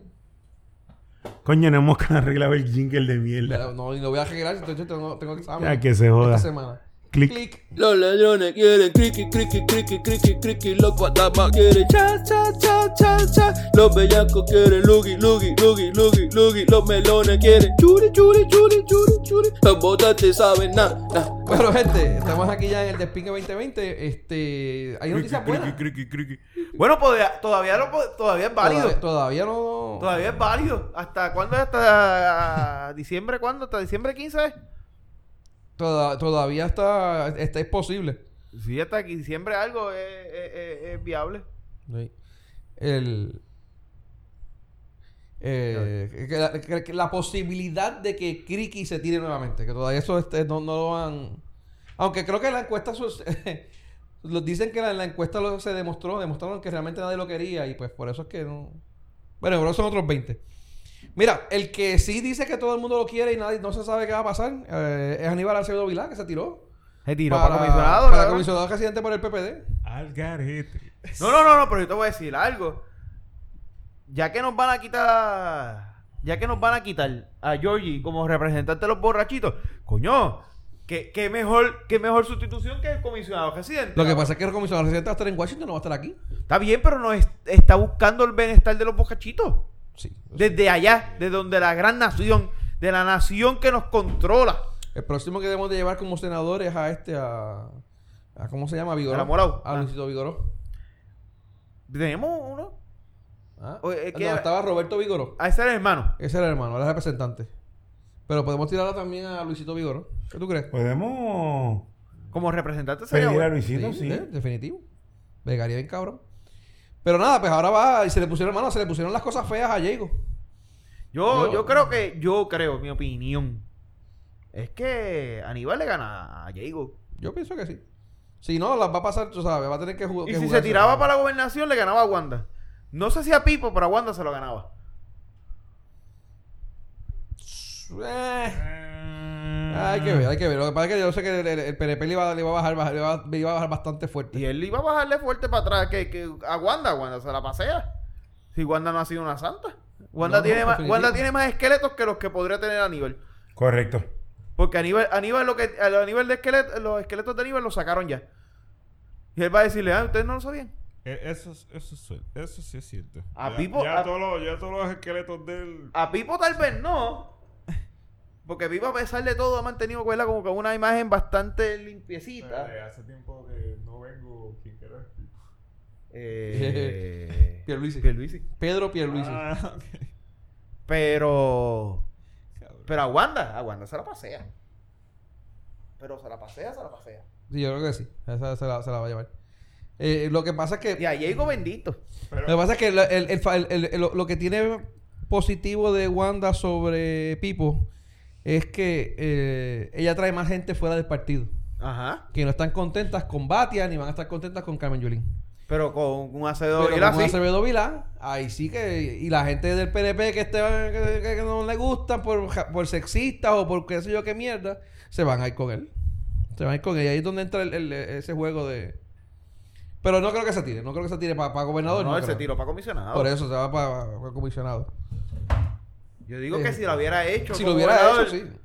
Speaker 4: Coño, no hemos arreglado el jingle de
Speaker 2: Pero
Speaker 4: mierda.
Speaker 2: No, y lo voy a arreglar, entonces tengo, tengo examen
Speaker 4: Ya que se joda.
Speaker 2: esta semana.
Speaker 4: clic.
Speaker 2: Clic.
Speaker 1: Los leones quieren criqui, criqui, criqui, criqui, criqui. Los guatamas quieren cha, cha, cha, cha, cha. Los bellacos quieren lugi, lugi, lugi, lugi, lugi. Los melones quieren churi, churi, churi, churi, churi. Los botates saben nada, nada.
Speaker 2: Bueno, gente, estamos aquí ya en el Despingue 2020. Este, hay noticias buenas.
Speaker 3: Bueno, podía- todavía, lo po- todavía es válido.
Speaker 2: Todavía,
Speaker 3: Todavía,
Speaker 2: todavía no.
Speaker 3: es válido. ¿Hasta cuándo? es? ¿Hasta diciembre? ¿Cuándo? ¿Hasta diciembre 15? es?
Speaker 2: toda- todavía está, está- es posible.
Speaker 3: Sí, hasta aquí diciembre algo es, es- es- es viable.
Speaker 2: El. eh, que la, que- que la posibilidad de que Criqui se tire nuevamente, que todavía eso este, no, no lo han. Aunque creo que la encuesta. sus- lo- dicen que en la, la encuesta lo- se demostró, demostraron que realmente nadie lo quería y pues por eso es que no. Bueno, pero son otros 20. Mira, el que sí dice que todo el mundo lo quiere y nadie no se sabe qué va a pasar eh, es Aníbal Arceo Vilá, que se tiró.
Speaker 3: Se tiró para, comisionado.
Speaker 2: Para
Speaker 3: cabrón.
Speaker 2: comisionado residente por el PPD.
Speaker 5: Al garete.
Speaker 3: No, no, no, no, pero yo te voy a decir algo. Ya que nos van a quitar. Ya que nos van a quitar a Georgie como representante de los borrachitos, coño, qué, qué mejor, qué mejor sustitución que el comisionado residente.
Speaker 2: Lo que pasa es que el comisionado residente va a estar en Washington, no va a estar aquí.
Speaker 3: Está bien, pero no es- está buscando el bienestar de los borrachitos.
Speaker 2: Sí.
Speaker 3: Desde allá, de donde la gran nación, de la nación que nos controla.
Speaker 2: El próximo que debemos de llevar como senadores a este, a... a ¿Cómo se llama? Vigoró.
Speaker 3: A la Morau.
Speaker 2: A
Speaker 3: Ah.
Speaker 2: Luisito Vigoró.
Speaker 3: Tenemos uno.
Speaker 2: ¿Ah?
Speaker 3: Oye, es que
Speaker 2: no,
Speaker 3: era-
Speaker 2: estaba Roberto Vigoró.
Speaker 3: A ese era el hermano.
Speaker 2: Ese era el hermano, era el representante. Pero podemos tirarla también a Luisito Vigoró. ¿Qué tú crees?
Speaker 4: Podemos
Speaker 3: Como representante sería
Speaker 4: pedir a
Speaker 3: bueno.
Speaker 4: Luisito, Pues, sí.
Speaker 2: eh, definitivo. Vegaría bien cabrón. Pero nada, pues ahora va y se le pusieron, hermano, se le pusieron las cosas feas a Diego.
Speaker 3: Yo,
Speaker 2: Yo-
Speaker 3: yo creo que, yo creo, mi opinión, es que Aníbal le gana a Diego.
Speaker 2: Yo pienso que sí. Si no, las va a pasar, tú sabes, va a tener que jugar.
Speaker 3: Y si se tiraba para la gobernación, le ganaba a Wanda. No sé si a Pipo, pero a Wanda se lo ganaba.
Speaker 2: hay que ver, hay que ver. Lo que pasa es que yo sé que el, el- el PNP le iba, le iba a bajar, bajar- le iba, a- le iba a bajar bastante fuerte.
Speaker 3: Y él iba a bajarle fuerte para atrás que, que a Wanda. Wanda se la pasea. Si Wanda no ha sido una santa. Wanda,
Speaker 2: No, no,
Speaker 3: tiene, más,
Speaker 2: definitivo.
Speaker 3: Wanda tiene más esqueletos que los que podría tener Aníbal.
Speaker 4: Correcto.
Speaker 3: Porque Aníbal, Aníbal lo que, a Aníbal de esqueleto, los esqueletos de Aníbal los sacaron ya. Y él va a decirle, ah, ustedes no lo sabían.
Speaker 5: Eh, Eso, es- eso, es cierto. eso sí es cierto.
Speaker 3: A
Speaker 5: ya,
Speaker 3: Pipo-
Speaker 5: ya
Speaker 3: a-
Speaker 5: todos los, ya todos los esqueletos del.
Speaker 3: A Pipo tal vez no. Porque Pipo, a pesar de todo, ha mantenido ¿verdad? como que una imagen bastante
Speaker 5: Espérate,
Speaker 3: limpiecita.
Speaker 5: eh, hace tiempo que no vengo. ¿Quién era el tipo?
Speaker 3: Eh,
Speaker 2: Pierluisi.
Speaker 3: Pierluisi.
Speaker 2: Pedro Pierluisi.
Speaker 5: Ah, ok.
Speaker 3: Pero.
Speaker 5: Cabrón.
Speaker 3: Pero a Wanda, a Wanda se la pasea. Pero se la pasea, se la pasea.
Speaker 2: Sí, yo creo que sí. Esa se la, se la va a llevar. Eh, lo que pasa es que.
Speaker 3: Y a Diego bendito.
Speaker 5: Pero-
Speaker 2: Lo que pasa es que el- el- el fa- el- el- lo, lo que tiene positivo de Wanda sobre Pipo es que eh, ella trae más gente fuera del partido.
Speaker 3: Ajá.
Speaker 2: Que no están contentas con Batia ni van a estar contentas con Carmen Yulín.
Speaker 3: Pero con un
Speaker 2: Pero
Speaker 3: hacedor y
Speaker 2: con
Speaker 3: la sí.
Speaker 2: Acevedo Vilá, ahí sí que... Y la gente del PNP que, este, que, que- que no le gustan por, ja- por sexistas o por qué sé yo qué mierda, se van a ir con él. Se van a ir con ella. Ahí es donde entra el- el- ese juego de... Pero no creo que se tire. No creo que se tire para
Speaker 3: No,
Speaker 2: gobernador.
Speaker 3: no, él se
Speaker 2: creo.
Speaker 3: tiró para comisionado.
Speaker 2: Por eso se va para, comisionado.
Speaker 3: Yo digo que
Speaker 2: Eh,
Speaker 3: si lo hubiera hecho.
Speaker 2: Si
Speaker 3: como
Speaker 2: lo hubiera
Speaker 3: gobernador-
Speaker 2: hecho, sí.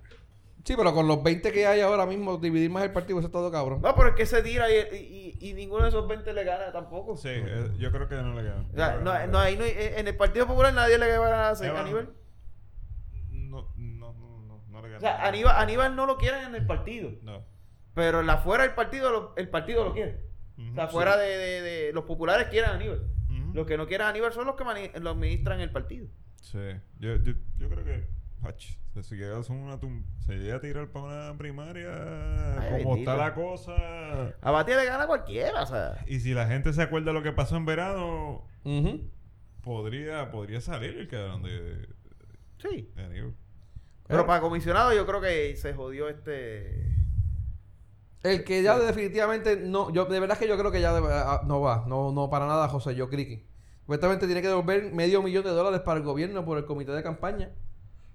Speaker 2: Sí, pero con los 20 que hay ahora mismo, dividir más el partido, eso está todo cabrón.
Speaker 3: No, pero es que se tira y, y- y ninguno de esos 20 le gana tampoco.
Speaker 5: Sí, eh, yo creo que no le queda.
Speaker 3: O sea, no, no, ahí no hay- en el Partido Popular nadie le gana a a Aníbal.
Speaker 5: No, no, no, no, no le queda.
Speaker 3: O sea, Aníbal, Aníbal no lo quieren en el partido.
Speaker 5: No.
Speaker 3: Pero la fuera del partido, lo- el partido lo quiere. O sea,
Speaker 5: Ujú,
Speaker 3: fuera
Speaker 5: sí.
Speaker 3: de, de- de- Los populares quieren a Aníbal.
Speaker 5: Ujú.
Speaker 3: Los que no quieran a Aníbal son los que mani- lo administran el partido.
Speaker 5: Sí, yo, yo, yo creo que. Hach, o sea, si llega a hacer una tum- se llega a tirar para una primaria,
Speaker 3: Ay,
Speaker 5: como
Speaker 3: bendito.
Speaker 5: está la cosa.
Speaker 3: A Batía le gana cualquiera, o sea.
Speaker 5: Y si la gente se acuerda lo que pasó en verano,
Speaker 2: Ujú.
Speaker 5: podría, podría salir el cabrón de,
Speaker 3: Sí.
Speaker 5: de
Speaker 3: Pero
Speaker 5: Aníbal. Eh.
Speaker 2: Claro.
Speaker 3: para comisionado yo creo que se jodió este...
Speaker 2: El que ya definitivamente no, yo de verdad es que yo creo que ya de- ah, no va, no, no para nada, José, yo criqui. Supuestamente tiene que devolver medio millón de dólares para el gobierno por el comité de campaña.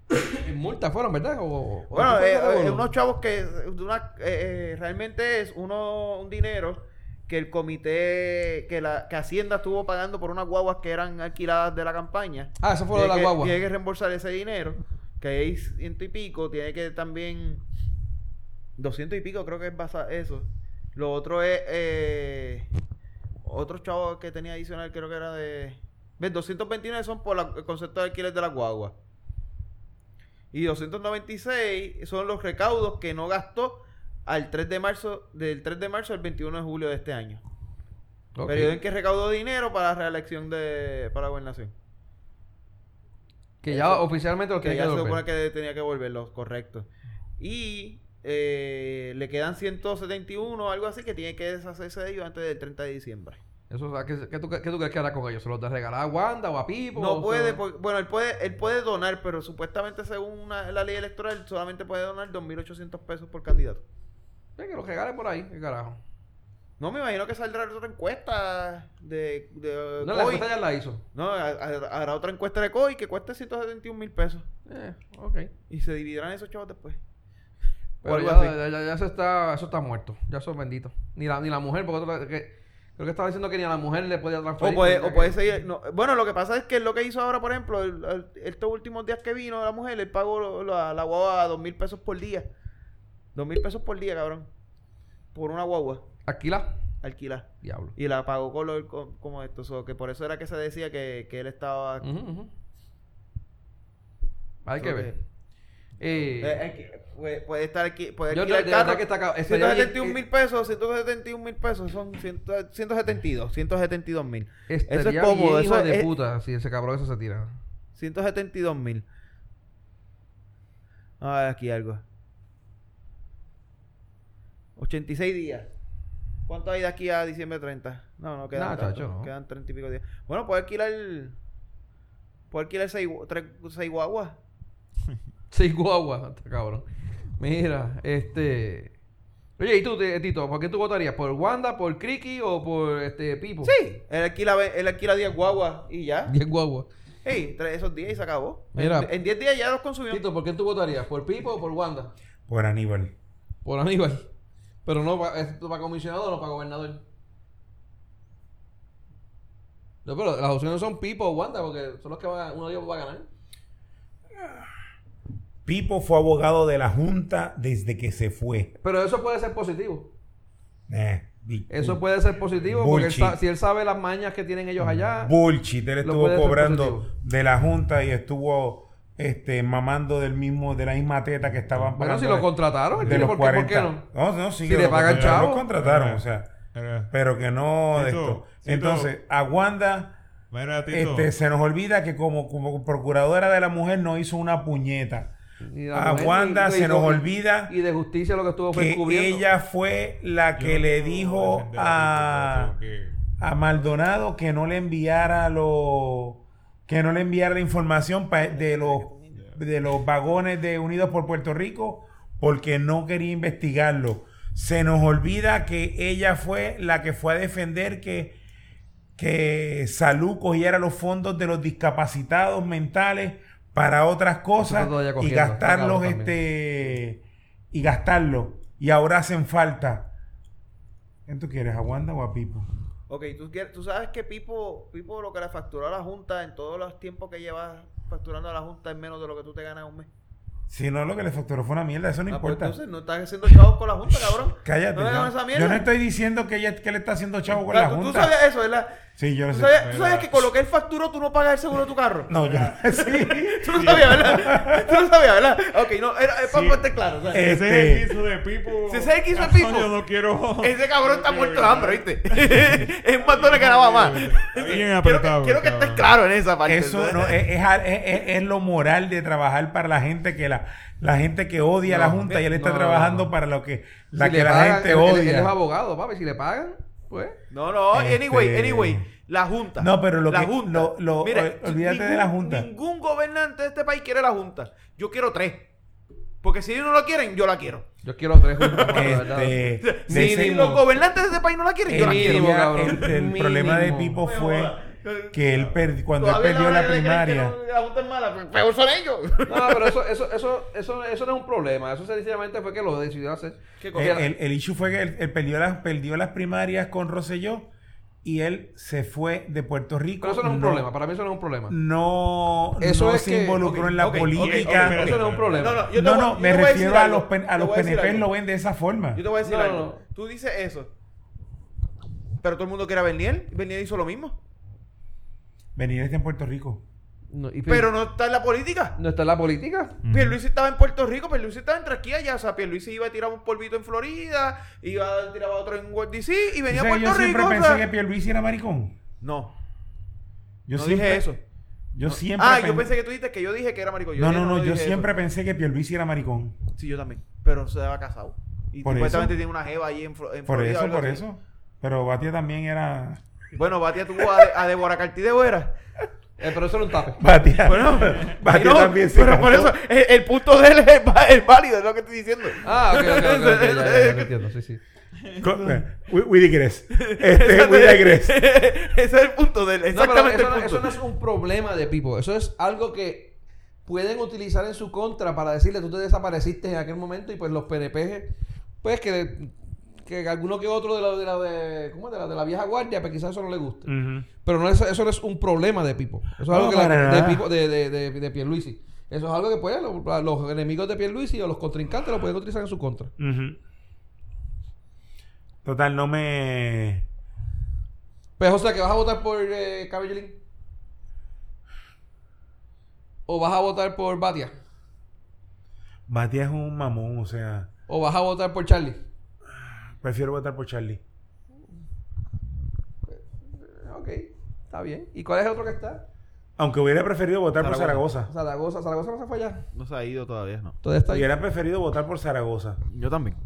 Speaker 2: en multas fueron, ¿verdad? O- o-
Speaker 3: Bueno,
Speaker 2: ¿o qué
Speaker 3: eh,
Speaker 2: fue lo que
Speaker 3: eh,
Speaker 2: devolvió?
Speaker 3: unos chavos que... de una- eh, eh, realmente es uno, un dinero que el comité... Que, la, que Hacienda estuvo pagando por unas guaguas que eran alquiladas de la campaña.
Speaker 2: Ah, eso fue lo de la
Speaker 3: Tiene que-
Speaker 2: guagua.
Speaker 3: Tiene que reembolsar ese dinero, que es ciento y pico. Tiene que también 200 y pico creo que es basa eso. Lo otro es eh, otro chavo que tenía adicional creo que era de ¿Ves? 229 son por la- el concepto de alquiler de la guagua. Y 296 son los recaudos que no gastó al 3 de marzo del 3 de marzo al 21 de julio de este año.
Speaker 2: Ok.
Speaker 3: Periodo en que recaudó dinero para la reelección de para gobernación.
Speaker 2: Que ya
Speaker 3: Eso.
Speaker 2: oficialmente lo
Speaker 3: Que
Speaker 2: tiene que
Speaker 3: ya se supone
Speaker 2: devolver.
Speaker 3: que tenía que volverlo, correcto. Y eh, le quedan 171 o algo así que tiene que deshacerse de ellos antes del 30 de diciembre.
Speaker 2: Eso, o sea, ¿qué, qué tú, qué tú crees que hará con ellos? ¿Se los da a regalar a Wanda o a Pipo?
Speaker 3: No
Speaker 2: ¿O
Speaker 3: puede,
Speaker 2: se-
Speaker 3: porque- bueno, él puede, él puede donar, pero supuestamente según una- la ley electoral solamente puede donar 2.800 pesos por candidato.
Speaker 2: Sí, que los regalen por ahí, qué carajo.
Speaker 3: No me imagino que saldrá otra encuesta de... de
Speaker 2: No, la
Speaker 3: COI.
Speaker 2: encuesta ya la hizo.
Speaker 3: No, ha- ha- habrá otra encuesta de COI que cueste 171 mil pesos.
Speaker 2: Eh, ok.
Speaker 3: Y se dividirán esos chavos después.
Speaker 2: Pero
Speaker 3: algo
Speaker 2: ya,
Speaker 3: así.
Speaker 2: ya- ya- ya se está, eso está muerto. Ya eso es bendito. Ni la, ni la mujer, porque otra- que- creo que estaba diciendo que ni a la mujer le podía
Speaker 3: O
Speaker 2: transferir.
Speaker 3: puede,
Speaker 2: Tenía
Speaker 3: o
Speaker 2: que-
Speaker 3: puede seguir. no, Bueno, lo que pasa es que lo que hizo ahora, por ejemplo, el- el- estos últimos días que vino la mujer, él pagó lo- la, la guagua a dos mil pesos por día. Dos mil pesos por día, cabrón. Por una guagua
Speaker 2: Alquilar.
Speaker 3: alquilar.
Speaker 2: Diablo.
Speaker 3: Y la pagó con lo- con- como esto. so, que por eso era que se decía que, que él estaba.
Speaker 2: Ujú, ujú. Hay
Speaker 3: so
Speaker 2: que
Speaker 3: que-
Speaker 2: ver. Eh,
Speaker 3: Eh, hay que- puede, puede estar aquí. Puede
Speaker 2: yo de-
Speaker 3: alquilar
Speaker 2: de
Speaker 3: carro.
Speaker 2: verdad que está acá- estaría bien-
Speaker 3: 171 mil pesos, 171 mil pesos son 100 172, 172 mil.
Speaker 2: Estaría
Speaker 3: Eso es cómodo,
Speaker 2: bien, hijo
Speaker 3: eso
Speaker 2: de
Speaker 3: es- eh.
Speaker 2: puta si ese cabrón eso se tira.
Speaker 3: 172 mil. A ver, aquí algo. 86 días. ¿Cuánto hay de aquí a diciembre 30? No, no quedan.
Speaker 2: Nah,
Speaker 3: tanto,
Speaker 2: chacho, no.
Speaker 3: Quedan 30 y pico días. Bueno, puede alquilar. Puede alquilar 6 guaguas.
Speaker 2: Seis guaguas, está este cabrón. Mira, este. Oye, ¿y tú, te- Tito? ¿Por qué tú votarías? ¿Por Wanda, por Criqui o por este Pipo?
Speaker 3: Sí, él alquila, ve- él alquila 10 guaguas y ya.
Speaker 2: Diez guaguas.
Speaker 3: Ey, tres- esos 10 y se acabó.
Speaker 2: Mira.
Speaker 3: En- En 10 días ya los consumió.
Speaker 2: Tito, ¿por qué tú votarías? ¿Por Pipo o por Wanda?
Speaker 4: Por Aníbal.
Speaker 2: Por Aníbal. Pero no pa- es para comisionado o no para gobernador. No, pero las opciones son Pipo o Wanda porque son los que va, uno de ellos va a ganar.
Speaker 4: Pipo fue abogado de la Junta desde que se fue.
Speaker 2: Pero eso puede ser positivo.
Speaker 4: Eh, y-
Speaker 2: Eso puede ser positivo porque él
Speaker 4: Bullshit. Mm.
Speaker 2: sa- si él sabe las mañas que tienen ellos allá.
Speaker 4: Bullshit, él
Speaker 2: Lo
Speaker 4: estuvo
Speaker 2: puede hacer
Speaker 4: cobrando
Speaker 2: positivo.
Speaker 4: de la Junta y estuvo este, mamando del mismo, de la misma teta que estaban
Speaker 2: Bueno, si
Speaker 4: pagando
Speaker 2: lo
Speaker 4: de-
Speaker 2: contrataron, él
Speaker 4: de
Speaker 2: tiene
Speaker 4: los
Speaker 2: por qué- ¿por
Speaker 4: 40.
Speaker 2: qué no?
Speaker 4: no, no, sí
Speaker 2: Si
Speaker 4: que
Speaker 2: le
Speaker 4: lo
Speaker 2: pagan
Speaker 4: contrataron,
Speaker 2: chavo.
Speaker 4: lo contrataron, o sea,
Speaker 5: Mira,
Speaker 4: pero que no de
Speaker 5: Tito,
Speaker 4: esto.
Speaker 5: Tito.
Speaker 4: Entonces, a Wanda
Speaker 5: mira, Tito.
Speaker 4: este, se nos olvida que como, como procuradora de la mujer no hizo una puñeta.
Speaker 2: Y la
Speaker 4: A
Speaker 2: mujer,
Speaker 4: Wanda
Speaker 2: y-
Speaker 4: se
Speaker 2: y-
Speaker 4: nos
Speaker 2: y-
Speaker 4: olvida
Speaker 2: Y de justicia lo que estuvo fue
Speaker 4: que
Speaker 2: encubriendo.
Speaker 4: ella fue la
Speaker 5: Yo
Speaker 4: que
Speaker 5: no
Speaker 4: le
Speaker 5: puedo
Speaker 4: dijo
Speaker 5: defender
Speaker 4: a,
Speaker 5: Tito, porque-
Speaker 4: a Maldonado que no le enviara lo que no le enviara la información pa- de los de los vagones de Unidos por Puerto Rico porque no quería investigarlo. Se nos olvida que ella fue la que fue a defender que que Salud cogiera los fondos de los discapacitados mentales para otras cosas
Speaker 2: todavía
Speaker 4: y
Speaker 2: cogiendo,
Speaker 4: gastarlos
Speaker 2: está cabrón
Speaker 4: este y gastarlos y ahora hacen falta. ¿Quién tú quieres, a Wanda o a Pipo?
Speaker 3: Ok, ¿tú, quieres- tú sabes que Pipo, Pipo lo que le facturó a la Junta en todos los tiempos que llevas facturando a la Junta es menos de lo que tú te ganas en un mes.
Speaker 4: Si no, lo que le facturó fue una mierda, eso no
Speaker 3: Ah, pues
Speaker 4: importa.
Speaker 3: entonces no estás haciendo chavos con la Junta, cabrón.
Speaker 4: Cállate.
Speaker 3: No me hagas
Speaker 4: yo-
Speaker 3: esa mierda.
Speaker 4: yo no estoy diciendo que ella que le está haciendo chavo con
Speaker 3: Ah,
Speaker 4: la
Speaker 3: tú- Tú
Speaker 4: junta.
Speaker 3: sabes eso, ¿verdad?
Speaker 4: Sí, yo lo
Speaker 3: ¿Tú
Speaker 4: sé.
Speaker 3: sabes, tú sabes que con lo que él facturó tú no pagas el seguro de tu carro?
Speaker 4: No, yo sí.
Speaker 3: Tú no sabías, ¿verdad? Tú no sabías, ¿verdad? Ok, no, era, es para
Speaker 5: Sí.
Speaker 3: ponerte claro. ¿sabes?
Speaker 4: Eh.
Speaker 5: Ese es el
Speaker 4: Este-
Speaker 5: guiso de Pipo.
Speaker 3: Si ese es el guiso de
Speaker 5: Coño,
Speaker 3: Pipo.
Speaker 5: no quiero.
Speaker 3: Ese cabrón está
Speaker 5: no
Speaker 3: muerto de
Speaker 5: quiero
Speaker 3: hambre, ¿viste? es un matón que ganaba más.
Speaker 5: Está bien
Speaker 3: Quiero que,
Speaker 5: apretado,
Speaker 3: quiero que estés
Speaker 5: cabrón.
Speaker 3: claro en esa parte.
Speaker 4: Eso
Speaker 3: entonces.
Speaker 4: no, es, es, es- es lo moral de trabajar para la gente que la, la gente que odia a la
Speaker 2: No,
Speaker 4: junta y él está
Speaker 2: no,
Speaker 4: trabajando
Speaker 2: no.
Speaker 4: para lo que la
Speaker 2: Si
Speaker 4: que
Speaker 2: le
Speaker 4: la
Speaker 2: pagan,
Speaker 4: gente
Speaker 2: él- él-
Speaker 4: odia.
Speaker 2: Él, es abogado, papi. Si le pagan, pues.
Speaker 3: No, no,
Speaker 4: Este-
Speaker 3: anyway, anyway, la Junta.
Speaker 4: No, pero lo
Speaker 3: la
Speaker 4: que-
Speaker 3: Junta.
Speaker 4: lo- lo-
Speaker 3: Mira,
Speaker 4: ol- olvídate de la Junta.
Speaker 3: Ningún gobernante de este país quiere la Junta. Yo quiero tres. Porque si ellos no la quieren, yo la quiero.
Speaker 2: Yo quiero tres juntas, mano, de verdad.
Speaker 4: Este,
Speaker 3: Si
Speaker 4: de ese-
Speaker 3: los gobernantes de este país no la quieren, yo
Speaker 4: el,
Speaker 3: la quiero.
Speaker 2: Mínimo,
Speaker 4: día-
Speaker 2: cabrón.
Speaker 4: el- el problema de
Speaker 2: Mínimo.
Speaker 4: Pipo
Speaker 3: No me
Speaker 4: fue
Speaker 3: jodas.
Speaker 4: que él perdi- cuando él
Speaker 3: Todavía
Speaker 4: perdió
Speaker 3: ahora
Speaker 4: la
Speaker 3: creen eh, que
Speaker 4: primaria.
Speaker 3: no- La Junta es mala, pues, peor son ellos.
Speaker 2: No, pero eso, eso, eso, eso, eso no es un problema. Eso sencillamente fue que lo decidió hacer.
Speaker 3: ¿Qué
Speaker 4: El, el- el issue fue que él, él perdió, las, perdió las primarias con Rosselló y él se fue de Puerto Rico.
Speaker 2: Pero eso no es un problema, para mí eso no es un problema.
Speaker 4: No,
Speaker 2: Eso
Speaker 4: no
Speaker 2: es
Speaker 4: se
Speaker 2: que-
Speaker 4: involucró
Speaker 2: ok,
Speaker 4: en la
Speaker 3: ok, ok,
Speaker 4: política.
Speaker 5: ok, ok.
Speaker 2: Eso no es un problema.
Speaker 3: No, no, yo te
Speaker 4: No,
Speaker 3: voy-
Speaker 4: no,
Speaker 3: yo
Speaker 4: me
Speaker 3: te voy a
Speaker 4: refiero
Speaker 3: decir
Speaker 4: a
Speaker 3: algo.
Speaker 4: los, pen- a
Speaker 3: Yo
Speaker 4: los
Speaker 3: voy decir
Speaker 4: PNP
Speaker 3: algo.
Speaker 4: lo ven de esa forma.
Speaker 3: Yo te voy a decir
Speaker 2: No,
Speaker 3: algo.
Speaker 2: no, no.
Speaker 3: Tú dices eso. Pero todo el mundo quiere a Bernier. y Bernier hizo lo mismo.
Speaker 4: Venir está en Puerto Rico.
Speaker 2: No, y-
Speaker 3: Pero no está en la política.
Speaker 2: ¿No está en la política.
Speaker 3: Pierluisi estaba en Puerto Rico, Pierluisi estaba entre aquí y allá. O sea, Pierluisi iba a tirar un polvito en Florida, iba a tirar otro en Walt DC y venía a
Speaker 4: O sea,
Speaker 3: Puerto
Speaker 4: yo siempre
Speaker 3: Rico. o
Speaker 4: pensé
Speaker 3: sea-
Speaker 4: que Pierluisi era maricón.
Speaker 3: No,
Speaker 4: Yo
Speaker 3: no
Speaker 4: siempre,
Speaker 3: dije eso.
Speaker 4: Yo siempre
Speaker 3: Ah,
Speaker 4: pen-
Speaker 3: yo pensé que tú dijiste que yo dije que era maricón.
Speaker 4: No,
Speaker 3: dije,
Speaker 4: no, no, yo
Speaker 3: dije
Speaker 4: siempre pensé que Pierluisi era maricón.
Speaker 3: eso. Sí, yo también. Pero se había casado. Y
Speaker 4: Por
Speaker 3: supuestamente
Speaker 4: eso.
Speaker 3: tiene una jeva ahí en, Flo- en
Speaker 4: Por
Speaker 3: Florida.
Speaker 4: eso,
Speaker 3: algo
Speaker 4: por
Speaker 3: así.
Speaker 4: eso. Pero Batia también era...
Speaker 3: Bueno, Batia tuvo a, de- a Débora Cartí de Vera.
Speaker 2: Eh, pero eso era un tape.
Speaker 4: Batia,
Speaker 3: Bueno,
Speaker 4: Batia
Speaker 3: no,
Speaker 4: también se
Speaker 3: Pero por
Speaker 4: casó.
Speaker 3: eso, el, el punto de él es, va- es válido, es lo que estoy diciendo.
Speaker 2: Ah, ok, ok, ok. ok, ya, ya, ya, ya, entiendo, sí, sí.
Speaker 4: Co- We, we digress. Este, we digress.
Speaker 3: Ese es el punto de él.
Speaker 2: No, pero
Speaker 3: Exactamente
Speaker 2: eso, no,
Speaker 3: el punto.
Speaker 2: eso no es un problema de Pipo. Eso es algo que pueden utilizar en su contra para decirle tú te desapareciste en aquel momento y pues los PNP, pues que, que alguno que otro de la de, la, de, ¿cómo es? de, la, de la vieja guardia, pues quizás eso no le guste.
Speaker 4: Ujú.
Speaker 2: Pero no es, eso no es un problema de Pipo. Eso es
Speaker 4: No,
Speaker 2: algo que la-
Speaker 4: para
Speaker 2: de,
Speaker 4: nada.
Speaker 2: Pipo- de, de, de, de Pierluisi. Eso es algo que pues los, los enemigos de Pierluisi o los contrincantes lo pueden utilizar en su contra.
Speaker 4: Ujú. Total, no me...
Speaker 2: Pues, o sea, que vas a votar por eh, Cabellín. O vas a votar por Batia.
Speaker 4: Batia es un mamón, o sea...
Speaker 2: O vas a votar por Charlie.
Speaker 4: Prefiero votar por Charlie.
Speaker 2: Ok, está bien. ¿Y cuál es el otro que está?
Speaker 4: Aunque hubiera preferido votar por Zaragoza.
Speaker 2: Zaragoza. Zaragoza no se fue allá.
Speaker 3: No se ha ido todavía, no.
Speaker 2: Todavía está ahí.
Speaker 4: Hubiera preferido votar por Zaragoza.
Speaker 3: Yo también.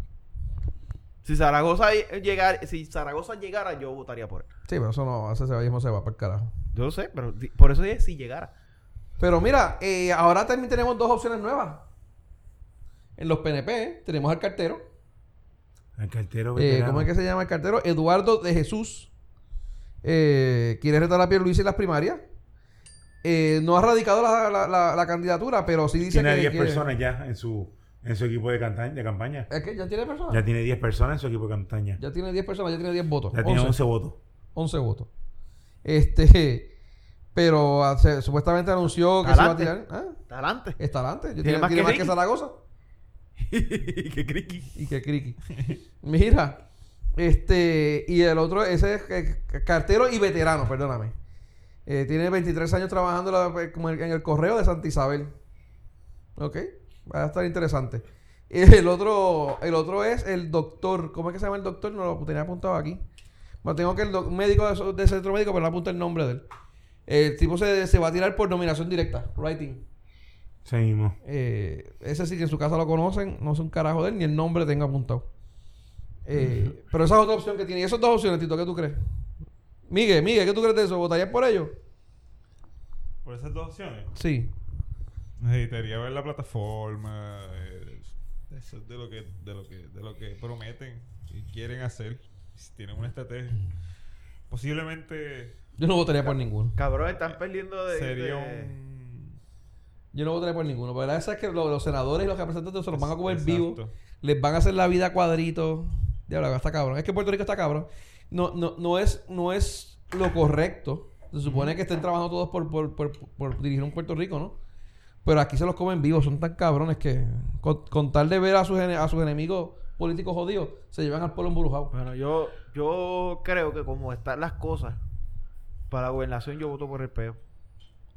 Speaker 3: Si Zaragoza llegara, si Zaragoza llegara, yo votaría por él.
Speaker 2: Sí, pero eso no, ese mismo se va para el carajo.
Speaker 3: Yo lo sé, pero di- por eso dije si llegara.
Speaker 2: Pero mira, eh, ahora también tenemos dos opciones nuevas. En los PNP ¿eh? tenemos al cartero.
Speaker 4: El cartero
Speaker 2: Eh,
Speaker 4: veterano.
Speaker 2: ¿Cómo es que se llama el cartero? Eduardo de Jesús. Eh, quiere retar a Pierluisi en las primarias. Eh, no ha radicado la, la- la- la candidatura, pero sí dice
Speaker 4: Tiene a
Speaker 2: que...
Speaker 4: 10
Speaker 2: quiere-
Speaker 4: personas ya en su, en su equipo de, canta- de campaña.
Speaker 2: ¿Es que ¿Ya tiene personas?
Speaker 4: Ya
Speaker 2: Ya,
Speaker 4: tiene 10 personas en su equipo de campaña. Ya,
Speaker 2: tiene 10 personas, ya tiene 10 votos.
Speaker 4: tiene
Speaker 2: 11.
Speaker 4: 11 votos.
Speaker 2: 11 votos. Este, pero ah, se- supuestamente anunció que
Speaker 3: Talante.
Speaker 2: se va a tirar. ¿Ah?
Speaker 3: Está adelante.
Speaker 2: Está adelante. Tiene,
Speaker 3: más que
Speaker 2: tiene más que
Speaker 3: Ricky.
Speaker 2: Zaragoza
Speaker 3: Qué criqui.
Speaker 2: y que Criqui. Mira, este, y el otro, ese es eh, c- cartero y veterano, perdóname. Eh, tiene 23 años trabajando la- eh, como en en el correo de Santa Isabel. Ok, va a estar interesante. Eh, El otro, el otro es el doctor. ¿Cómo es que se llama el doctor? No lo tenía apuntado aquí. Bueno, tengo que el doc- médico de, de centro médico, pero no apunta el nombre de él. El tipo se, se va a tirar por nominación directa, writing.
Speaker 4: Seguimos.
Speaker 2: Eh, ese sí que en su casa lo conocen, no sé un carajo de él, ni el nombre tengo apuntado. Eh, pero esa es otra opción que tiene. Y esas dos opciones, Tito, ¿qué tú crees? Miguel, Miguel, ¿qué tú crees de eso? ¿Votarías por ellos?
Speaker 5: Por esas dos opciones.
Speaker 2: Sí.
Speaker 5: Necesitaría ver la plataforma, eh, eso es de lo que, de lo que, de lo que prometen y quieren hacer, si tienen una estrategia. Posiblemente
Speaker 2: Yo no votaría por ninguno.
Speaker 3: Cabrón, están perdiendo de. de-
Speaker 5: sería un
Speaker 2: Yo no votaría por ninguno. Pero la verdad es que lo- los senadores y los representantes se los van a comer
Speaker 5: Exacto.
Speaker 2: vivos. Les van a hacer la vida a cuadritos. Diablo, está cabrón. Es que Puerto Rico está cabrón. No, no, no, es, no es lo correcto. Se supone que estén trabajando todos por, por, por, por dirigir un Puerto Rico, ¿no? Pero aquí se los comen vivos. Son tan cabrones que con, con tal de ver a sus, ene- a sus enemigos políticos jodidos, se llevan al pueblo embrujado.
Speaker 3: Bueno, yo, yo creo que como están las cosas, para la gobernación yo voto por el peo.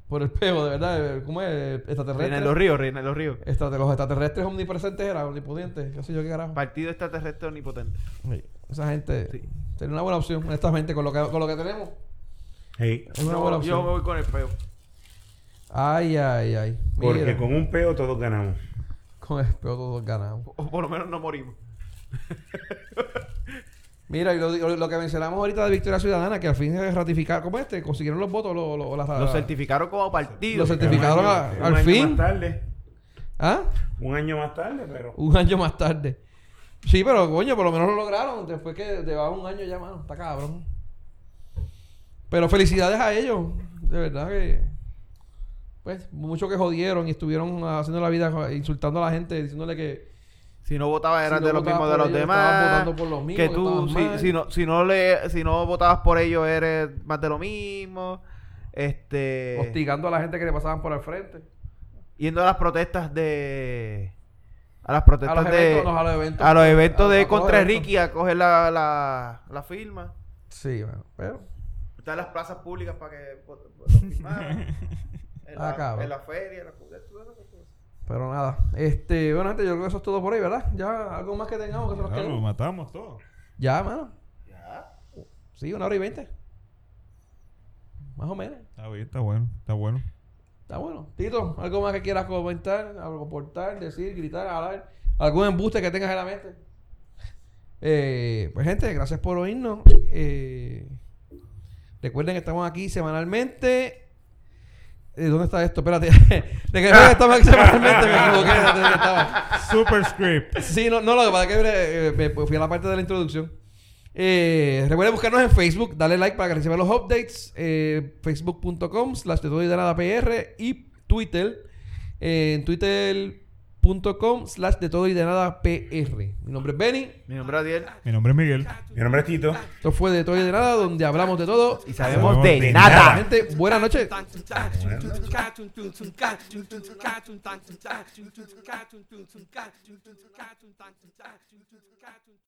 Speaker 2: Por el peo, de verdad. ¿Cómo es?
Speaker 3: Reina en los
Speaker 2: Extraterrestres.
Speaker 3: ríos, reina en los ríos.
Speaker 2: Extra- los extraterrestres omnipresentes eran omnipotentes. Qué sé yo qué carajo.
Speaker 3: Partido extraterrestre omnipotente.
Speaker 2: Sí. Esa gente
Speaker 3: Sí.
Speaker 2: tiene una buena opción, honestamente, con lo que, con lo que tenemos.
Speaker 4: Hey,
Speaker 2: Es una
Speaker 3: Yo-
Speaker 2: buena
Speaker 3: yo
Speaker 2: opción.
Speaker 3: me voy con el peo.
Speaker 2: Ay, ay, ay.
Speaker 4: porque
Speaker 2: Mira,
Speaker 4: con un peo todos ganamos.
Speaker 2: con el peor todos ganamos.
Speaker 3: O por lo menos no morimos.
Speaker 2: Mira, y lo, lo- lo que mencionamos ahorita de Victoria Ciudadana, que al fin se ratificaron, ¿cómo este? Consiguieron los votos, lo- lo- las-
Speaker 3: Lo certificaron como partido.
Speaker 2: Ah. Lo certificaron
Speaker 4: Un
Speaker 2: a-
Speaker 4: año-
Speaker 2: al
Speaker 4: un año
Speaker 2: fin.
Speaker 4: Más tarde.
Speaker 2: ¿Ah?
Speaker 4: Un año más tarde, pero.
Speaker 2: Un año más tarde. Sí, pero coño, por lo menos lo lograron. Después que te va un año ya, mano. Está cabrón. Pero felicidades a ellos. De verdad que. Pues, muchos que jodieron y estuvieron haciendo la vida, insultando a la gente, diciéndole que,
Speaker 3: Si no votabas eras
Speaker 2: no
Speaker 3: de los
Speaker 2: votabas
Speaker 3: mismos de
Speaker 2: por
Speaker 3: los
Speaker 2: ellos, estabas
Speaker 3: demás.
Speaker 2: votando por los mismos,
Speaker 3: que
Speaker 2: que
Speaker 3: tú,
Speaker 2: estabas
Speaker 3: si,
Speaker 2: mal.
Speaker 3: si no, si no le, si no votabas por ellos, eres más de lo mismo. Este.
Speaker 2: Hostigando a la gente que le pasaban por el frente.
Speaker 3: Yendo a las protestas de. A las
Speaker 2: A
Speaker 3: protestas
Speaker 2: los,
Speaker 3: de.
Speaker 2: eventos, no, a los eventos.
Speaker 3: a los eventos
Speaker 2: A- a
Speaker 3: de
Speaker 2: todos los
Speaker 3: contra
Speaker 2: eventos.
Speaker 3: Ricky a coger la, la, la firma.
Speaker 2: Sí, bueno, pero...
Speaker 3: Está en las plazas públicas para que lo firmaran. En,
Speaker 2: Ah,
Speaker 3: la,
Speaker 2: cabrón.
Speaker 3: en la feria. en la- tú ves lo que tú ves.
Speaker 2: Pero nada. Este, bueno, gente, yo creo que eso es todo por ahí, ¿verdad? Ya, algo más que tengamos que se nos
Speaker 5: Claro, lo
Speaker 2: quede.
Speaker 5: matamos todo.
Speaker 2: Ya, mano. Sí, una hora y veinte. Más o menos.
Speaker 5: Está bien, está bueno, está bueno.
Speaker 2: Está bueno. Tito, algo más que quieras comentar, algo aportar, decir, gritar, hablar, algún embuste que tengas en la mente. Eh, pues gente, gracias por oírnos. Eh, recuerden que estamos aquí semanalmente. Eh, ¿Dónde está esto? Espérate. De que estamos aquí semanalmente, me equivoqué. de dónde estaba.
Speaker 5: Super script.
Speaker 2: Sí, no, no, lo que pasa es que eh, me, fui a la parte de la introducción. Eh, recuerden buscarnos en Facebook, dale like para que reciban los updates, eh, facebook.com slash de todo y de nada PR y Twitter, eh, en twitter.com slash de todo y de nada PR. Mi nombre es Benny,
Speaker 3: Mi nombre es Adiel.
Speaker 5: Mi nombre es Miguel.
Speaker 4: Mi nombre es Tito.
Speaker 2: esto fue de todo y de nada, donde hablamos de todo.
Speaker 3: Y sabemos de,
Speaker 4: de
Speaker 3: nada.
Speaker 4: nada.
Speaker 2: Gente, buenas noches.
Speaker 6: Bueno.